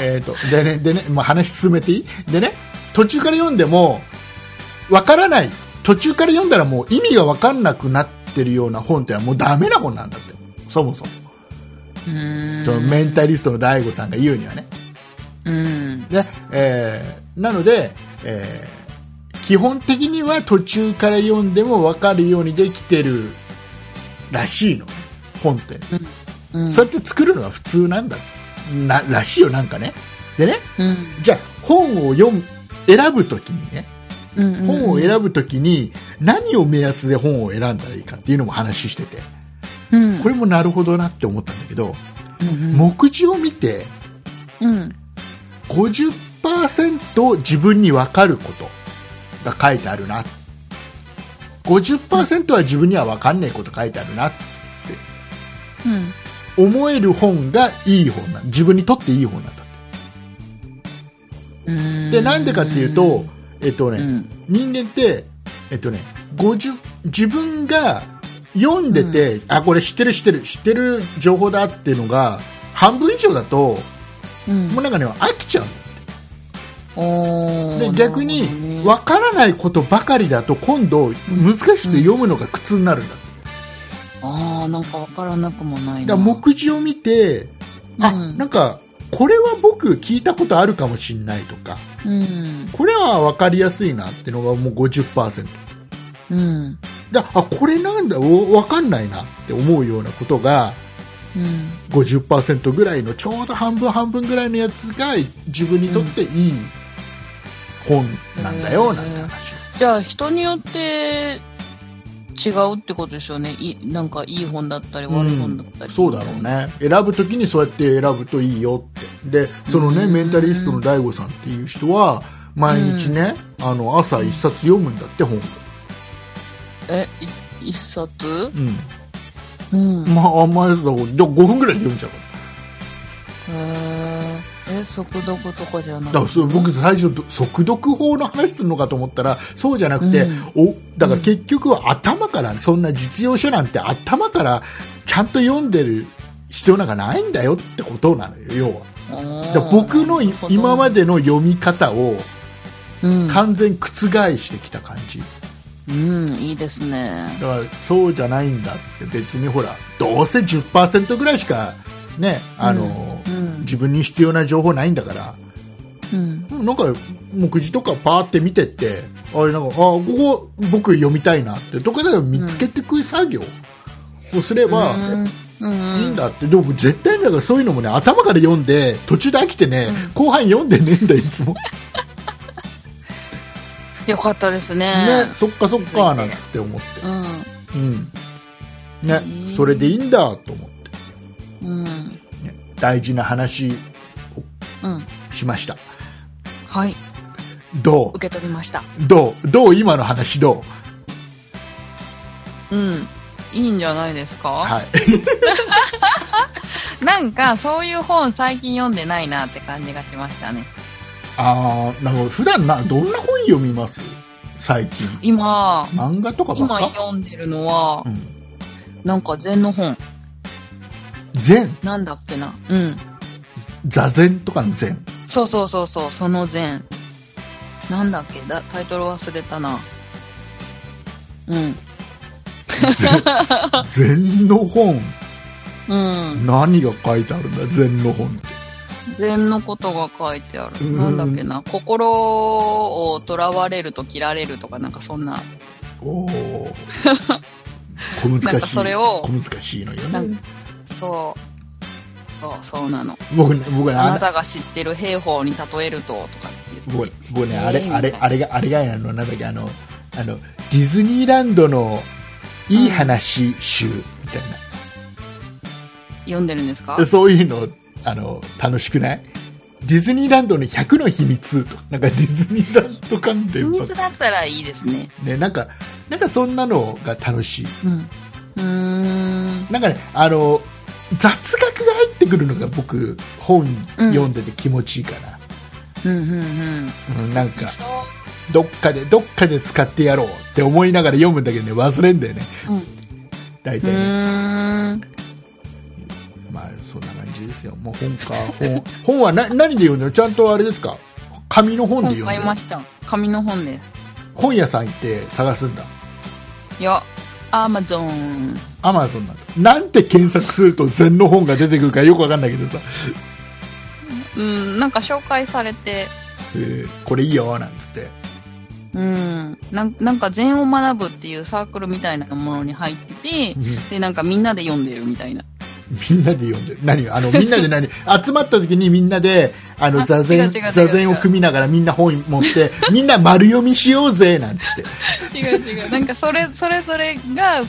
Speaker 2: えーとでねでねもう話進めていいでね途中から読んでもわからない途中から読んだらもう意味がわかんなくなってるような本ってのはもうダメな本なんだってそもそも
Speaker 1: うん。
Speaker 2: そのメンタリストの DAIGO さんが言うにはね
Speaker 1: うん。
Speaker 2: ねえーなので、えー基本的には途中から読んでも分かるようにできてるらしいの本って、
Speaker 1: うん。
Speaker 2: そうやって作るのが普通なんだならしいよなんかねでね
Speaker 1: うん。
Speaker 2: じゃあ本を読む選ぶときにね
Speaker 1: うん。うん
Speaker 2: 本を選ぶときに何を目安で本を選んだらいいかっていうのも話してて
Speaker 1: うん。
Speaker 2: これもなるほどなって思ったんだけど
Speaker 1: うん。
Speaker 2: 目次を見て
Speaker 1: うん。
Speaker 2: 50%自分に分かることが書いてあるな50%は自分には分かんないこと書いてあるな
Speaker 1: うん。
Speaker 2: 思える本がいい本なん自分にとっていい本なんだって
Speaker 1: うん。
Speaker 2: でなんでかっていうと、えっと
Speaker 1: う
Speaker 2: ね
Speaker 1: ん。
Speaker 2: 人間って、えっとね、50自分が読んでて、あこれ知ってる知ってる知ってる情報だっていうのが半分以上だと
Speaker 1: うん
Speaker 2: もうなんかね飽きちゃう
Speaker 1: おー
Speaker 2: で逆に
Speaker 1: なる
Speaker 2: 分からないことばかりだと今度難しくて読むのが苦痛になるんだ,、
Speaker 1: ほどねあーなんかわからなくもない
Speaker 2: だ
Speaker 1: な。
Speaker 2: から目次を見てあ、
Speaker 1: うん
Speaker 2: なんかこれは僕聞いたことあるかもしれないとか
Speaker 1: うん。
Speaker 2: これは分かりやすいなっていうのがもう50%
Speaker 1: うん。
Speaker 2: だあこれなんだお分かんないなって思うようなことが
Speaker 1: うん。
Speaker 2: 50%ぐらいのちょうど半分半分ぐらいのやつが自分にとっていい本なんだよ、
Speaker 1: うん
Speaker 2: なんて話
Speaker 1: じゃあ人によって違うってことですよね。いなんかいい本だったり悪い本だったり。
Speaker 2: そうだろう。ね選ぶときにそうやって選ぶといいよってでそのね
Speaker 1: うん
Speaker 2: メンタリストの DAIGO さんっていう人は毎日ね、あの朝一冊読むんだって本、
Speaker 1: え、い一冊う
Speaker 2: う
Speaker 1: ん。
Speaker 2: ん、まああんまりだからでも5分ぐらいで読んじゃうから
Speaker 1: へーえ速読とかじゃな
Speaker 2: だ
Speaker 1: い
Speaker 2: からそう僕最初ど速読法の話するのかと思ったらそうじゃなくて、おだから結局は頭からそんな実用書なんて頭からちゃんと読んでる必要なんかないんだよってことなのよ要はだから僕のい今ま
Speaker 1: で
Speaker 2: での読み方を
Speaker 1: うん、
Speaker 2: 完全覆してきた感じ
Speaker 1: うん、いいですね
Speaker 2: だからそうじゃないんだって別にほらどうせ10%ぐらいしかねあの、
Speaker 1: うん
Speaker 2: 自分に必要な情報ないんだから
Speaker 1: うん
Speaker 2: なんか目次とかパーって見てってあれなんかあここ僕読みたいなってどこかで見つけてく作業をすれば、
Speaker 1: うんうん
Speaker 2: いいんだってでも絶対だからそういうのもね頭から読んで途中で飽きてね、後半読んでねえんだよいつもね
Speaker 1: よかったですね
Speaker 2: そっかそっ
Speaker 1: 気づ
Speaker 2: か
Speaker 1: いて
Speaker 2: なんつって思っ
Speaker 1: う
Speaker 2: てうんね
Speaker 1: うん
Speaker 2: それでいいんだと思って、
Speaker 1: んうん
Speaker 2: ね、大事な話
Speaker 1: うん
Speaker 2: しました
Speaker 1: はい
Speaker 2: ど
Speaker 1: 受け取りました
Speaker 2: うどうどう今の話ど
Speaker 1: うんいいんじゃないですか、
Speaker 2: うはい
Speaker 1: なんかそういう本最近読んでないなって感じがしましたね
Speaker 2: ああなるほど普段などんな本読みます最近
Speaker 1: 今
Speaker 2: 漫画とかばっ
Speaker 1: 今
Speaker 2: か
Speaker 1: 読んでるのは
Speaker 2: うん
Speaker 1: なんか禅の本
Speaker 2: 禅
Speaker 1: なんだっけな。うん。
Speaker 2: 座禅とかの禅
Speaker 1: そうそうそうそう、その前。なんだっけだ、タイトル忘れたな。うん。
Speaker 2: 禅の本
Speaker 1: うん。
Speaker 2: 何が書いてあるんだ禅の本って
Speaker 1: 禅のことが書いてある。
Speaker 2: うん
Speaker 1: なんだっけな、心をとらわれると切られるとか、なんかそんな。
Speaker 2: おー小難しい
Speaker 1: なんかそれを
Speaker 2: 小難しいのよ
Speaker 1: なん
Speaker 2: ね
Speaker 1: そう。そう、そうなの。
Speaker 2: 僕ね僕ね
Speaker 1: あな
Speaker 2: あれ
Speaker 1: たが知ってる兵法に例えると、とかって言っ
Speaker 2: 僕
Speaker 1: て
Speaker 2: ね。僕ねあれ
Speaker 1: えー
Speaker 2: あ
Speaker 1: み
Speaker 2: れ
Speaker 1: たいな
Speaker 2: あれがあれがやのなんだっけあのあのディズニーランドのいい話集みたい
Speaker 1: 読んでるんですか
Speaker 2: な、そういうのあの楽しくないディズニーランドの100の秘密とかなんかディズニーランド関
Speaker 1: 秘
Speaker 2: 連ばっ
Speaker 1: 密
Speaker 2: か
Speaker 1: だったらいいですね。
Speaker 2: ねなんかなんかそんなのが楽しい
Speaker 1: うん。うーん。
Speaker 2: なんかね、あの、雑学が入ってくるのが僕、本読んでて気持ちいいから。
Speaker 1: うんうん
Speaker 2: う
Speaker 1: うんん。
Speaker 2: なんか、
Speaker 1: そ
Speaker 2: どっかで、どっかで使ってやろうって思いながら読むんだけどね、忘れんだよね。
Speaker 1: う。うん。
Speaker 2: 大
Speaker 1: う
Speaker 2: 体
Speaker 1: ー
Speaker 2: ね。
Speaker 1: ん。
Speaker 2: まあ、そんな感じですよ。もう本か、本。 本はな何で読んでるちゃんとあれですか紙の本
Speaker 1: 本
Speaker 2: で読ん
Speaker 1: 買い
Speaker 2: で
Speaker 1: ま
Speaker 2: る
Speaker 1: した。紙の本で
Speaker 2: 本屋さん行って探すんだ。
Speaker 1: す。いや、アマゾン。
Speaker 2: アマゾンなんだ。なんて検索すると禅の本が出てくるかよくわかんないけどさ、
Speaker 1: うん、なんか紹介されて、
Speaker 2: えーこれいいよ、なんつって。
Speaker 1: うん、なんなんか禅を学ぶっていうサークルみたいなものに入ってて、で、なんかみんなで読んでるみたいな。
Speaker 2: みんなで読んでる。何あの、みんなで何集まった時にみんなで、あの、
Speaker 1: あ
Speaker 2: 座禅、
Speaker 1: 違う違う違う
Speaker 2: 座禅を組みながらみんな本持って、みんな丸読みしようぜ、なんつって。
Speaker 1: 違う違う。なんかそれ、それぞれが、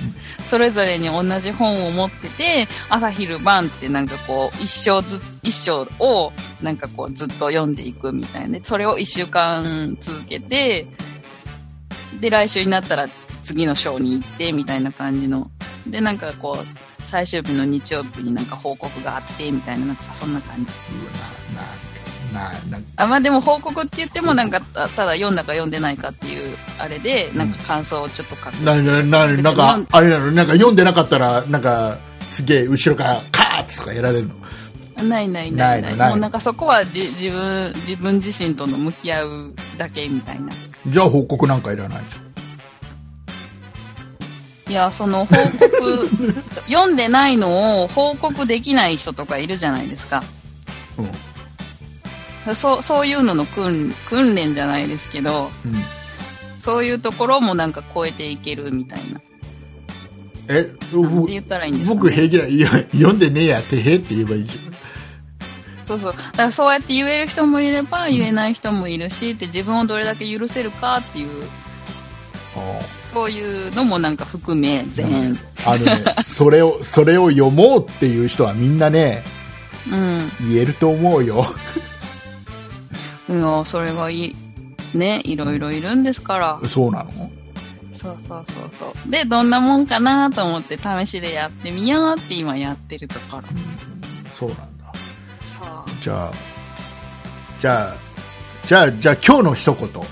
Speaker 1: それぞれに同じ本を持ってて、朝昼晩ってなんかこう、一章ずつ、一章をなんかこうずっと読んでいくみたいな。それを一週間続けて、で、来週になったら次の章に行って、みたいな感じの。で、なんかこう、最終日の日曜日になんか報告があって、みたいな、なんかそんな感じ。
Speaker 2: うわな、な、な、な、
Speaker 1: あまあでも報告って言ってもなんかたただ読んだか読んでないかっていうあれでなんか感想をちょっと書く
Speaker 2: な、な、な、なんか、あれなの、なんか読んでなかったら、なんか、すげえ、後ろから、カーッつとかやられるの。
Speaker 1: ないないないな
Speaker 2: な
Speaker 1: いい
Speaker 2: のないの
Speaker 1: もうなんかそこはじ自分自分自身との向き合うだけみたいな
Speaker 2: じゃあ報告なんかいらないじ
Speaker 1: いやその報告 ちょ読んでないのを報告できない人とかいるじゃないですか
Speaker 2: ゃん。うん。
Speaker 1: そうそういうのの訓訓練じゃないですけど
Speaker 2: うん。
Speaker 1: そういうところもなんか超えていけるみたいな
Speaker 2: え、
Speaker 1: なん
Speaker 2: 僕
Speaker 1: て言ったらいいんですか、ね、
Speaker 2: 僕平気だ。いや、読んでねえや、てへって言えばいいじゃん。
Speaker 1: そうそう。だからそうやって言える人もいれば言えない人もいるし、って自分をどれだけ許せるかっていう、
Speaker 2: ああ
Speaker 1: そういうのもなんか含め、全。
Speaker 2: あのね、それを、それを読もうっていう人はみんなね、
Speaker 1: うん。
Speaker 2: 言えると思うよ。
Speaker 1: いや、それがいい。ね、いろいろいるんですから。
Speaker 2: そうなの
Speaker 1: そうそうそうそう。で、どんなもんかなと思って試しでやってみようって今やってるところ。
Speaker 2: そうなんだ。
Speaker 1: そ
Speaker 2: じゃあ、じゃあ、じゃあ、じゃあ今日の一言、
Speaker 1: う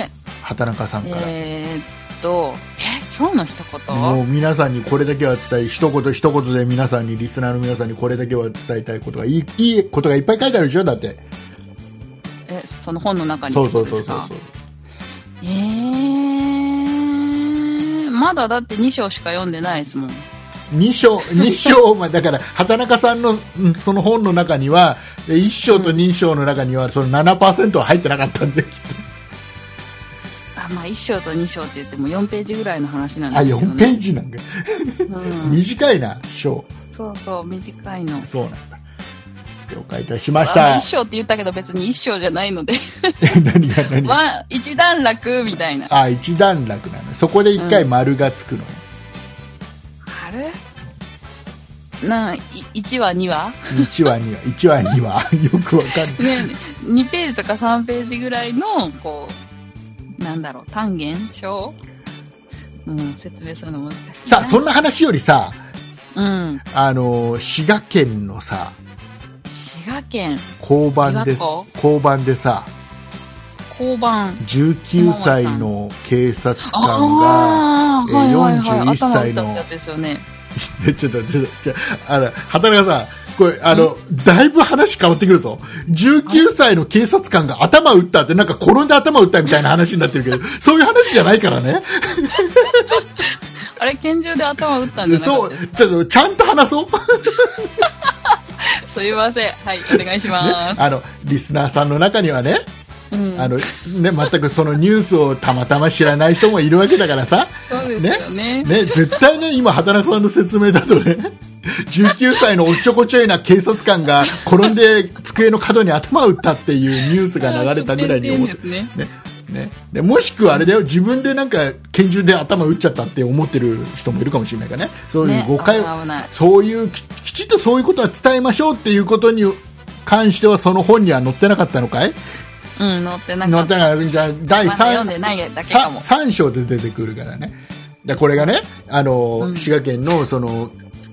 Speaker 1: え、
Speaker 2: 畑中さんから。
Speaker 1: えーっと、え、今日の一
Speaker 2: も
Speaker 1: 言
Speaker 2: う皆さんにこれだけは伝え、一言一言で皆さんに、リスナーの皆さんにこれだけは伝えたいことが、いい、いいことがいっぱい書いてあるでしょだって。
Speaker 1: え、その本の中に
Speaker 2: そう
Speaker 1: って
Speaker 2: そ
Speaker 1: こと
Speaker 2: うそ
Speaker 1: で
Speaker 2: う
Speaker 1: す
Speaker 2: そ
Speaker 1: か
Speaker 2: うそう。
Speaker 1: えー、まだだって2章しか読んでないですもん。
Speaker 2: 二章、 二章まで、だから、畑中さんの、うんその本の中には、で一章と二章の中には、その7%は入ってなかったんで、きっと
Speaker 1: あまあ、1章と2章って言っても4ページぐらいの話なんで
Speaker 2: あ、
Speaker 1: すけど、ね。
Speaker 2: 4ページなんか。
Speaker 1: うん、
Speaker 2: 短いな、章。
Speaker 1: そうそう、短いの。
Speaker 2: そうなんだ。了解いたしまし
Speaker 1: あまあ
Speaker 2: た
Speaker 1: 一。章って言ったけど別に一章じゃないので、
Speaker 2: 何が何が
Speaker 1: わ一段落みたいな。
Speaker 2: あ、一段落なの。そこで一回丸がつくの。
Speaker 1: あれなん、い1話、2話
Speaker 2: 一話には、一話 には、よくわかんない。
Speaker 1: ね、2ページとか3ページぐらいの、こう、なんだろう、単元章うん、説明するの難しいな。
Speaker 2: さあ、そんな話よりさ、
Speaker 1: うん。
Speaker 2: あのー、滋賀県のさ、
Speaker 1: 滋賀県、
Speaker 2: 交番
Speaker 1: 琵
Speaker 2: で
Speaker 1: 琶湖、
Speaker 2: 交番でさ、
Speaker 1: 交番。
Speaker 2: 19歳の警察官が、
Speaker 1: ああ
Speaker 2: えー
Speaker 1: はいはいはい、
Speaker 2: 41歳の
Speaker 1: 頭打ったってやつですよね。
Speaker 2: えちょっと待って、ちょっとあの、畑中さん、これ、あの、だいぶ話変わってくるぞ。19歳の警察官が頭打ったって、なんか転んで頭打ったみたいな話になって るけど、そういう話じゃないからね。
Speaker 1: あれ、拳銃で頭打ったんじゃな
Speaker 2: そ
Speaker 1: かっ
Speaker 2: う
Speaker 1: たで、
Speaker 2: ちょっと、ちゃんと話 そう。
Speaker 1: す。すいません。はい、お願いしま
Speaker 2: あの、リスナーさんの中にはね、
Speaker 1: す。うん。
Speaker 2: あの、ね、全くそのニュースをたまたま知らない人もいるわけだからさ。
Speaker 1: そうですよね。
Speaker 2: ね、絶対ね、今、畑中さんの説明だとね、19歳のおっちょこちょいな警察官が転んで机の角に頭を打ったっていうニュースが流れたぐらいに思って、
Speaker 1: そうですね
Speaker 2: ねねでもしくはあれだよ、自分でなんか拳銃で頭打っちゃったって思ってる人もいるかもしれないからね、そういう
Speaker 1: ね
Speaker 2: 誤解を、
Speaker 1: 危ない危ない
Speaker 2: そういうき、きちっとそういうことは伝えましょうっていうことに関しては、その本には載ってなかったのかい
Speaker 1: うん、乗ってな
Speaker 2: 載
Speaker 1: か
Speaker 2: っ
Speaker 1: ってた。
Speaker 2: なかったじゃあ第
Speaker 1: まだ読
Speaker 2: 3
Speaker 1: んでないだけかも。
Speaker 2: 3章で出てくるからね。でこれがね、あの、滋賀県の、その、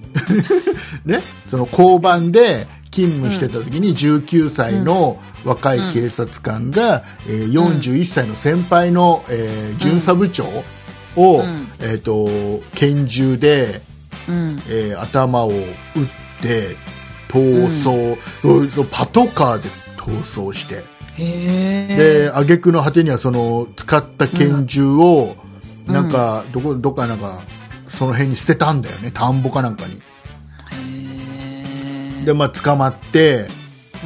Speaker 2: ね、その交番で勤務してた時に19歳の若い警察官が、えー41歳の先輩の、えー巡査部長を、
Speaker 1: ん
Speaker 2: えっ、と、拳銃で、
Speaker 1: うん。
Speaker 2: えー頭を打って、逃走、そうそうパトカーで逃走して、
Speaker 1: へえ。
Speaker 2: で挙句の果てにはその使った拳銃を、なんかどこどっかなんかその辺に捨てたんだよね田んぼかなんかに
Speaker 1: へ
Speaker 2: でまあ捕まって、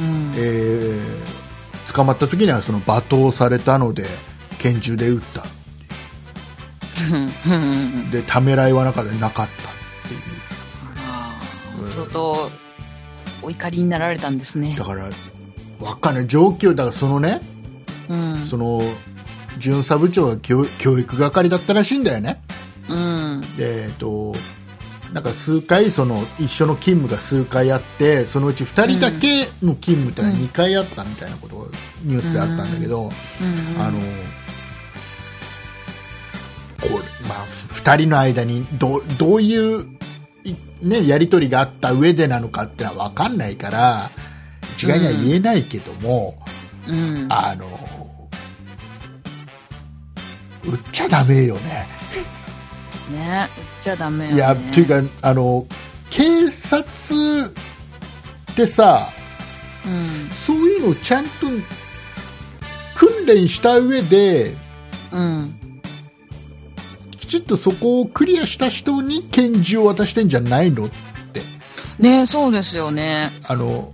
Speaker 1: ーうん
Speaker 2: えー捕まった時にはその罵倒されたので拳銃で撃った
Speaker 1: うんうんうん
Speaker 2: でためらいは中でなかったっていう
Speaker 1: あら相当、お怒りになられたんですね
Speaker 2: だ。からわかんない上級だからそのね
Speaker 1: うん。
Speaker 2: その巡査部長が教教育係だったらしいんだよね
Speaker 1: うん。
Speaker 2: でえっとなんか数回その一緒の勤務が数回あってそのうち2人だけの勤務ってのは
Speaker 1: うん
Speaker 2: 2回あったみたいなことがニュースであったんだけど、
Speaker 1: うん
Speaker 2: あのこれ、まあ、2人の間にどうどういう、いね、やり取りがあった上でなのかってのは分かんないから一概には言えないけども、
Speaker 1: うん。
Speaker 2: あの売っちゃダメよね。
Speaker 1: ね、売っちゃダメよ、ね。
Speaker 2: いや、っていうか、あの、警察ってさ、
Speaker 1: う
Speaker 2: そういうのをちゃんと訓練した上で、
Speaker 1: ん。うん。
Speaker 2: きちっとそこをクリアした人に拳銃を渡してんじゃないのって、
Speaker 1: ね、そうですよね。
Speaker 2: あの、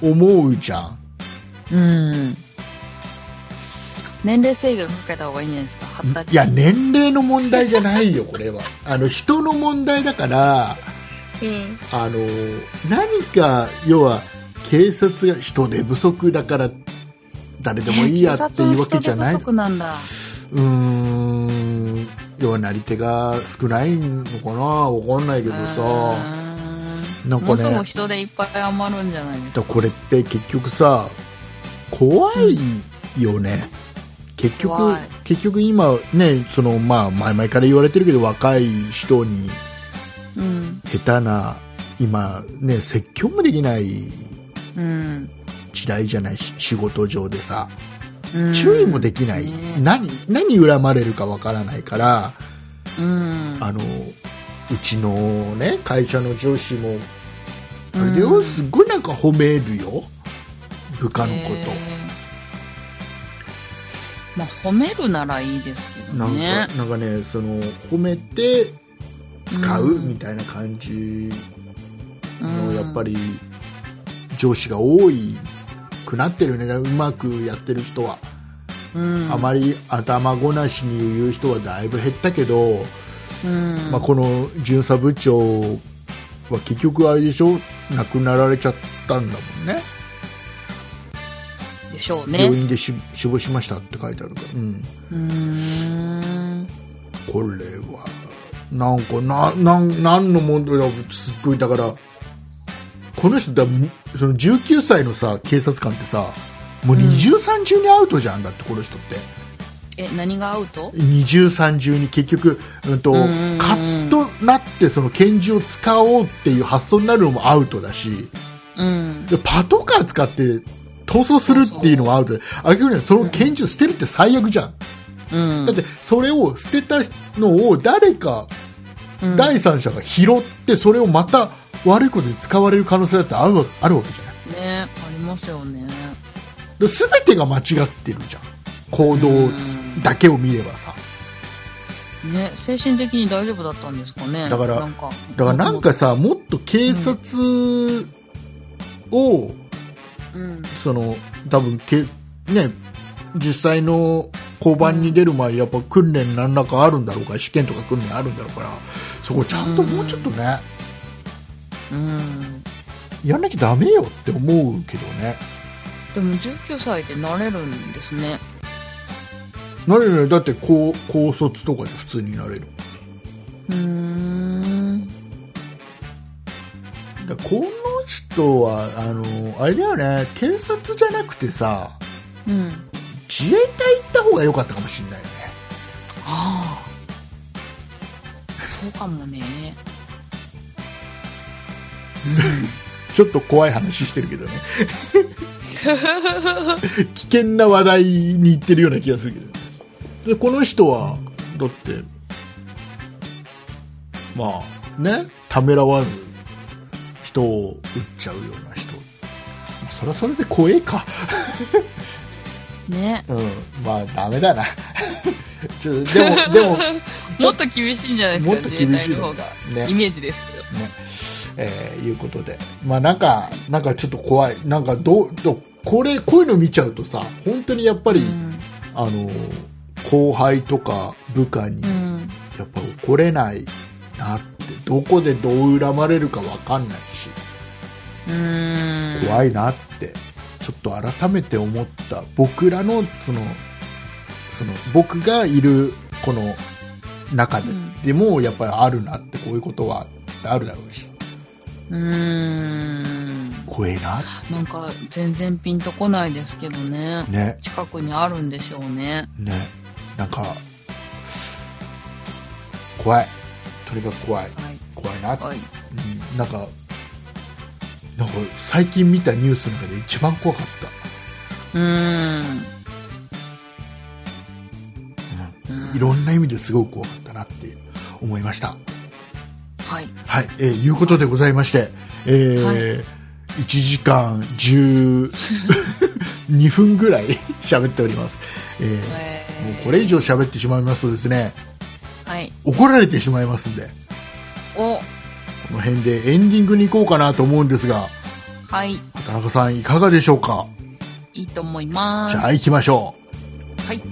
Speaker 2: 思うじゃん。
Speaker 1: うん。年齢制限かけた方がいいんじゃないですか。発達
Speaker 2: いや、年齢の問題じゃないよ、これは。あの、人の問題だから、
Speaker 3: うん。
Speaker 2: あの、何か、要は、警察が人手不足だから、誰でもいいやっていうわけじゃない
Speaker 1: 警察の人手不足なんだ。
Speaker 2: うーん要はなり手が少ないのかなわかんないけどさ
Speaker 1: うーん
Speaker 2: なんかね
Speaker 1: もうすぐ人でいっぱい余るんじゃないですか。
Speaker 2: だこれって結局さ怖いよね、結局
Speaker 1: 怖い
Speaker 2: 結局今ねそのまあ前々から言われてるけど若い人に
Speaker 1: うん。
Speaker 2: 下手な今ね説教もできない
Speaker 1: うん。
Speaker 2: 時代じゃないし仕事上でさ
Speaker 1: うん
Speaker 2: 注意もできない、
Speaker 1: ね
Speaker 2: 何何恨まれるかわからないから
Speaker 1: うん。
Speaker 2: あのうちのね会社の上司もあれだ
Speaker 1: う
Speaker 2: よ
Speaker 1: ん
Speaker 2: すっごいなんか褒めるよ部下のこ
Speaker 1: へーまあ、褒めるならいいですけ
Speaker 2: と、
Speaker 1: ど
Speaker 2: なんか
Speaker 1: ね。
Speaker 2: なんかねその褒めて使う
Speaker 1: うん
Speaker 2: みたいな感じ
Speaker 1: う
Speaker 2: の
Speaker 1: ん
Speaker 2: やっぱり上司が多いくなってるねだからうまくやってる人は、
Speaker 1: うん、
Speaker 2: あまり頭ごなしに言う人はだいぶ減ったけど、
Speaker 1: うん、
Speaker 2: まあ、この巡査部長は結局あれでしょ亡くなられちゃったんだもんね
Speaker 1: でしょう
Speaker 2: 病
Speaker 1: ね。
Speaker 2: 院でし死亡しましたって書いてあるから、うん、
Speaker 1: うーん。
Speaker 2: これはなんかななんなんの問題だすっごいだからこの人だその19歳のさ警察官ってさもう二重三重にアウトじゃんだってこの人って
Speaker 1: え、何が合うと
Speaker 2: 二重三重に結局、うんと
Speaker 1: うんうんうん
Speaker 2: カッとなってその拳銃を使おうっていう発想になるのもアウトだし
Speaker 1: うん。
Speaker 2: でパトカー使って逃走するっていうのもアウトであ逆にその拳銃捨てるって最悪じゃん
Speaker 1: うん。
Speaker 2: だってそれを捨てたのを誰か
Speaker 1: うん
Speaker 2: 第三者が拾ってそれをまた悪いことに使われる可能性だってあるわあるわけじゃない
Speaker 1: ねありますよね
Speaker 2: で全てが間違ってるじゃん行動
Speaker 1: ん
Speaker 2: だけを見ればさ
Speaker 1: ね精神的に大丈夫だったんですかね
Speaker 2: だから
Speaker 1: なんか
Speaker 2: だからなんかさもっと警察を、
Speaker 1: うん
Speaker 2: その多分け、ね、実際の交番に出る前やっぱ訓練何らかあるんだろうから試験とか訓練あるんだろうからそこちゃんともうちょっとね、
Speaker 1: うん
Speaker 2: やんなきゃダメよって思うけどね
Speaker 1: でも19歳でなれるんですね
Speaker 2: なれるよだって高高卒とかで普通になれる
Speaker 1: うーん
Speaker 2: だからこの人はあのあれだよね警察じゃなくてさ
Speaker 1: うん
Speaker 2: 自衛隊行った方が良かったかもしれないよね
Speaker 1: ああそうかも ね
Speaker 2: ちょっと怖い話してるけどね危険な話題に行ってるような気がするけどでこの人はだってまあねためらわず人を撃っちゃうような人そりゃそれで怖えか
Speaker 1: ね
Speaker 2: うんまあダメだな ちょでもでも、
Speaker 1: もっと厳しいんじゃないですか
Speaker 2: もっと厳しい
Speaker 1: 自衛隊
Speaker 2: の
Speaker 1: の方が、
Speaker 2: ね
Speaker 1: イメージですけど
Speaker 2: えーいうことでまあなんかなんかちょっと怖いなんかどうどうこれこういうの見ちゃうとさ本当にやっぱり、
Speaker 1: うん
Speaker 2: あの後輩とか部下に
Speaker 1: うん
Speaker 2: やっぱ怒れないなってどこでどう恨まれるか分かんないし
Speaker 1: うん
Speaker 2: 怖いなってちょっと改めて思った僕らのそのその僕がいるこの中で,、
Speaker 1: うん
Speaker 2: でもやっぱりあるなってこういうことは絶対あるだろうし
Speaker 1: うーん
Speaker 2: 怖えなっ
Speaker 1: なんか全然ピンとこないですけどね
Speaker 2: てね
Speaker 1: 近くにあるんでしょうね
Speaker 2: ねなんか怖いとにかく怖い
Speaker 1: はい
Speaker 2: 怖いなって
Speaker 1: はい
Speaker 2: うんなんか、なんか最近見たニュースの中で一番怖かっ
Speaker 1: うーん
Speaker 2: た。
Speaker 1: うん
Speaker 2: いろんな意味ですごく怖かったなって思いました。
Speaker 1: はい
Speaker 2: はい、えーいうことでございまして、えー
Speaker 1: はい
Speaker 2: 1時間12分ぐらい 喋っております。えー
Speaker 1: えー
Speaker 2: もうこれ以上喋ってしまいますとですね、
Speaker 1: はい
Speaker 2: 怒られてしまいますんで、
Speaker 1: お
Speaker 2: この辺でエンディングに行こうかなと思うんですが、
Speaker 1: はい
Speaker 2: 畑中さんいかがでしょうか
Speaker 1: いいと思いま
Speaker 2: じ
Speaker 1: す
Speaker 2: ゃあ行きましょう。
Speaker 1: はい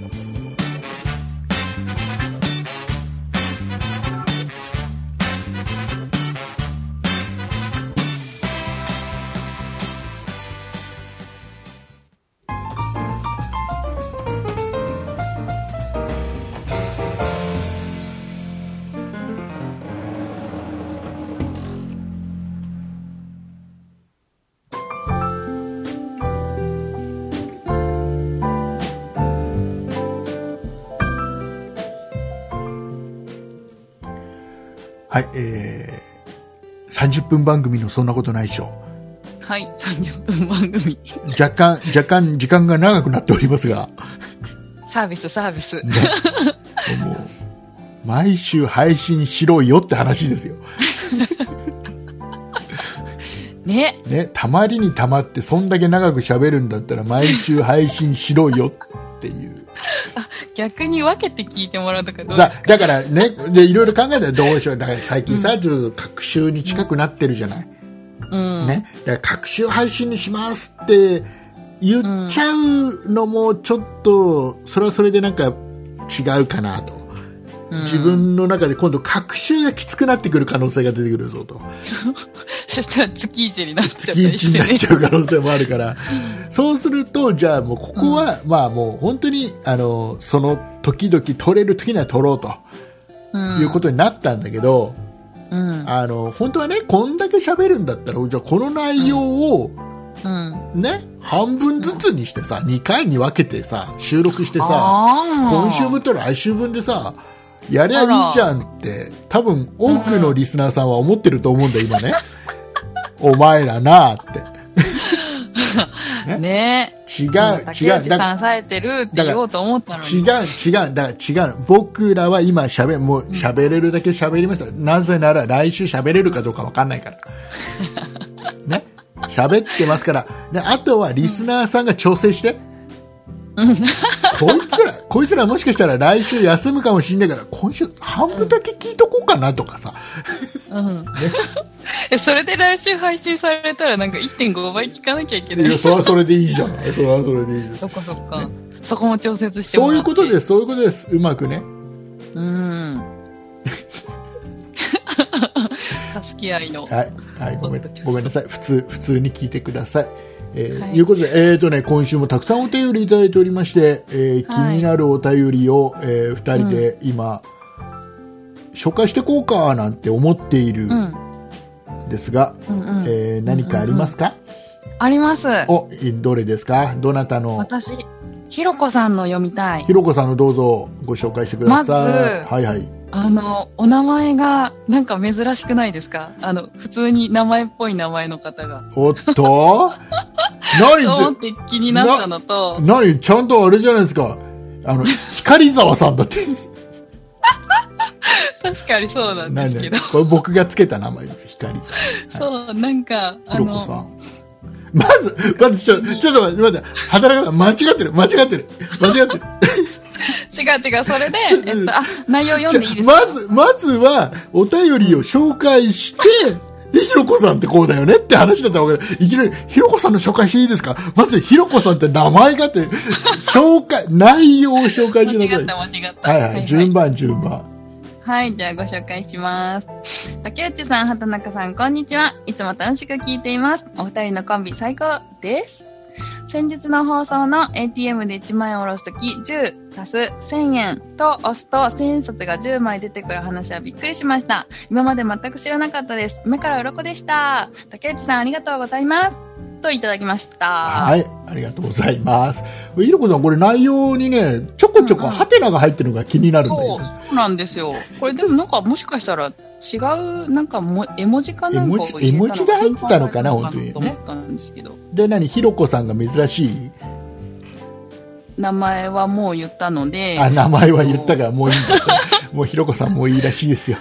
Speaker 2: はい、えー、30分番組のそんなことないでしょ。
Speaker 1: はい30分番組
Speaker 2: 若干、若干時間が長くなっておりますが、
Speaker 1: サービスサービス
Speaker 2: ねもう、毎週配信しろよって話ですよ。
Speaker 1: ね
Speaker 2: ね、たまりにたまってそんだけ長く喋るんだったら毎週配信しろよっていう。
Speaker 1: 逆に分けて聞いてもらうとかどう
Speaker 2: だだからね、で、いろいろ考えたらどうしよう。だから最近さ、ちょっと各週に近くなってるじゃない。
Speaker 1: うん、
Speaker 2: ね、だから各週配信にしますって言っちゃうのもちょっとそれはそれでなんか違うかなと、
Speaker 1: うん
Speaker 2: 自分の中で今度各週がきつくなってくる可能性が出てくるぞと
Speaker 1: そしたら月一になっちゃった
Speaker 2: 月
Speaker 1: り
Speaker 2: 一
Speaker 1: し
Speaker 2: に
Speaker 1: て
Speaker 2: なっ
Speaker 1: ね
Speaker 2: ちゃう可能性もあるからそうするとじゃあもうここは、まあもう本当にあのその時々取れる時には取ろうということになったんだけど、
Speaker 1: うん
Speaker 2: あの本当はねこんだけ喋るんだったらじゃあこの内容を、
Speaker 1: うん
Speaker 2: ね、半分ずつにしてさ、2回に分けてさ、収録してさ、
Speaker 1: あー
Speaker 2: 今週分と来週分でさ、やりゃいいじゃんって、多分多くのリスナーさんは思ってると思うんだよ、今ね。お前らなあって。
Speaker 1: ね
Speaker 2: 違う、違う、
Speaker 1: 竹内
Speaker 2: だ
Speaker 1: さん冴えてるって言おうと思ったの
Speaker 2: 違う、違
Speaker 1: に
Speaker 2: う、。だから違う。僕らは今喋、もう喋れるだけ喋りました。なぜなら来週喋れるかどうかわかんない から。ね。喋ってますから。で、あとはリスナーさんが調整して。こいつら、こいつらもしかしたら来週休むかもしんないから、今週半分だけ聞いとこうかなとかさ。
Speaker 1: うん。 え、それで来週配信されたらなんか1.5倍聞かなきゃいけないい
Speaker 2: や、。それはそれでいいじゃない。それはそれでいいじゃん
Speaker 1: そっかそっか。そこも調節して
Speaker 2: そ
Speaker 1: も
Speaker 2: うい
Speaker 1: ら
Speaker 2: う
Speaker 1: って。
Speaker 2: ことです、そういうことです。うまくね。
Speaker 1: す。 うん。助け合いの。
Speaker 2: はい、はい、ごめんごめんなさい普通普通に聞いてください。えー
Speaker 1: はい
Speaker 2: い、うことで、えーとね、今週もたくさんお便りいただいておりまして、えー気
Speaker 1: はい
Speaker 2: になるお便りを、えー、2人で今、紹介してこうかなんて思ってい
Speaker 1: う
Speaker 2: る
Speaker 1: んん。
Speaker 2: ですが、
Speaker 1: うんうん。
Speaker 2: えー何かありますか、
Speaker 1: あります。
Speaker 2: おえどれですかどなたの
Speaker 1: 私、ひろこさんの読みたい
Speaker 2: ひ。ろこさんのどうぞご紹介してください。
Speaker 1: まず
Speaker 2: はいはい、
Speaker 1: あの、お名前が、なんか珍しくないですかあの、普通に名前っぽい名前の方が。
Speaker 2: おっ と何
Speaker 1: と思
Speaker 2: っ
Speaker 1: ってて気になったのと、
Speaker 2: 何ちゃんとあれじゃないですかあの光沢さんだって。
Speaker 1: 確かにそうなん
Speaker 2: な
Speaker 1: で
Speaker 2: ん
Speaker 1: すけ
Speaker 2: で
Speaker 1: ど、
Speaker 2: これ僕がつけた名前です光さん
Speaker 1: そう、なんか、あ
Speaker 2: ひろこさ
Speaker 1: の、
Speaker 2: んまずまずちょちょっと待って待って働かない間違ってる間違ってる間違ってる
Speaker 1: 違う違う、それで
Speaker 2: ちょっ、と
Speaker 1: えっと、あ、内容読んでいいですか
Speaker 2: まずまずはお便りを紹介して、でひろこさんってこうだよねって話だったわけでいきなりひろこさんの紹介していいですかまずひろこさんって名前がって紹介内容を紹介し
Speaker 1: 間
Speaker 2: なさ
Speaker 1: 違っ
Speaker 2: い
Speaker 1: た間違った。
Speaker 2: はいはい順番順番
Speaker 1: はい、じゃあご紹介します。竹内さん、畑中さん、こんにちは。いつも楽しく聞いています。お二人のコンビ最高です。先日の放送の ATM で1万円を下ろすとき、10足す1000円と押すと1000円札が10枚出てくる話はびっくりしました。今まで全く知らなかったです。目から鱗でした。竹内さん、ありがとうございます。といただきました。
Speaker 2: はい、ありがとうございます。ひろこさん、これ内容にね、ちょこちょ
Speaker 1: うん
Speaker 2: こ
Speaker 1: うん
Speaker 2: ハテナが入ってるのが気になるんだ
Speaker 1: そう
Speaker 2: よ。
Speaker 1: そうなんですよ。これでもなんかもしかしたら違うなんかも絵文字かなんかを入れたの
Speaker 2: 絵文字絵文字が入ってたのかな
Speaker 1: 本当と
Speaker 2: 本当にね
Speaker 1: 思ったんですけど。
Speaker 2: で、何、ひろこさんが珍しい、
Speaker 1: 名前はもう言ったので、
Speaker 2: あ、名前は言ったからもういいんだって。 もうひろこさんもういいらしいですよ。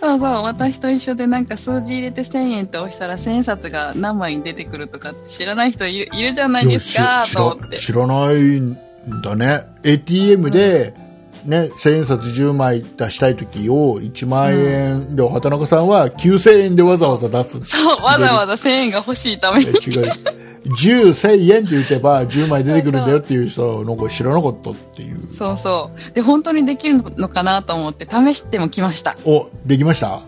Speaker 1: そうそう、私と一緒でなんか数字入れて1000円って押したら1000円札が何枚出てくるとかって知らない人いるいるじゃないですか、
Speaker 2: いや知
Speaker 1: と
Speaker 2: ら
Speaker 1: 思って。
Speaker 2: 知らないんだね。ATM で、ね、千円札10枚出したい時を1万円で、畑中さんは9000円でわざわざ出す。
Speaker 1: そう、わざわざ1000円が欲しいため
Speaker 2: え
Speaker 1: に。
Speaker 2: 違う。10、1000円って言ってば10枚出てくるんだよっていう人の子知らなかったっていう。
Speaker 1: そうそう。で、本当にできるのかなと思って試してもきました。
Speaker 2: お、できました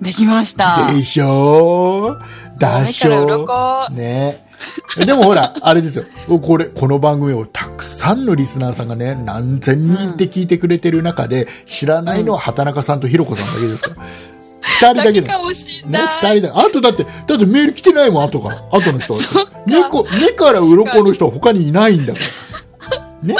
Speaker 1: できました。
Speaker 2: でしょーだ
Speaker 1: 目
Speaker 2: し
Speaker 1: から
Speaker 2: ょ
Speaker 1: 鱗
Speaker 2: ー。ねでもほら、あれですよ。これ、この番組をたくさんのリスナーさんがね、何千人って聞いてくれてる中で、知らないのは畑中さんとひろこさんだけです から。二人だ
Speaker 1: だ
Speaker 2: け
Speaker 1: け
Speaker 2: だ
Speaker 1: か
Speaker 2: よ。
Speaker 1: もしれ
Speaker 2: ね、
Speaker 1: ない。
Speaker 2: 二人だあとだって、だってメール来てないもん、後から。後の人は
Speaker 1: そっか。
Speaker 2: 目こ目から鱗の人は他にいないんだから。ね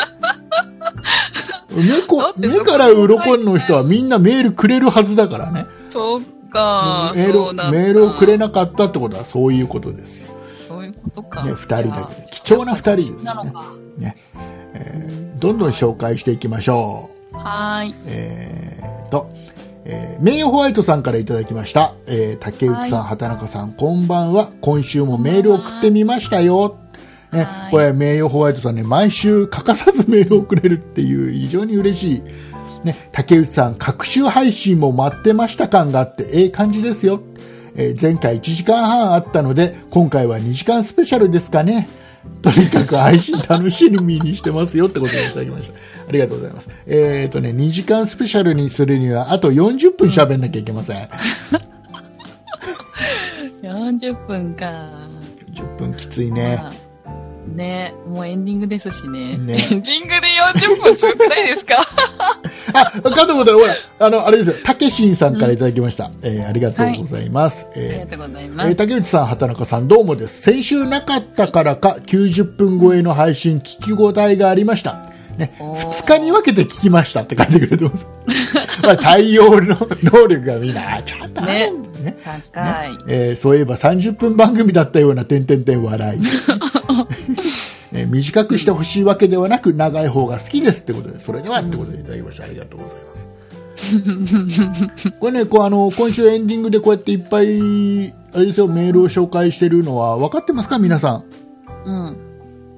Speaker 2: 目
Speaker 1: だっ
Speaker 2: こ
Speaker 1: て
Speaker 2: 目から鱗の人はみんなメールくれるはずだからね。
Speaker 1: そうか、
Speaker 2: メール
Speaker 1: そ
Speaker 2: を
Speaker 1: うなんだ
Speaker 2: メールをくれなかったってことはそういうことですよ、
Speaker 1: そういうことか。
Speaker 2: ね、2人だけで貴重な2人です
Speaker 1: なの
Speaker 2: ね
Speaker 1: か。
Speaker 2: ね、えーどんどん紹介していきましょう
Speaker 1: はーい。
Speaker 2: えー、と、えー名誉ホワイトさんからいただきました、えー竹内さん、畑中さんこんばんは今週もメール送ってみましたよ、ね
Speaker 1: はい、
Speaker 2: これ名誉ホワイトさんね毎週欠かさずメールをくれるっていう非常に嬉しいね、竹内さん、各週配信も待ってました感があって、ええ感じですよ。えー前回1時間半あったので、今回は2時間スペシャルですかね。とにかく配信楽しみにしてますよってことでいただきました。ありがとうございます。えっ、とね、2時間スペシャルにするには、あと40分喋んなきゃいけません。
Speaker 1: 40分か。
Speaker 2: 10分きついね。
Speaker 1: まあねもうエンディングですしね。
Speaker 2: ね
Speaker 1: エンディングで40分すごくないですか
Speaker 2: あ、かと思ったら、ほら、あの、あれですよ、たけしんさんからいただきました。えーありがとうございます。
Speaker 1: あり
Speaker 2: えー
Speaker 1: がとうございま
Speaker 2: えー
Speaker 1: す。
Speaker 2: 竹内さん、畑中さん、どうもです。先週なかったからか、90分超えの配信、聞き応えがありました。ね、
Speaker 1: おー
Speaker 2: 2日に分けて聞きましたって書いてくれ てます。まあ、対応の能力がみんな、あちゃんとあるんだね。
Speaker 1: 高い。
Speaker 2: えーそういえば30分番組だったような、点々点笑い。ええー短くしてほしいわけではなく、長い方が好きですってことで、それではってことでいただきました。ありがとうございます。これね、こうあの、今週エンディングでこうやっていっぱい、あれですよ、メールを紹介してるのは、分かってますか皆さん。
Speaker 1: うん。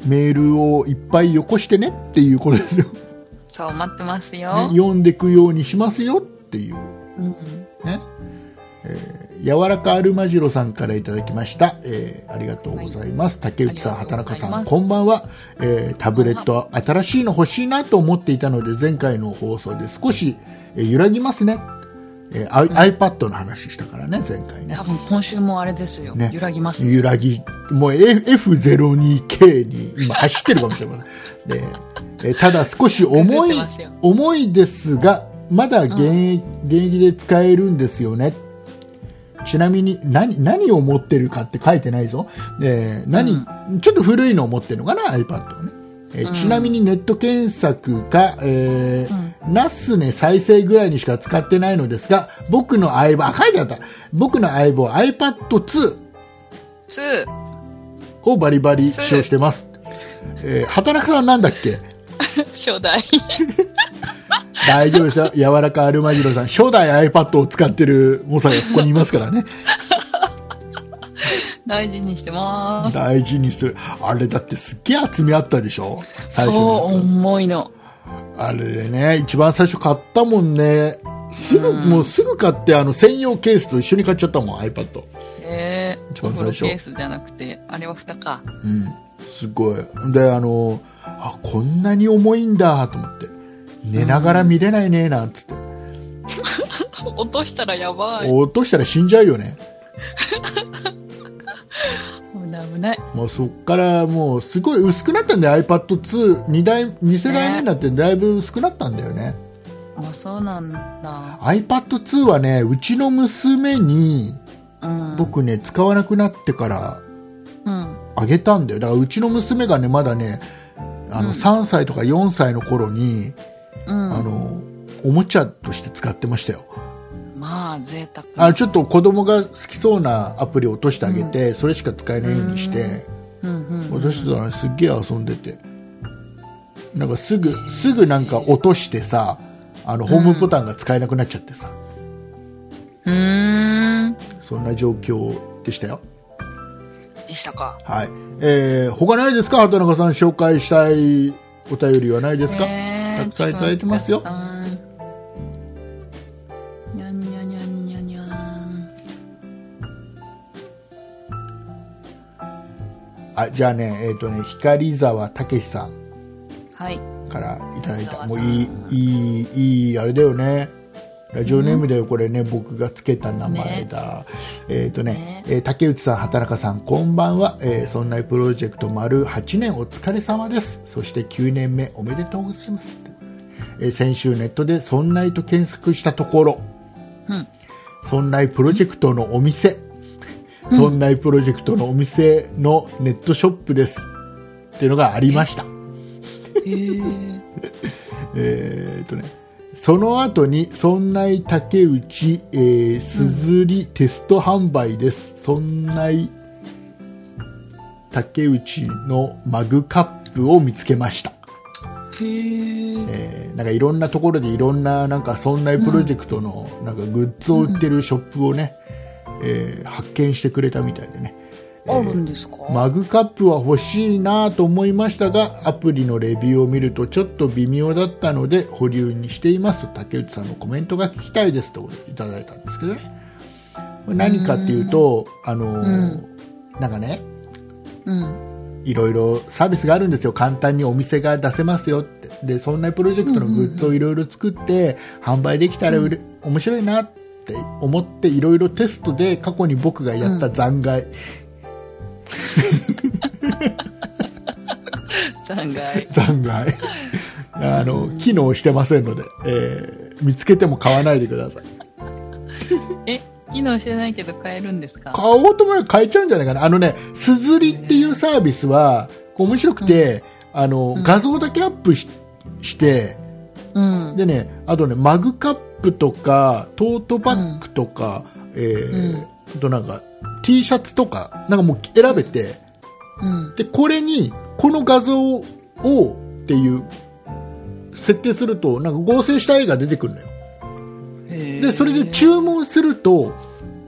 Speaker 2: メールをいっぱいよこしてねっていうことですよ。ね
Speaker 1: そう、待ってますよ。
Speaker 2: 読んでくようにしますよっていう。
Speaker 1: うん。
Speaker 2: ね。えー柔らかアルマジロさんからいただきました。えーありがとうございます。竹内さん、
Speaker 1: ありがとうご
Speaker 2: 畑中
Speaker 1: ざいます
Speaker 2: さん、こんばんは、えータブレット、新しいの欲しいなと思っていたので、前回の放送で少し、えー揺らぎますね。えー、I- iPad の話したからね、前回ね
Speaker 1: 多。分今週もあれですよ。
Speaker 2: ね
Speaker 1: 揺らぎますね。
Speaker 2: 揺らぎ、もう F- F02K に今走ってるかもしれま せん。でえーただ少し重
Speaker 1: 狂っ
Speaker 2: い
Speaker 1: てますよ、
Speaker 2: 重いですが、まだ現役,、現役で使えるんですよね。ちなみに何、何を持ってるかって書いてないぞ。えー何、ちょっと古いのを持ってるのかな、iPad をね。えー
Speaker 1: うん
Speaker 2: ちなみにネット検索か、え
Speaker 1: うん
Speaker 2: ーナスネ再生ぐらいにしか使ってないのですが、僕の相棒、あ、書いてあった。僕の相棒 iPad2
Speaker 1: 2!
Speaker 2: をバリバリ使用してます。えー、畑中さんなんだっけ
Speaker 1: 初代。
Speaker 2: 大丈夫ですよ。柔らかアルマジロさん。初代 iPad を使ってる猛者がここにいま すからね。
Speaker 1: 大事にしてま
Speaker 2: 大事にする。あれだってすっげえ厚みあったでしょ
Speaker 1: す。
Speaker 2: 最初
Speaker 1: そう、
Speaker 2: のや
Speaker 1: 重いの。
Speaker 2: つ。あれでね、一番最初買ったもんね。すぐ、もうすぐ買って、あの、専用ケースと一緒に買っちゃったもん、iPad。
Speaker 1: えー、
Speaker 2: 一番最初
Speaker 1: オフロケースじゃなくて、あれは蓋か。
Speaker 2: うん。すごい。で、あの、あ、こんなに重いんだ、と思って。寝ながら見れないね、なんつって。
Speaker 1: 落としたらやばい。
Speaker 2: 落としたら死んじゃうよね。
Speaker 1: 危ない危ない。
Speaker 2: もうそっからもうすごい薄くなったんだよ iPad2 2, 台2世代目になってだいぶ薄くなったんだよね
Speaker 1: あ、そうなんだ。
Speaker 2: iPad2 はねうちの娘に
Speaker 1: うん。。
Speaker 2: 僕ね使わなくなってから
Speaker 1: うん。
Speaker 2: あげたんだよだからうちの娘がねまだねあ
Speaker 1: う
Speaker 2: の
Speaker 1: ん
Speaker 2: 3歳とか4歳の頃に、
Speaker 1: うん。
Speaker 2: あのおもちゃとして使ってましたよ
Speaker 1: まあ、贅沢。
Speaker 2: あのちょっと子供が好きそうなアプリを落としてあげて、それしか使えないようにして、
Speaker 1: うんうん、うん。
Speaker 2: 私とはすっげえ遊んでてなんかすぐすぐなんか落としてさあのホームボタンが使えなくなっちゃってさ、
Speaker 1: うーん。
Speaker 2: そんな状況でしたよ
Speaker 1: でしたか。
Speaker 2: はいえー、他ないですか畑中さん紹介したいお便りはないですか、
Speaker 1: ねえ
Speaker 2: たくさんいただいてますよ
Speaker 1: たくさんにゃんにゃんにゃんにゃんにゃん。
Speaker 2: あじゃあねえっ、とね光沢武さん
Speaker 1: はい。
Speaker 2: からいただいた
Speaker 1: 光沢
Speaker 2: もう
Speaker 1: さん
Speaker 2: いいいいいいあれだよねラジオネームだよ、これね僕がつけた名前だ、えっ、とね
Speaker 1: ね
Speaker 2: えー竹内さん畑中さんこんばんは、えー、そんなプロジェクト丸8年お疲れ様ですそして9年目おめでとうございます、えー先週ネットで「そんない」と検索したところ
Speaker 1: うん。
Speaker 2: そんないプロジェクトのお店、そんないプロジェクトのお店のネットショップですっていうのがありました
Speaker 1: へ え。
Speaker 2: えーっとねその後に「そんない竹内、えー、すずりテスト販売です」そんない竹内のマグカップを見つけました、
Speaker 1: へえ。
Speaker 2: えーなんかいろんなところでいろんななんかそんないプロジェクトのなんかグッズを売ってるショップをね、えー発見してくれたみたいでね、
Speaker 1: あるんですか、
Speaker 2: マグカップは欲しいなと思いましたがアプリのレビューを見るとちょっと微妙だったので保留にしています竹内さんのコメントが聞きたいですといただいたんですけどねこれ何かっていうとあのー、なんかね
Speaker 1: うん。
Speaker 2: いろいろサービスがあるんですよ簡単にお店が出せますよってでそんなプロジェクトのグッズをいろいろ作って販売できたらうれ、面白いなって思っていろいろテストで過去に僕がやった残骸、
Speaker 1: 残 骸。
Speaker 2: 残骸あの機能してませんので、えー見つけても買わないでください
Speaker 1: え、機能してないけど買えるんですか
Speaker 2: 買おうと思えば買えちゃうんじゃないかなあのねすずりっていうサービスはこう面白くて、あの
Speaker 1: うん
Speaker 2: 画像だけアップしして
Speaker 1: うん。
Speaker 2: でねあとねマグカップとかトートバッグとか、えー
Speaker 1: うん
Speaker 2: あとなんか T シャツとかなんかもう選べて、
Speaker 1: うん。
Speaker 2: でこれにこの画像をっていう設定するとなんか合成した絵が出てくるのよで
Speaker 1: で
Speaker 2: それで注文すると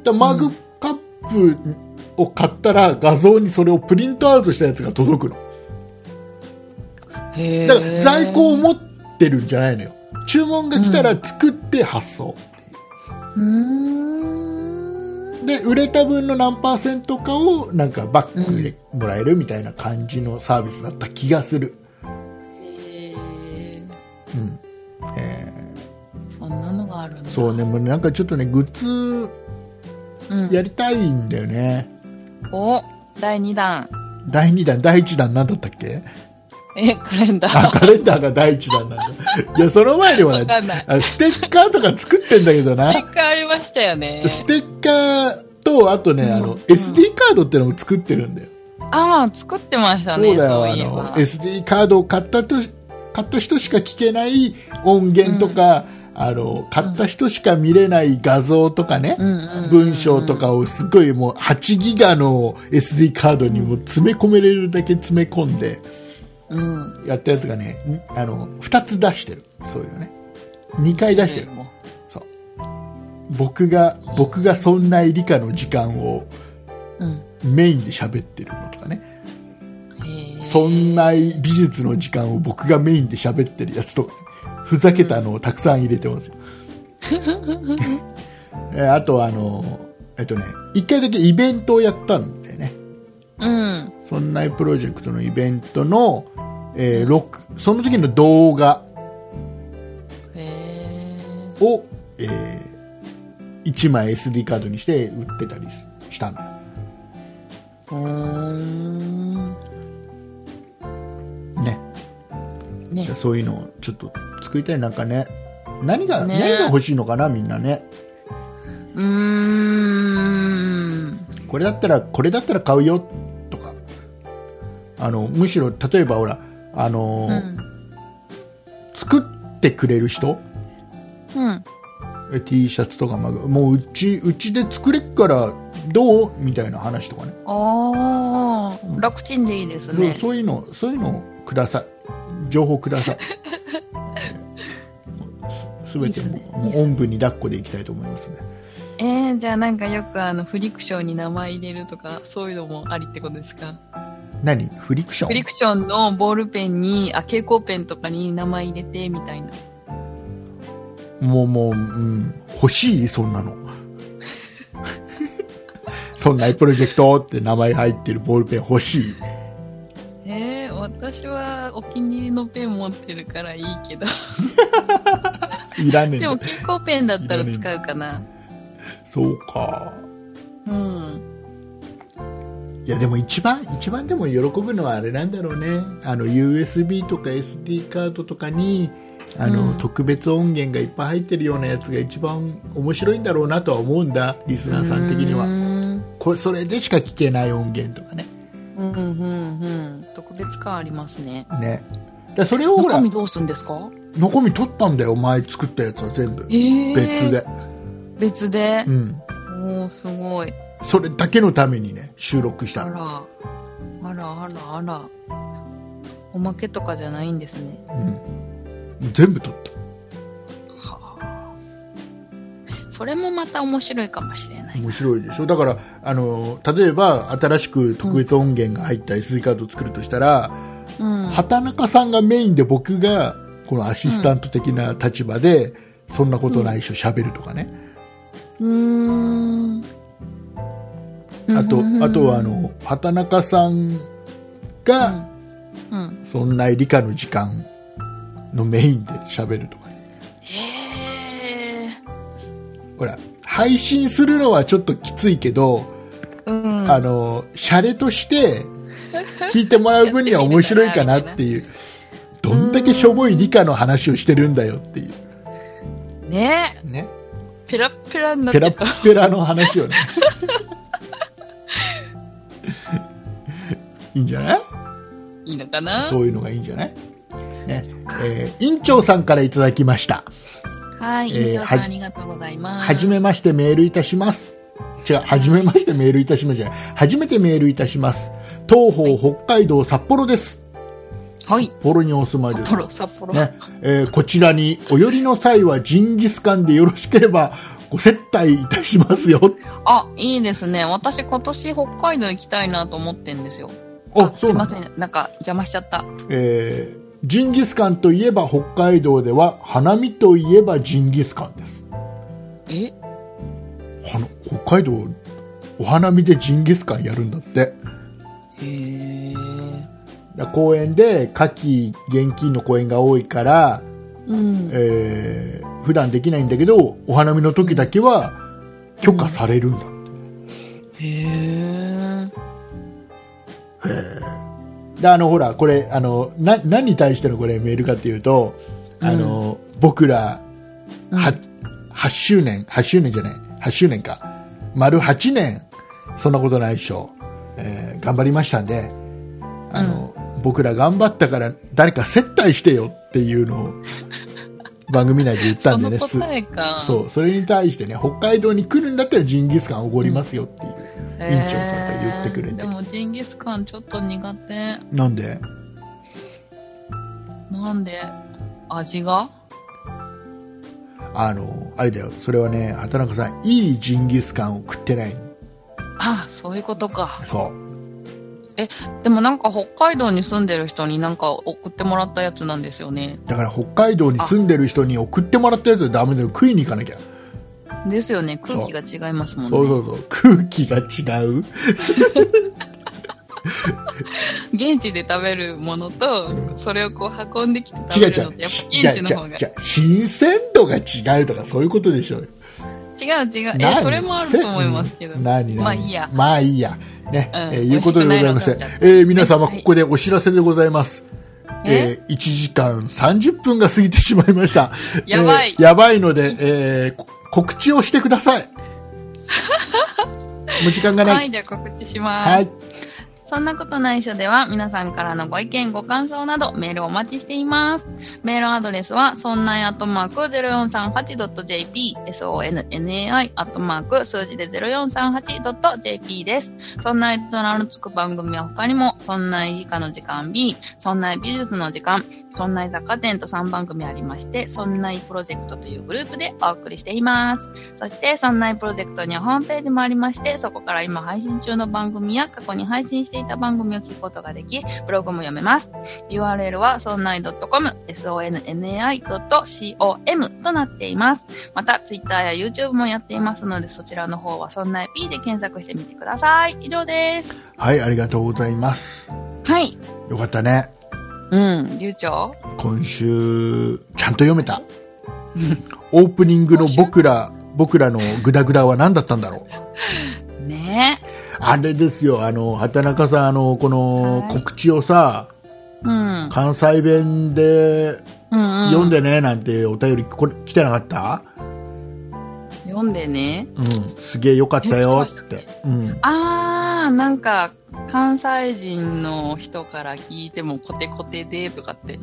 Speaker 2: だマグカップを買ったら画像にそれをプリントアウトしたやつが届くのだから在庫を持ってるんじゃないのよ注文が来たら作って発送、
Speaker 1: うーん。
Speaker 2: で売れた分の何パーセントかをなんかバックでもらえるみたいな感じのサービスだった気がする、
Speaker 1: へー
Speaker 2: うんえ
Speaker 1: そんなのがあるんだ
Speaker 2: ーそうねもうなんかちょっとねグッズ
Speaker 1: うん
Speaker 2: やりたいんだよね、
Speaker 1: お第2弾
Speaker 2: 第2弾第1弾なんだったっけ
Speaker 1: えカレンダー
Speaker 2: あカレンダーが第1弾なんだいやその前にほら
Speaker 1: わかんない
Speaker 2: あステッカーとか作ってんだけどな
Speaker 1: 結果ありましたよね
Speaker 2: ステッカーとあとね、あ
Speaker 1: う
Speaker 2: の
Speaker 1: ん
Speaker 2: SD カードってのも作ってるんだよ
Speaker 1: ああ作ってました
Speaker 2: そ
Speaker 1: ね
Speaker 2: うだよ、
Speaker 1: そう
Speaker 2: あ
Speaker 1: いえば
Speaker 2: の、SD カードを買ったとし、買った人しか聞けない音源とか、あの、買った人しか見れない画像とかね、
Speaker 1: うんうんうんうん
Speaker 2: 文章とかをすごいもう8ギガの SD カードにもう詰め込めれるだけ詰め込んで、
Speaker 1: うん
Speaker 2: やったやつがね、んあの、2つ出してる。そういうのね。2回出してる。そう。僕が、僕がそんな理科の時間を
Speaker 1: うん
Speaker 2: メインで喋ってるのとかね。
Speaker 1: へー
Speaker 2: そんな美術の時間を僕がメインで喋ってるやつとかふざけたのをたくさん入れ てますよ、えあとはあのえっとね一回だけイベントをやったんだよね
Speaker 1: うん
Speaker 2: そんなプロジェクトのイベントの、えー録その時の動画
Speaker 1: へえ
Speaker 2: を、え1枚 SD カードにして売ってたりしたんだよ
Speaker 1: うーん
Speaker 2: ね
Speaker 1: ね
Speaker 2: そういうのをちょっと作りたいなんかね何が
Speaker 1: ね
Speaker 2: 何が欲しいのかなみんなね
Speaker 1: うーん
Speaker 2: これだったらこれだったら買うよとかあのむしろ例えばほらあの
Speaker 1: う
Speaker 2: ー、
Speaker 1: ん
Speaker 2: 作ってくれる人
Speaker 1: うん
Speaker 2: え T シャツとかマグもううちうちで作れっからどうみたいな話とかね
Speaker 1: ああ楽ちんでいいですね
Speaker 2: そうそういうのそういうのをください情報くだ さいすすべても
Speaker 1: いいっすね
Speaker 2: も
Speaker 1: いいっす
Speaker 2: う
Speaker 1: ね
Speaker 2: おんぶに抱っこでいきたいと思いますね
Speaker 1: えー、じゃあなんかよくあのフリクションに名前入れるとかそういうのもありってことですか
Speaker 2: 何フリクション
Speaker 1: フリクションのボールペンに、あ、蛍光ペンとかに名前入れて、みたいな。
Speaker 2: もうもう、うん、欲しいそんなの。 そんなプロジェクトって名前入ってるボールペン欲しい。
Speaker 1: えー、私はお気に入りのペン持ってるからいいけ ど。
Speaker 2: いらねえん
Speaker 1: で
Speaker 2: だ
Speaker 1: も蛍光ペンだったら使うかな。
Speaker 2: そうか。
Speaker 1: うん。
Speaker 2: いやでも一番、一番でも喜ぶのはあれなんだろうね。あの USB とか SD カードとかに、あの、
Speaker 1: うん
Speaker 2: 特別音源がいっぱい入ってるようなやつが一番面白いんだろうなとは思うんだ。リスナーさん的に
Speaker 1: うー
Speaker 2: は。
Speaker 1: ん
Speaker 2: これ、それでしか聞けない音源とかね。
Speaker 1: うんうんうん。特別感ありますね。
Speaker 2: ね。だからそれをほ
Speaker 1: 中
Speaker 2: ら
Speaker 1: 身、どうするんですか
Speaker 2: 中身取ったんだよ。前作ったやつは全部。
Speaker 1: えー、
Speaker 2: 別。で、
Speaker 1: 別で
Speaker 2: う。ん、
Speaker 1: おー、すごい。
Speaker 2: それだけのためにね収録し
Speaker 1: あ
Speaker 2: たの、
Speaker 1: ら。あらあらあら。おまけとかじゃないんですね。
Speaker 2: うん、全部撮った
Speaker 1: はあそれもまた面白いかもしれない。
Speaker 2: 面白いでしょだからあの例えば新しく特別音源が入った SD カードを作るとしたら、
Speaker 1: うん。
Speaker 2: 畑中さんがメインで僕がこのアシスタント的な立場で、そんなことないっしょ喋るとかね、
Speaker 1: うーん。
Speaker 2: あと
Speaker 1: うん
Speaker 2: あとはあ、の畑中さんが、
Speaker 1: うんうん。
Speaker 2: そんな理科の時間のメインで喋るとかね
Speaker 1: へえ。
Speaker 2: ほら配信するのはちょっときついけど、
Speaker 1: うん。
Speaker 2: あの、シャレとして、聞いてもらう分には面白いかなっていう、どんだけしょぼい理科の話をしてるんだよっていう、
Speaker 1: ね
Speaker 2: ね。
Speaker 1: ペラッペラになって
Speaker 2: ペラ
Speaker 1: た。
Speaker 2: ッペラの話 をね。いいんじゃない
Speaker 1: いいのかな
Speaker 2: そういうのがいいんじゃないね。えー、院長さんからいただきました。
Speaker 1: はい。
Speaker 2: えー
Speaker 1: 以上さん
Speaker 2: はじ
Speaker 1: ありがとうございます。
Speaker 2: はじめましてメールいたします。違う、はじめましてメールいたしますじゃない。初めてメールいたします。東方、北海道、札幌です。
Speaker 1: はい。
Speaker 2: 札幌にお住まいで
Speaker 1: 札
Speaker 2: す。
Speaker 1: 幌、札幌。
Speaker 2: ねえーこちらにお寄りの際はジンギスカンでよろしければご接待いたしますよ。
Speaker 1: あ、いいですね。私今年北海道行きたいなと思ってんですよ。
Speaker 2: あ
Speaker 1: すいま
Speaker 2: ん
Speaker 1: せん。なんか邪魔しちゃった。
Speaker 2: えージンギスカンといえば北海道では花見といえばジンギスカンです。
Speaker 1: え
Speaker 2: はな北海道お花見でジンギスカンやるんだって。
Speaker 1: へえ。
Speaker 2: 公園で夏季現金の公園が多いから、
Speaker 1: うん。
Speaker 2: えー普段できないんだけどお花見の時だけは許可されるんだ、
Speaker 1: へえ。
Speaker 2: であのほらこれあのな何に対してのこれメールかっていうとあの、僕ら
Speaker 1: うん
Speaker 2: は、8周年8周年じゃない8周年か丸8年そんなことないでしょ、えー頑張りましたんであの、僕ら頑張ったから誰か接待してよっていうの を番組内で言った
Speaker 1: そ
Speaker 2: んでね
Speaker 1: の
Speaker 2: す
Speaker 1: 答えか。
Speaker 2: そうそれに対してね北海道に来るんだったらジンギスカンおごりますよっていう、
Speaker 1: へー
Speaker 2: 院長さんが言ってくれて
Speaker 1: でもジンギスカンちょっと苦手。
Speaker 2: なんで
Speaker 1: なんで味が
Speaker 2: あのあれだよそれはね畑中さんいいジンギスカンを食ってない
Speaker 1: あ、そういうことか。
Speaker 2: そう
Speaker 1: でもなんか北海道に住んでる人になんか送ってもらったやつなんですよね。
Speaker 2: だから北海道に住んでる人に送ってもらったやつはダメだよ食いに行かなきゃ、
Speaker 1: ですよね。空気が違いますもんね。
Speaker 2: そうそうそう空気が違う
Speaker 1: 現地で食べるものと、それをこう運んできて食
Speaker 2: 違う
Speaker 1: べる
Speaker 2: 違
Speaker 1: の
Speaker 2: う
Speaker 1: って、やっ
Speaker 2: 違う
Speaker 1: ぱ
Speaker 2: 違
Speaker 1: 現地の方
Speaker 2: う
Speaker 1: が。
Speaker 2: 違う新鮮度が違うとかそういうことでしょうよ
Speaker 1: 違う違う。え、
Speaker 2: 何
Speaker 1: それもあると思いますけど。
Speaker 2: せ 何何
Speaker 1: まあいいや。
Speaker 2: まあいいや。ね、
Speaker 1: うん
Speaker 2: えーいうことでございま
Speaker 1: 美味しくないのになっ
Speaker 2: して、
Speaker 1: ちゃった
Speaker 2: えー皆様、
Speaker 1: はい
Speaker 2: ここでお知らせでございます。え
Speaker 1: え
Speaker 2: ー1時間30分が過ぎてしまいました。
Speaker 1: やばい
Speaker 2: えーやばいので、えーこ告知をしてく ださい。もう時間が
Speaker 1: は
Speaker 2: ない。
Speaker 1: い、じゃあ告知します。
Speaker 2: はい。
Speaker 1: そんなことないっしょでは皆さんからのご意見、ご感想などメールをお待ちしています。メールアドレスは、そんないアットマーク 0438.jp、sonnai アットマーク数字で 0438.jp です。そんないと名の付く番組は他にも、そんない理科の時間 B、そんない美術の時間、そんない雑貨店と3番組ありまして、そんないプロジェクトというグループでお送りしています。そして、そんなプロジェクトにはホームページもありまして、そこから今配信中の番組や過去に配信していた番組を聞くことができ、ブログも読めます。URL は、そんない .com、sonnai.com となっています。また、Twitter や YouTube もやっていますので、そちらの方は、そんない P で検索してみてください。以上です。
Speaker 2: はい、ありがとうございます。
Speaker 1: はい。
Speaker 2: よかったね。
Speaker 1: うん。流暢
Speaker 2: 今週、ちゃんと読めた。オープニングの僕ら、僕らのグダグダは何だったんだろう。
Speaker 1: ね
Speaker 2: あれですよ、あの、畑中さん、あの、この
Speaker 1: はい
Speaker 2: 告知をさ、
Speaker 1: え。うん。
Speaker 2: 関西弁で
Speaker 1: うん、うん。
Speaker 2: 読ん。でね、なんてお便りこれ来てなかった
Speaker 1: 読んでね。
Speaker 2: うん、すげえよかったよって。うん。
Speaker 1: あー、なんか、関西人の人から聞いてもコテコテでとかって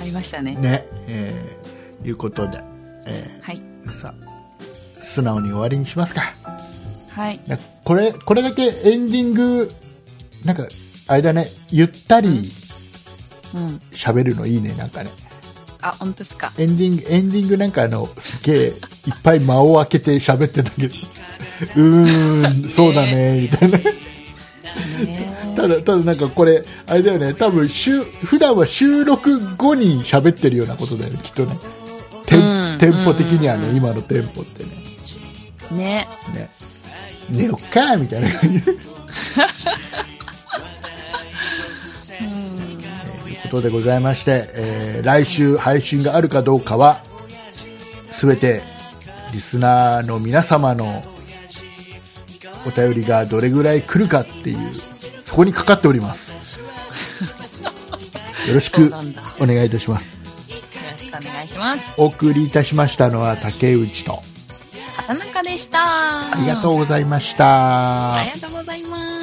Speaker 1: ありました
Speaker 2: う
Speaker 1: ね
Speaker 2: ん。ね、 えー、いうことで、え
Speaker 1: はい。
Speaker 2: ー、さ、素直に終わりにしますか。
Speaker 1: はい。
Speaker 2: なこれ、これだけエンディング、なんか、あれだね、ゆったり
Speaker 1: うん。
Speaker 2: 喋るのいいね、なんかね。
Speaker 1: あ、本当です か。
Speaker 2: エンディング、エンディングなんかあの、すげえ、いっぱい間を空けて喋ってた けど、うーん、そうだね、みたいな。
Speaker 1: ね
Speaker 2: ただ、ただなんかこれ、あれだよね、多分、しゅ普段は収録後に喋ってるようなことだよね、きっとね。テン
Speaker 1: うん
Speaker 2: テンポ的にはね、
Speaker 1: うん
Speaker 2: 今のテンポってね。
Speaker 1: えね
Speaker 2: ね寝よっか、みたいな感じ。という
Speaker 1: え。うん。
Speaker 2: ことでございまして、えー来週配信があるかどうかは、すべて、リスナーの皆様のお便りがどれぐらい来るかっていう、そこにかかっており ます。よろし
Speaker 1: そう
Speaker 2: く
Speaker 1: なんだ
Speaker 2: お願いいたします。
Speaker 1: よろしくお願いします。
Speaker 2: お送りいたしましたのは竹内と
Speaker 1: 畑中でした。
Speaker 2: ありがと
Speaker 1: う。
Speaker 2: うございました。
Speaker 1: ありがとうございます。